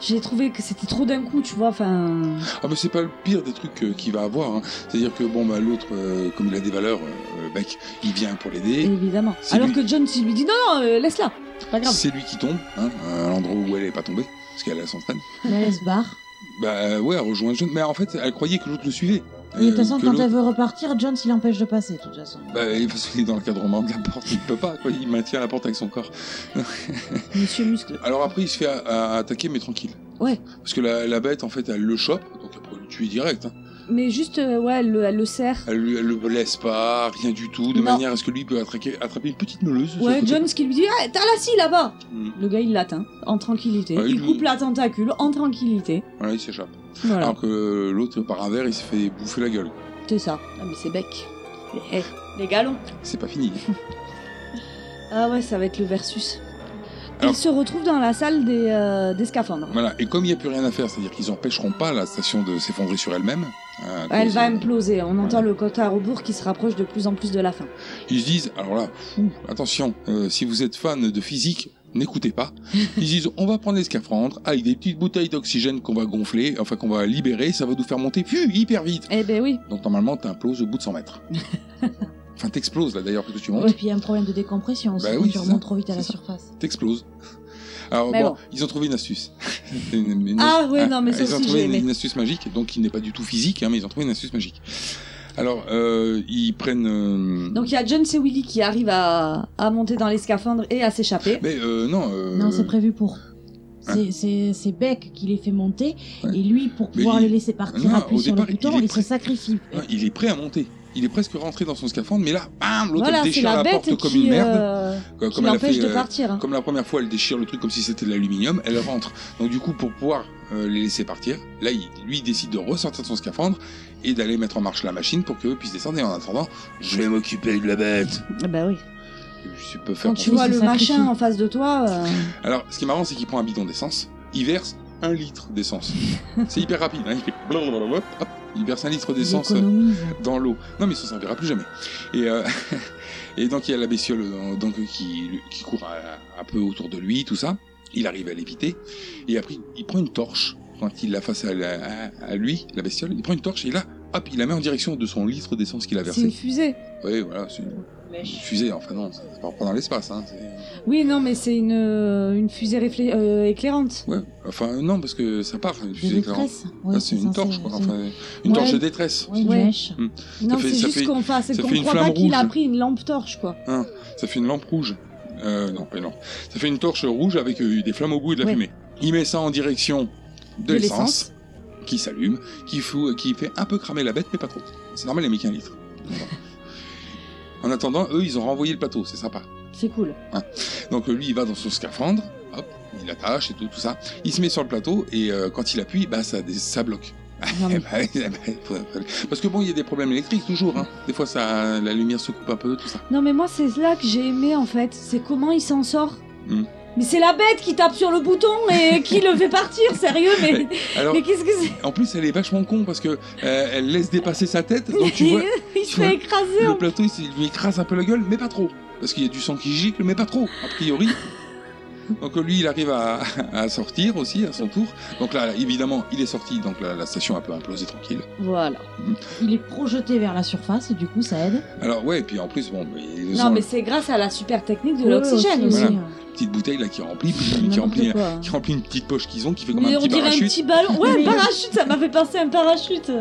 j'ai trouvé que c'était trop d'un coup, tu vois. Enfin,
Ah mais c'est pas le pire des trucs euh, qu'il va avoir. hein. C'est-à-dire que bon bah l'autre, euh, comme il a des valeurs, euh, le mec, il vient pour l'aider.
évidemment.
C'est
Alors
lui.
que John, s'il lui dit non, non, euh, laisse-la, c'est pas grave.
C'est lui qui tombe, hein, à l'endroit où elle est pas tombée, parce qu'elle elle s'entraîne.
Mais elle se barre.
Bah euh, ouais, elle rejoint John, mais en fait, elle croyait que l'autre le suivait.
Et de toute
Euh,
façon,
que
quand
l'autre-
elle veut repartir, John il l'empêche de passer, de toute façon.
Bah, parce qu'il est dans l'encadrement de la porte, il peut pas, quoi. Il maintient la porte avec son corps.
[LAUGHS] Monsieur Muscle.
Alors après, il se fait a- a- attaquer, mais tranquille.
Ouais.
Parce que la, la bête, en fait, elle le chope, donc elle peut le tuer direct. hein.
Mais juste, euh, ouais, elle, le- elle le serre.
Elle, lui- elle le blesse pas, rien du tout, de
Non.
manière à ce que lui peut attraquer- attraper une petite meuleuse. sur le
Ouais,
côté.
John, ce qui lui dit, ah, t'as la scie là-bas.
Mm.
Le gars, il l'atteint en tranquillité.
Ouais,
il
il-
coupe la tentacule en tranquillité.
Voilà, il s'échappe.
Voilà.
Alors que l'autre, par un verre, il se fait bouffer la gueule.
C'est ça. Ah, mais c'est bec. Eh, eh, les galons.
C'est pas fini.
Ah ouais, ça va être le versus.
Alors-
Ils se retrouvent dans la salle des, euh, des scaphandres.
voilà, et comme il n'y a plus rien à faire, c'est-à-dire qu'ils empêcheront pas la station de s'effondrer sur elle-même. hein, à
Elle
cause-
va imploser. On entend le compte à rebours qui se rapproche de plus en plus de la fin.
Ils se disent, alors là, fou, attention, euh, si vous êtes fan de physique, n'écoutez pas.
[LAUGHS]
Ils se disent, on va prendre les scaphandres avec des petites bouteilles d'oxygène qu'on va gonfler, enfin qu'on va libérer, ça va nous faire monter pfiou, hyper vite.
Eh ben oui.
Donc normalement, t'imploses au bout de 100 mètres.
[LAUGHS]
enfin, t'exploses là d'ailleurs, parce que tu montes,
Et puis il y a un problème de décompression aussi,
Bah
quand
oui,
tu
c'est
remontes
ça,
trop vite à la
c'est ça.
surface.
t'exploses. Alors
Mais
bon,
bon.
ils ont trouvé une astuce. [LAUGHS] Une- une-
Ah ouais, non, mais ça
Ils ont
aussi,
trouvé
j'ai
une,
aimé.
une astuce magique, donc qui n'est pas du tout physique, hein, mais ils ont trouvé une astuce magique. Alors, euh, ils prennent... euh,
Donc il y a John C. Willy qui arrive à, à monter dans les scaphandres et à s'échapper.
Mais euh, non... euh,
Non, c'est prévu pour. C'est- C'est c'est Beck qui les fait monter, et lui, pour
Mais
pouvoir
il-
les laisser partir,
Non,
appuie
au
sur
départ,
le bouton,
il est
il, se
prêt.
sacrifie.
Non, hein, il est prêt à monter. Il est presque rentré dans son scaphandre, mais là, bam, l'autre
Voilà,
elle
c'est
déchire
la
la,
bête
porte comme
qui,
une merde.
euh,
Comme-
qui
comme elle a
l'empêche
fait,
de
euh,
partir, hein.
Comme la première fois, elle déchire le truc comme si c'était de l'aluminium, elle rentre. Donc du coup, pour pouvoir euh, les laisser partir, là, il, lui, il décide de ressortir de son scaphandre et d'aller mettre en marche la machine pour qu'eux puissent descendre. Et en attendant, je vais m'occuper de la bête.
Ah bah oui.
Je peux faire
Quand tu vois le
machin
machin en face de toi. euh,
Alors, ce qui est marrant, c'est qu'il prend un bidon d'essence, il verse un litre d'essence. c'est hyper rapide, hein, il fait blablabla, hop, il verse un litre d'essence
économise.
euh, dans l'eau. Non, mais il s'en servira plus jamais. Et, euh, [LAUGHS] et donc, il y a la bestiole euh, donc, qui, qui court euh, un peu autour de lui, tout ça. Il arrive à l'éviter. Et après, il prend une torche. Quand il la face à, la- à- à lui, la bestiole, il prend une torche et là, hop, il la met en direction de son litre d'essence qu'il a
c'est une
versé.
fusée.
Oui, voilà, c'est une, une fusée. Enfin, non, c'est pas dans l'espace. Hein, c'est-
Oui, non, mais c'est une, euh, une fusée réflé- euh, éclairante.
Ouais, enfin non, parce que ça part, une fusée éclairante.
détresse, ouais,
Ah, c'est
c'est
une
censé-
torche, quoi.
c'est
Enfin,
une-
une
Ouais.
torche de détresse.
Ouais, ouais.
Hmm.
Non,
Ça fait-
c'est
ça
juste
fait-
qu'on fasse,
ça
qu'on
fait une
croit
flamme
pas qu'il a
rouge.
pris une lampe torche,
[LAUGHS]
quoi.
Hein, ça fait une lampe rouge. Euh, non, pas une lampe. Ça fait une torche rouge avec euh, des flammes au bout et de la
Ouais.
fumée. Il met ça en direction de,
De
l'essence, qui s'allume, qui, fout- qui fait un peu cramer la bête, mais pas trop. C'est normal, les mecs, un litre. en attendant, eux, ils ont renvoyé le plateau, c'est sympa.
C'est cool.
Hein. Donc euh, lui, il va dans son scaphandre, hop, il attache et tout, tout ça. Il se met sur le plateau et euh, quand il appuie, bah, ça, dé- ça bloque. Eh ben, eh ben, faut- faut- Parce que bon, il y a des problèmes électriques toujours. Hein. Des fois, ça, la lumière se coupe un peu, tout ça.
Non, mais moi, c'est là que j'ai aimé, en fait. C'est comment il s'en sort.
Hmm.
Mais c'est la bête qui tape sur le bouton
[LAUGHS]
et qui le fait partir, sérieux, [LAUGHS] mais,
Eh, Alors,
mais qu'est-ce que c'est
En plus, elle est vachement con parce que euh, elle laisse dépasser sa tête. Donc tu vois,
[LAUGHS] Il
tu
se fait
vois,
écraser.
le plateau, il s- il lui écrase un peu la gueule, mais pas trop. Parce qu'il y a du sang qui gicle, mais pas trop, a priori. Donc euh, lui, il arrive à, à sortir aussi à son tour. Donc là, évidemment, il est sorti, donc la, la station a peu implosé tranquille.
Voilà.
Il est projeté vers la surface, et du coup, ça aide.
Alors ouais, et puis en plus, bon, ils nous
Non,
ont-
mais c'est grâce à la super technique de
Ouais,
l'oxygène aussi.
Voilà. petite bouteille là qui remplit, qui
N'importe
remplit,
quoi.
qui remplit une petite poche qu'ils ont, qui fait comme
Mais
un
on
petit
dirait un
parachute.
petit ballon.
[LAUGHS]
Ouais, un
Oui.
parachute, ça m'a fait penser à un parachute.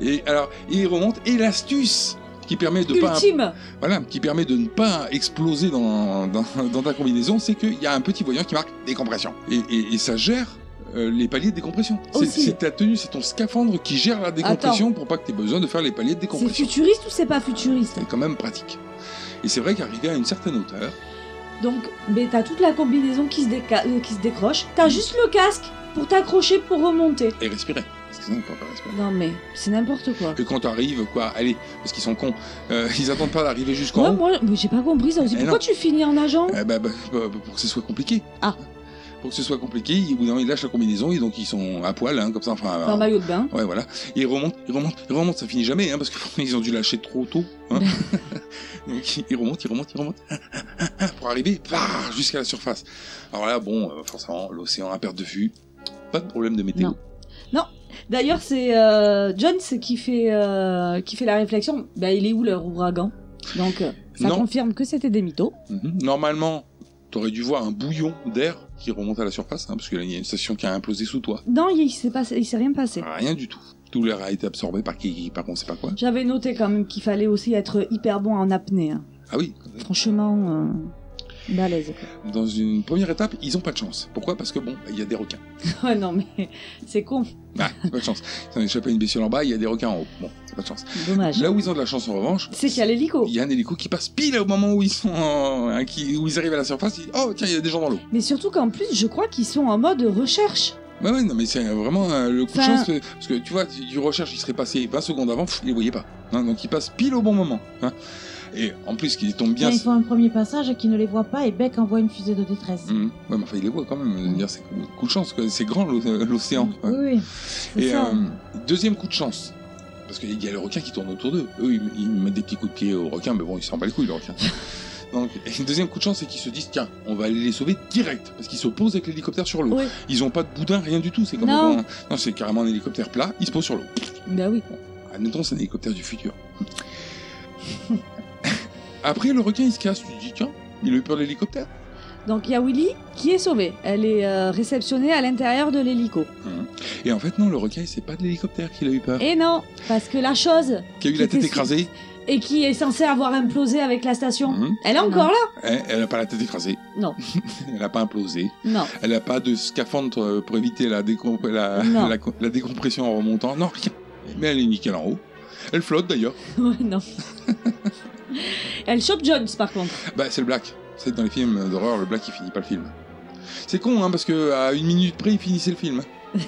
Et alors, il remonte et l'astuce qui permet de pas
Ultime.
voilà, qui permet de ne pas exploser dans, dans, dans ta combinaison, c'est qu'il y a un petit voyant qui marque décompression. Et, et, et ça gère euh, les paliers de décompression. C'est-
Aussi.
C'est ta tenue, c'est ton scaphandre qui gère la décompression pour pas que tu aies besoin de faire les paliers de
C'est
décompression.
futuriste ou c'est pas futuriste
C'est quand même pratique. Et c'est vrai qu'arrivé à une certaine hauteur,
Donc, mais t'as toute la combinaison qui se, déca- euh, qui se décroche.
Mm.
T'as juste le casque pour t'accrocher pour remonter.
et respirer. Parce que sinon, on peut pas respirer.
Non mais c'est n'importe quoi.
Et quand t'arrives, quoi, allez, parce qu'ils sont cons, euh, ils attendent pas d'arriver jusqu'en
Ouais,
haut.
moi, mais j'ai pas compris ça aussi.
Eh
Pourquoi
non.
tu finis en nageant
Eh ben, bah, bah, bah, pour que ce soit compliqué.
Ah.
pour que ce soit compliqué, au bout d'un moment, ils lâchent la combinaison et donc ils sont à poil, hein, comme ça. Enfin,
Enfin, en Ah, maillot de bain.
Ouais, voilà. Et ils remontent, ils remontent, ils remontent, ça finit jamais, [LAUGHS] hein, parce qu'ils ont dû lâcher trop tôt.
[LAUGHS]
hein. Donc, ils remontent, ils remontent, ils remontent, [LAUGHS] pour arriver bah, jusqu'à la surface. Alors là, bon, euh, forcément, l'océan à perte de vue, pas de problème de météo.
Non. Non. D'ailleurs, c'est euh, John c'est qui fait euh, qui fait la réflexion. Bah, il est où leur ouragan Donc, euh, ça
Non.
confirme que c'était des mythos.
Mhm. Normalement, t'aurais dû voir un bouillon d'air qui remonte à la surface, hein, parce que là, il y a une station qui a implosé sous toi.
Non, il s'est passé, il s'est rien passé.
Ah, Rien du tout. Tout l'air a été absorbé par qui, par on sait pas quoi.
J'avais noté quand même qu'il fallait aussi être hyper bon en apnée. hein.
Ah oui,
Franchement, euh, balèze.
dans une première étape, ils ont pas de chance. Pourquoi Parce que bon, bah, il y a des requins.
[LAUGHS] Ouais, non mais c'est con.
Ah, pas de chance. Ils ont échappé à une bestiole en bas, il y a des requins en haut. Bon, c'est pas de chance.
Dommage.
Là où ils ont de la chance en revanche,
C'est qu'il y a l'hélico.
il y a un hélico qui passe pile au moment où ils sont, en- hein, qui- où ils arrivent à la surface. ils- Oh tiens, il y a des gens dans l'eau.
Mais surtout qu'en plus, je crois qu'ils sont en mode recherche.
Ouais, ouais, non, mais c'est vraiment euh, le coup de
Enfin-
chance. euh, Parce que tu vois, tu tu recherches, il serait passé 20 secondes avant, pff, il ne voyait pas. Hein, donc il passe pile au bon moment. hein. Et en plus, qu'il tombe bien.
Mais ils font un premier passage qui ne les voit pas et Beck envoie une fusée de détresse.
c'est- Mhm. Ouais, mais enfin, il les voit quand même. je veux dire, C'est coup- coup de chance, quoi, c'est grand l'o- euh, l'océan.
Oui,
ouais.
oui.
Et
C'est ça.
euh, deuxième coup de chance. Parce qu'il y a le requin qui tourne autour d'eux. Eux, ils, ils mettent des petits coups de pied au requin, mais bon, ils s'en bat les couilles, le
[LAUGHS]
requin. Donc, et deuxième coup de chance, c'est qu'ils se disent tiens, on va aller les sauver direct. Parce qu'ils se posent avec l'hélicoptère sur l'eau.
Oui.
Ils ont pas de boudin, rien du tout. C'est comme
Non.
un- non c'est carrément un hélicoptère plat, ils se posent sur l'eau. Ben
Bah oui.
Admettons, c'est un hélicoptère du
[LAUGHS]
futur. Après, le requin, il se casse. Tu te dis, tiens, il a eu peur de l'hélicoptère.
Donc il y a Willy qui est sauvée. Elle est euh, réceptionnée à l'intérieur de l'hélico.
Et en fait, non, le requin, c'est pas de l'hélicoptère qu'il a eu peur.
Et non, parce que la chose
Qui a eu la
qui
tête
était-
écrasée.
et qui est censée avoir implosé avec la station,
Mhm.
elle est encore là
Elle, Hein, elle a pas la tête écrasée. [LAUGHS]
Non.
elle a pas implosé.
Non.
Elle a pas de scaphandre euh, pour éviter la, décom- la,
Non.
la co- la décompression en remontant. Non, rien. Mais elle est nickel en haut. Elle flotte d'ailleurs.
Ouais, non. [LAUGHS] elle chope Jones par contre.
Bah, c'est le black. C'est dans les films d'horreur, le black il finit pas le film. C'est con, hein, parce que à une minute près, il finissait le film.
[LAUGHS]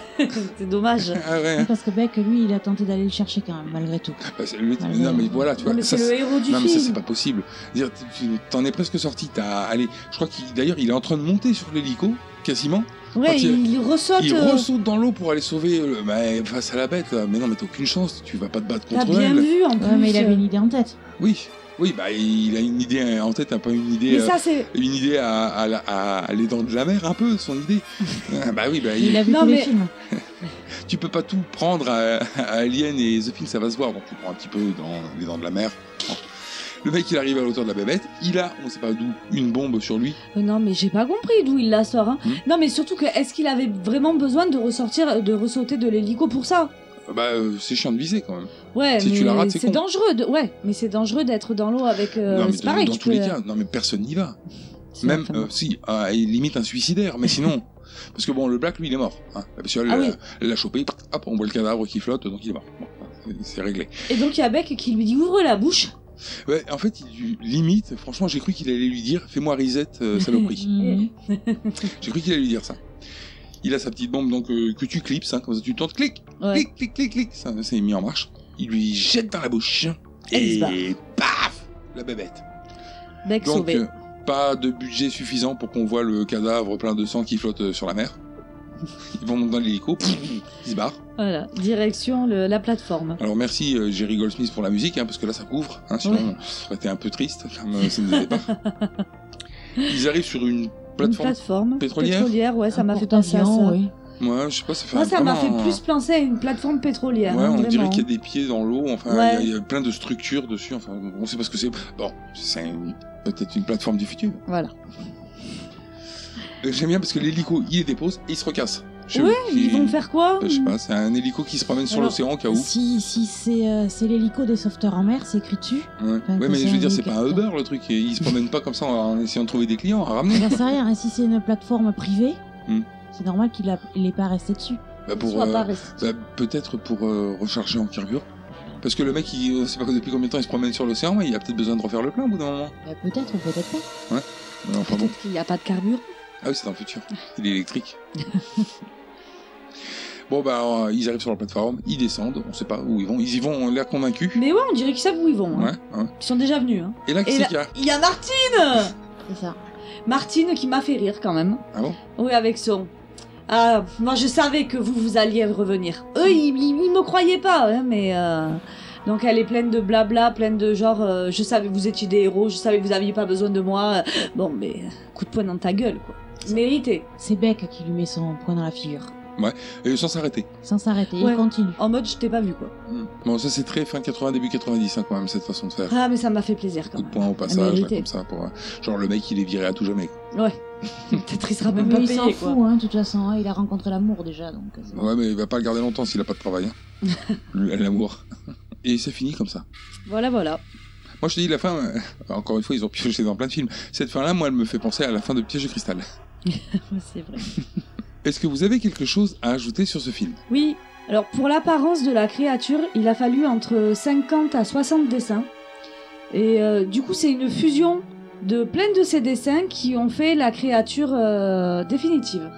C'est dommage.
[LAUGHS] Ah ouais. hein.
Parce que Beck, lui, il a tenté d'aller le chercher quand même, malgré tout.
Bah, c'est le- non, mais voilà, tu vois.
Ah Non, mais
ça,
c'est le héros du
non, mais ça,
film.
c'est pas possible. Dire, tu- tu- T'en es presque sorti. T'as, allez, je crois qu'il, d'ailleurs, il est en train de monter sur l'hélico, quasiment.
Ouais,
Quand il-
il, ressaute.
Il
euh,
ressaute dans l'eau pour aller sauver le, bah, face à la bête. là. Mais non, mais t'as aucune chance. Tu vas pas te battre
T'as
contre
bien
elle.
vu en plus. euh.
Ouais, mais il avait une idée en tête.
Oui, oui, bah, il a une idée en tête, un peu une idée.
Mais
euh,
ça c'est.
une idée à, à, la- à les dents de la mer, un peu, son
[LAUGHS]
idée. Ah, bah oui, bah, il-
Il a vu
Non,
tous
mais-
les films.
tu peux pas tout prendre à, à Alien et The Thing, ça va se voir. Donc tu prends un petit peu dans les dents de la mer. Le mec, il arrive à l'auteur de la bébête. Il a, on sait pas d'où, une bombe sur lui.
Euh, Non mais j'ai pas compris d'où il la sort. hein.
Hmm.
Non mais surtout que est-ce qu'il avait vraiment besoin de ressortir, de ressauter de l'hélico pour ça
Euh, Bah, euh, c'est chiant de viser quand même.
Ouais,
Si
mais
tu la rates, c'est con.
dangereux. De... Ouais, mais c'est dangereux d'être dans l'eau avec. euh,
non, mais
c'est
dans,
pareil.
dans
tu
tous
peux- euh.
les cas, non, mais personne n'y va.
C'est
Même,
enfin,
euh, si, ah, il limite un suicidaire, mais
[LAUGHS]
sinon. Parce que bon, le Black, lui, il est mort. Hein. La bestiole,
Ah
euh,
oui.
elle l'a chopé, hop, on voit le cadavre qui flotte, donc il est mort. Bon, c'est- c'est réglé.
Et donc il y a Beck qui lui dit ouvre la bouche.
Ouais, en fait, il, limite, franchement, j'ai cru qu'il allait lui dire Fais-moi reset, euh,
[LAUGHS]
saloperie.
Mm.
Mhm.
j'ai cru qu'il allait lui dire ça. Il a sa petite bombe donc euh, que tu clipses, hein, comme ça tu tentes, clic,
Ouais.
clic, clic, clic, clic. Ça c'est mis en marche. Il lui jette dans la bouche.
Et il se barre.
Et paf La bébête.
Beck
Donc,
sauvé.
euh, pas de budget suffisant pour qu'on voit le cadavre plein de sang qui flotte euh, sur la
[LAUGHS]
mer. Ils vont donc dans l'hélico, pff, ils se barrent.
Voilà, direction le- la plateforme.
Alors merci euh, Jerry Goldsmith pour la musique, hein, parce que là ça couvre, hein, sinon
Ouais.
ça aurait été un peu triste comme euh, scène de
[LAUGHS]
départ. Ils arrivent sur une
Une
plateforme.
plateforme
pétrolière
ouais, ça
Un
m'a fait penser à ça.
porte-avions, oui.
Moi, je sais pas, ça fait
Moi, ça m'a fait
vraiment un-
plus penser à une plateforme pétrolière.
Ouais,
hein,
on dirait
vraiment.
qu'il y a des pieds dans l'eau, enfin, il y a-
Ouais.
il y, a plein de structures dessus, enfin, on sait pas ce que c'est. Bon, c'est un- peut-être une plateforme du futur.
Voilà.
Euh, J'aime bien parce que l'hélico, il les dépose et il se recasse. Je-
Ouais,
qui-
Ils vont faire quoi
Je sais pas, c'est un hélico qui se promène sur
Alors,
l'océan, au cas où.
Si, si c'est euh, c'est l'hélico des sauveteurs en mer, c'est écrit dessus.
Ouais,
Enfin,
Ouais,
que
mais
c'est
je veux
un
dire, c'est pas un
hélicoptère.
Uber le truc, et il se promène pas comme ça en essayant de trouver des clients, à ramener.
J'en sais rien, hein, si c'est une plateforme privée,
Hmm.
c'est normal qu'il n'est pas resté dessus.
Bah,
Ils
pour,
soient
euh,
pas restés.
Bah, peut-être pour euh, recharger en carburant. Parce que le mec, il, on sait pas depuis combien de temps il se promène sur l'océan, mais il a peut-être besoin de refaire le plein au bout d'un moment.
Bah, peut-être ou peut-être pas.
Mais Enfin bon.
Peut-être qu'il n'y a pas de carburant.
Ah oui, c'est dans le
[LAUGHS]
futur. Il est électrique. bon, bah, alors, ils arrivent sur la plateforme, ils descendent, on sait pas où ils vont. Ils y vont, on l'air convaincus.
Mais ouais, on dirait qu'ils savent où ils vont. hein.
Ouais, ouais.
Ils sont déjà venus. hein.
Et là,
Et
qu'est-ce
là-
[LAUGHS]
qu'il y a
Il y a Martine
C'est ça.
Martine qui m'a fait rire quand même.
Ah bon
Oui, avec son. Ah, moi je savais que vous, vous alliez revenir. Eux, ils, ils- ils me croyaient pas, hein, mais. euh, Donc elle est pleine de blabla, pleine de genre, euh, je savais que vous étiez des héros, je savais que vous aviez pas besoin de moi. Bon, mais euh, coup de poing dans ta gueule, quoi. Mérité.
C'est Beck qui lui met son poing dans la figure.
Ouais, et sans s'arrêter.
Sans s'arrêter,
Ouais.
il continue.
En mode, je t'ai pas vu, quoi.
Bon, ça c'est très fin 80, début 90 hein, quand même, cette façon de faire.
Ah, mais ça m'a fait plaisir quand
Coup de
[LAUGHS]
même.
poing au passage, là,
vérité.
comme ça, pour. euh, Genre le mec il est viré à tout jamais.
Ouais. Peut-être il sera même
Mais
pas
il s'en
payé,
fout,
quoi.
hein, de toute façon. hein, il a rencontré l'amour déjà, donc. euh, c'est bon.
Ouais, mais il va pas le garder longtemps s'il a pas de travail. hein.
[LAUGHS]
Le- L'amour. Et ça finit comme ça.
Voilà, voilà.
Moi je te dis, la fin, euh, encore une fois, ils ont pioché dans plein de films. Cette fin-là, moi, elle me fait penser à la fin de Piège de cristal.
C'est vrai.
Est-ce que vous avez quelque chose à ajouter sur ce film
Oui, alors pour l'apparence de la créature, il a fallu entre 50 à 60 dessins. Et euh, du coup, c'est une fusion de plein de ces dessins qui ont fait la créature euh, définitive.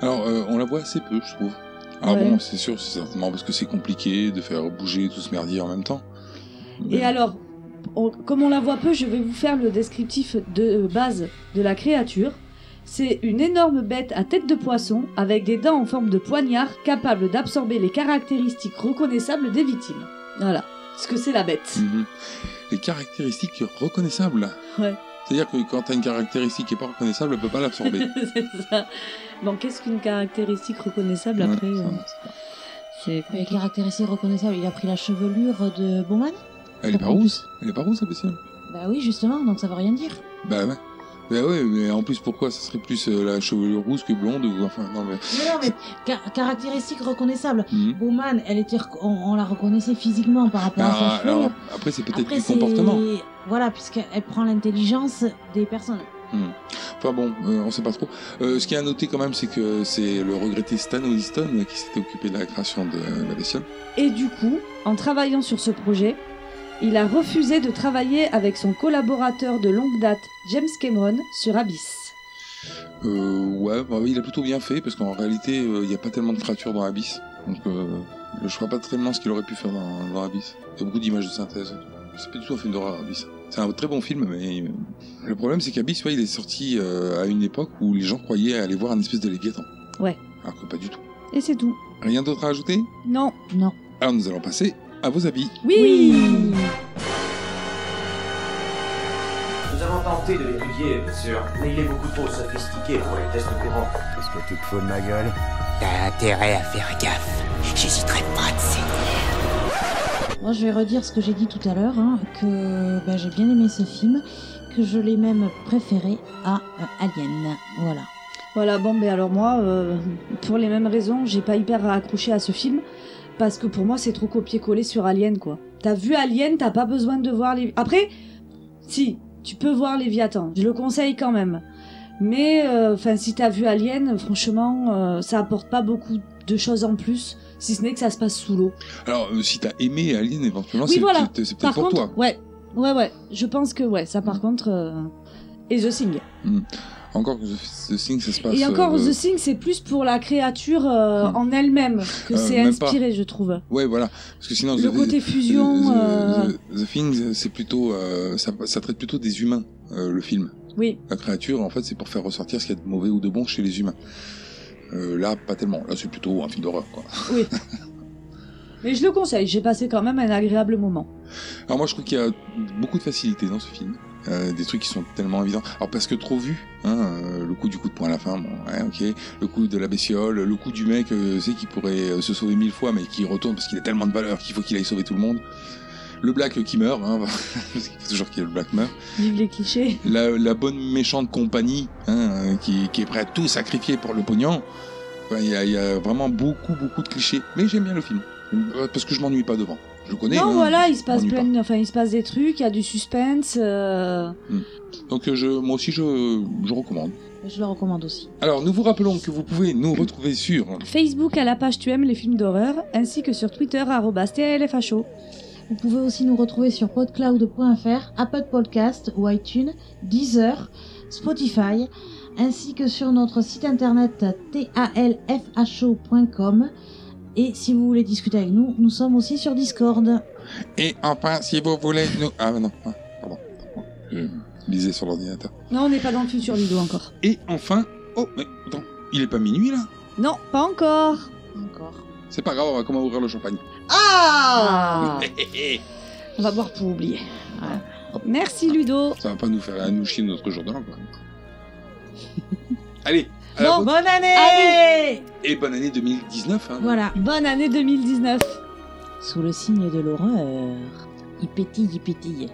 Alors, euh, on la voit assez peu, je trouve. Alors
Ouais.
bon, c'est sûr, c'est certainement parce que c'est compliqué de faire bouger tout ce merdier en même temps.
Et alors, on- comme on la voit peu, je vais vous faire le descriptif de euh, base de la créature. C'est une énorme bête à tête de poisson avec des dents en forme de poignard capable d'absorber les caractéristiques reconnaissables des victimes. Voilà ce que c'est la bête.
Mhm. Les caractéristiques reconnaissables.
Ouais.
C'est-à-dire que quand t'as une caractéristique qui est pas reconnaissable, elle peut pas
[LAUGHS]
l'absorber.
[LAUGHS] c'est ça. Bon, qu'est-ce qu'une caractéristique reconnaissable
Ouais,
après
ça,
euh, C'est
Les caractéristiques reconnaissables, il a pris la chevelure de Bowman
Elle est pas rousse Elle est pas rousse, la bestiole
Bah oui, justement, donc ça veut rien dire.
Bah ouais. Bah ouais, mais en plus, pourquoi Ça serait plus euh, la chevelure rousse que blonde ou... Enfin, non, mais...
Non, non, mais ca- caractéristiques reconnaissables.
Mhm.
Bowman, elle était, rec- on, on la reconnaissait physiquement par rapport à
Ah,
sa
alors,
chevelure.
après, c'est peut-être
Après,
du
c'est-
comportement.
Voilà, puisqu'elle prend l'intelligence des personnes.
Hmm. Enfin bon, euh, on sait pas trop. Euh, ce qui est à noter quand même, c'est que c'est le regretté Stan Winston euh, qui s'était occupé de la création de euh, la bestiole.
Et du coup, en travaillant sur ce projet, il a refusé de travailler avec son collaborateur de longue date, James Cameron, sur Abyss.
Euh, ouais, bah, il a plutôt bien fait parce qu'en réalité, euh, il n'y a pas tellement de créatures dans Abyss. Donc, euh, je vois pas tellement ce qu'il aurait pu faire dans, dans Abyss. Il y a beaucoup d'images de synthèse. C'est pas du tout un film d'horreur, Abyss. C'est un très bon film, mais euh, le problème, c'est qu'Abyss, ouais, il est sorti euh, à une époque où les gens croyaient aller voir un espèce de Léviathan.
Ouais.
Alors que pas du tout.
Et c'est tout.
Rien d'autre à ajouter
Non.
Non.
Alors, nous allons passer à vos avis.
Oui,
Nous avons tenté de l'étudier, bien sûr, mais il est beaucoup trop sophistiqué pour les tests courants. Qu'est-ce que tu te fous de ma gueule
T'as intérêt à faire gaffe. J'hésiterai pas de
Moi, je vais redire ce que j'ai dit tout à l'heure, hein, que bah, j'ai bien aimé ce film, que je l'ai même préféré à euh, Alien. Voilà.
Voilà, bon, mais alors moi, euh, pour les mêmes raisons, j'ai pas hyper accroché à ce film, parce que pour moi, c'est trop copier-coller sur Alien, quoi. T'as vu Alien, t'as pas besoin de voir les... Après, si, tu peux voir Léviathan, je le conseille quand même. Mais, euh, enfin, si t'as vu Alien, franchement, euh, ça apporte pas beaucoup de choses en plus, si ce n'est que ça se passe sous l'eau.
Alors, euh, si t'as aimé Alien, éventuellement,
oui,
c'est
voilà.
c'est- c'est
Par
peut-être pour
contre,
toi. Mm.
ouais, ouais, ouais, je pense que, ouais, ça par contre... euh, Et The Thing.
Hmm. Encore que The The Thing, ça se passe.
Et encore,
euh, Hmm.
The Thing, c'est plus pour la créature euh, en elle-même que
Euh,
c'est
même
inspiré, je trouve.
Ouais, voilà. Parce que sinon,
Le
The-
côté
The-
fusion,
The,
euh,
The- The Thing, c'est plutôt, euh, ça, ça traite plutôt des humains, euh, le film.
Oui.
La créature, en fait, c'est pour faire ressortir ce qu'il y a de mauvais ou de bon chez les humains. Euh, là, pas tellement. Là, c'est plutôt un film d'horreur, quoi. [LAUGHS]
Oui. Mais je le conseille, j'ai passé quand même un agréable moment.
Alors moi je trouve qu'il y a beaucoup de facilité dans ce film. Euh, des trucs qui sont tellement évidents. Alors parce que trop vu, hein, euh, le coup du coup de poing à la fin, bon, ouais, ok. Le coup de la bestiole, le coup du mec, euh, c'est qui pourrait euh, se sauver mille fois, mais qui retourne parce qu'il a tellement de valeur qu'il faut qu'il aille sauver tout le monde. Le black euh, qui meurt, hein, [LAUGHS] parce qu'il faut toujours que le black meurt.
Vive les clichés.
La, la bonne méchante compagnie, hein, euh, qui, qui est prête à tout sacrifier pour le pognon. Enfin, Il y, a- il y a vraiment beaucoup, beaucoup de clichés. Mais j'aime bien le film. Euh, Parce que je m'ennuie pas devant. Je le connais.
non,
hein,
voilà, il
je
se passe
m'ennuie pas.
plein, de- enfin, il se passe des trucs, il y a du suspense. euh,
Donc euh, je, moi aussi je, je recommande.
Je le recommande aussi.
Alors nous vous rappelons que vous pouvez nous retrouver sur
Facebook à la page Tu aimes les films d'horreur, ainsi que sur Twitter arobase @tlfho.
Vous pouvez aussi nous retrouver sur podcloud.fr, Apple Podcast ou iTunes, Deezer, Spotify, ainsi que sur notre site internet talfho.com. Et si vous voulez discuter avec nous, nous sommes aussi sur Discord.
et enfin si vous voulez nous ah non ah, pardon. Euh, lisez sur l'ordinateur.
Non, on n'est pas dans le futur, Ludo, encore.
Et enfin, oh, mais attends, il est pas minuit là
Non, pas encore.
C'est pas grave, on va comment ouvrir le champagne. [LAUGHS]
Ah On va boire pour oublier. Voilà. Merci, Ludo.
Ça va pas nous faire à nous chier notre jour de l'an, quand même. Allez, à la
Bon,
bonne-
bonne année
et bonne année 2019. hein.
Voilà.
Bonne année 2019.
Sous le signe de l'horreur, il pétille, il pétille.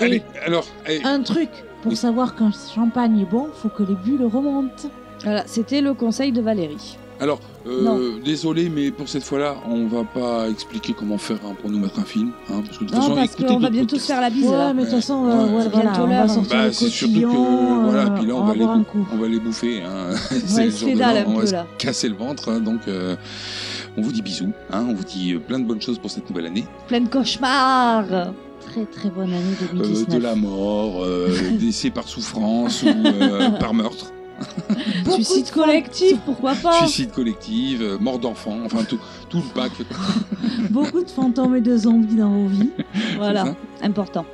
Allez, alors, allez.
Un truc, pour savoir qu'un champagne est bon, faut que les bulles remontent.
Voilà, c'était le conseil de Valérie.
Alors, euh, désolé, mais pour cette fois-là, on va pas expliquer comment faire hein, pour nous mettre un film. hein, parce que de toute
Non,
façon,
parce
écoutez
qu'on va
d'autres
bientôt se faire la bise.
Ouais,
là.
mais de toute façon, on va- ouais,
c'est
voilà,
bientôt
on va
l'heure.
sortir
Bah,
les
c'est surtout que
cotillons,
voilà, puis là
on
on
va
va, les,
boire un
bou- on va les bouffer. hein. [LAUGHS]
Ouais,
c'est
il
le
se
genre de
pédale
moment,
un
on
peu,
va se
là.
casser le ventre, hein, donc euh, on vous dit bisous, hein, on vous dit euh, plein de bonnes choses pour cette nouvelle année,
Plein de cauchemars.
Très très bonne année
Euh,
2019.
de la mort,
[LAUGHS]
euh, décès par souffrance ou euh, par meurtre,
Suicide collectif, pourquoi pas
suicide collectif, euh, mort d'enfant, enfin tout, tout le
[LAUGHS]
pack.
Beaucoup de fantômes et de zombies dans vos vies.
Voilà,
ça.
important.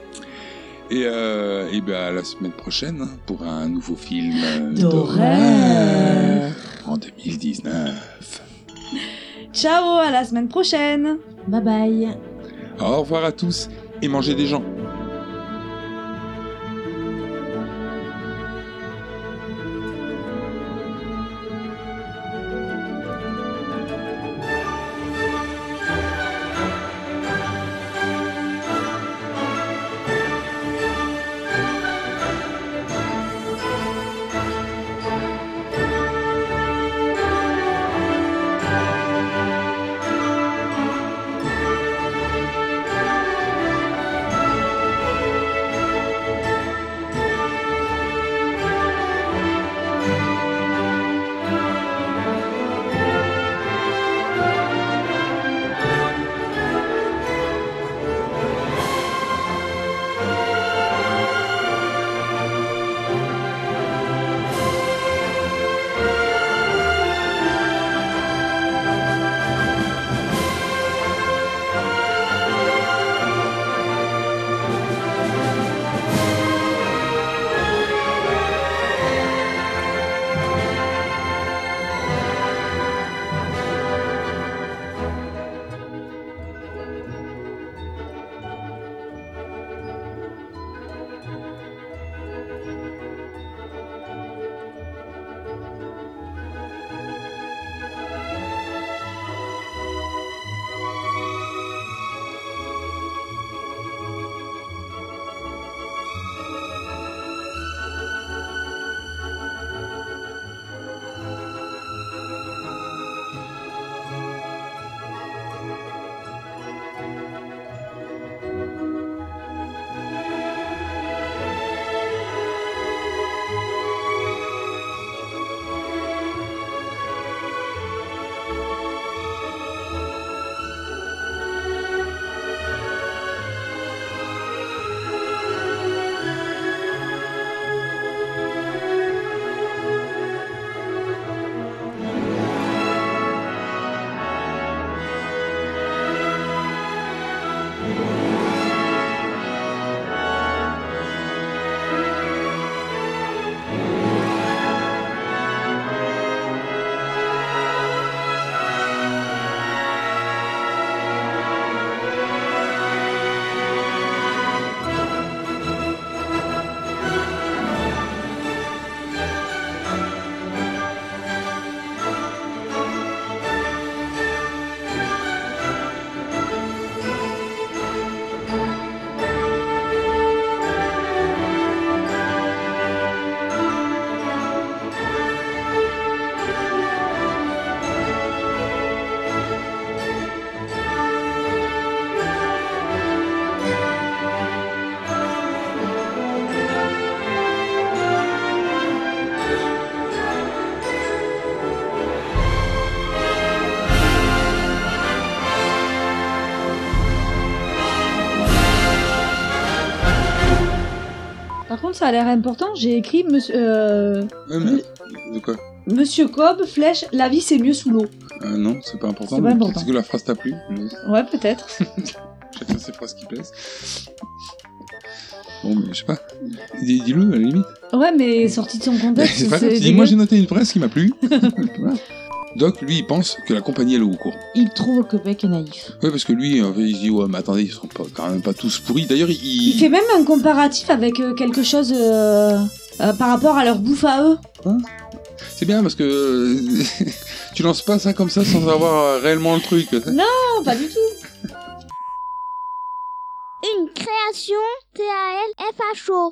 Et, euh, et ben, à la semaine prochaine hein, pour un nouveau film euh,
D'horreur.
en 2019.
Ciao, à la semaine prochaine.
Bye bye.
Au revoir à tous et mangez des gens.
Par contre, ça a l'air important. J'ai écrit monsieur, euh,
Ouais, mais- De quoi
monsieur Cobb, flèche, la vie c'est mieux sous l'eau.
Euh, Non, c'est pas important.
C'est pas
mais
important.
peut-être que la phrase t'a plu. mais
Ouais, peut-être.
Chacun ses phrases qui plaisent. Bon, mais je sais pas. Dis- Dis-le, à la limite.
Ouais, mais sorti de son contexte.
C'est pas grave,
c'est
tu dis, moi j'ai
dégueu.
noté une presse qui m'a
[LAUGHS]
plu. Voilà. Doc, lui, il pense que la compagnie est au courant.
Il trouve que Beck est naïf.
Oui, parce que lui, en fait, il se dit, ouais, mais attendez, ils sont pas, quand même pas tous pourris. D'ailleurs, il.
Il fait même un comparatif avec euh, quelque chose euh, euh, par rapport à leur bouffe à eux.
C'est bien parce que euh, [LAUGHS] tu lances pas ça comme ça sans avoir euh, réellement le truc.
Non, pas du tout.
Une création T-A-L-F-H-O.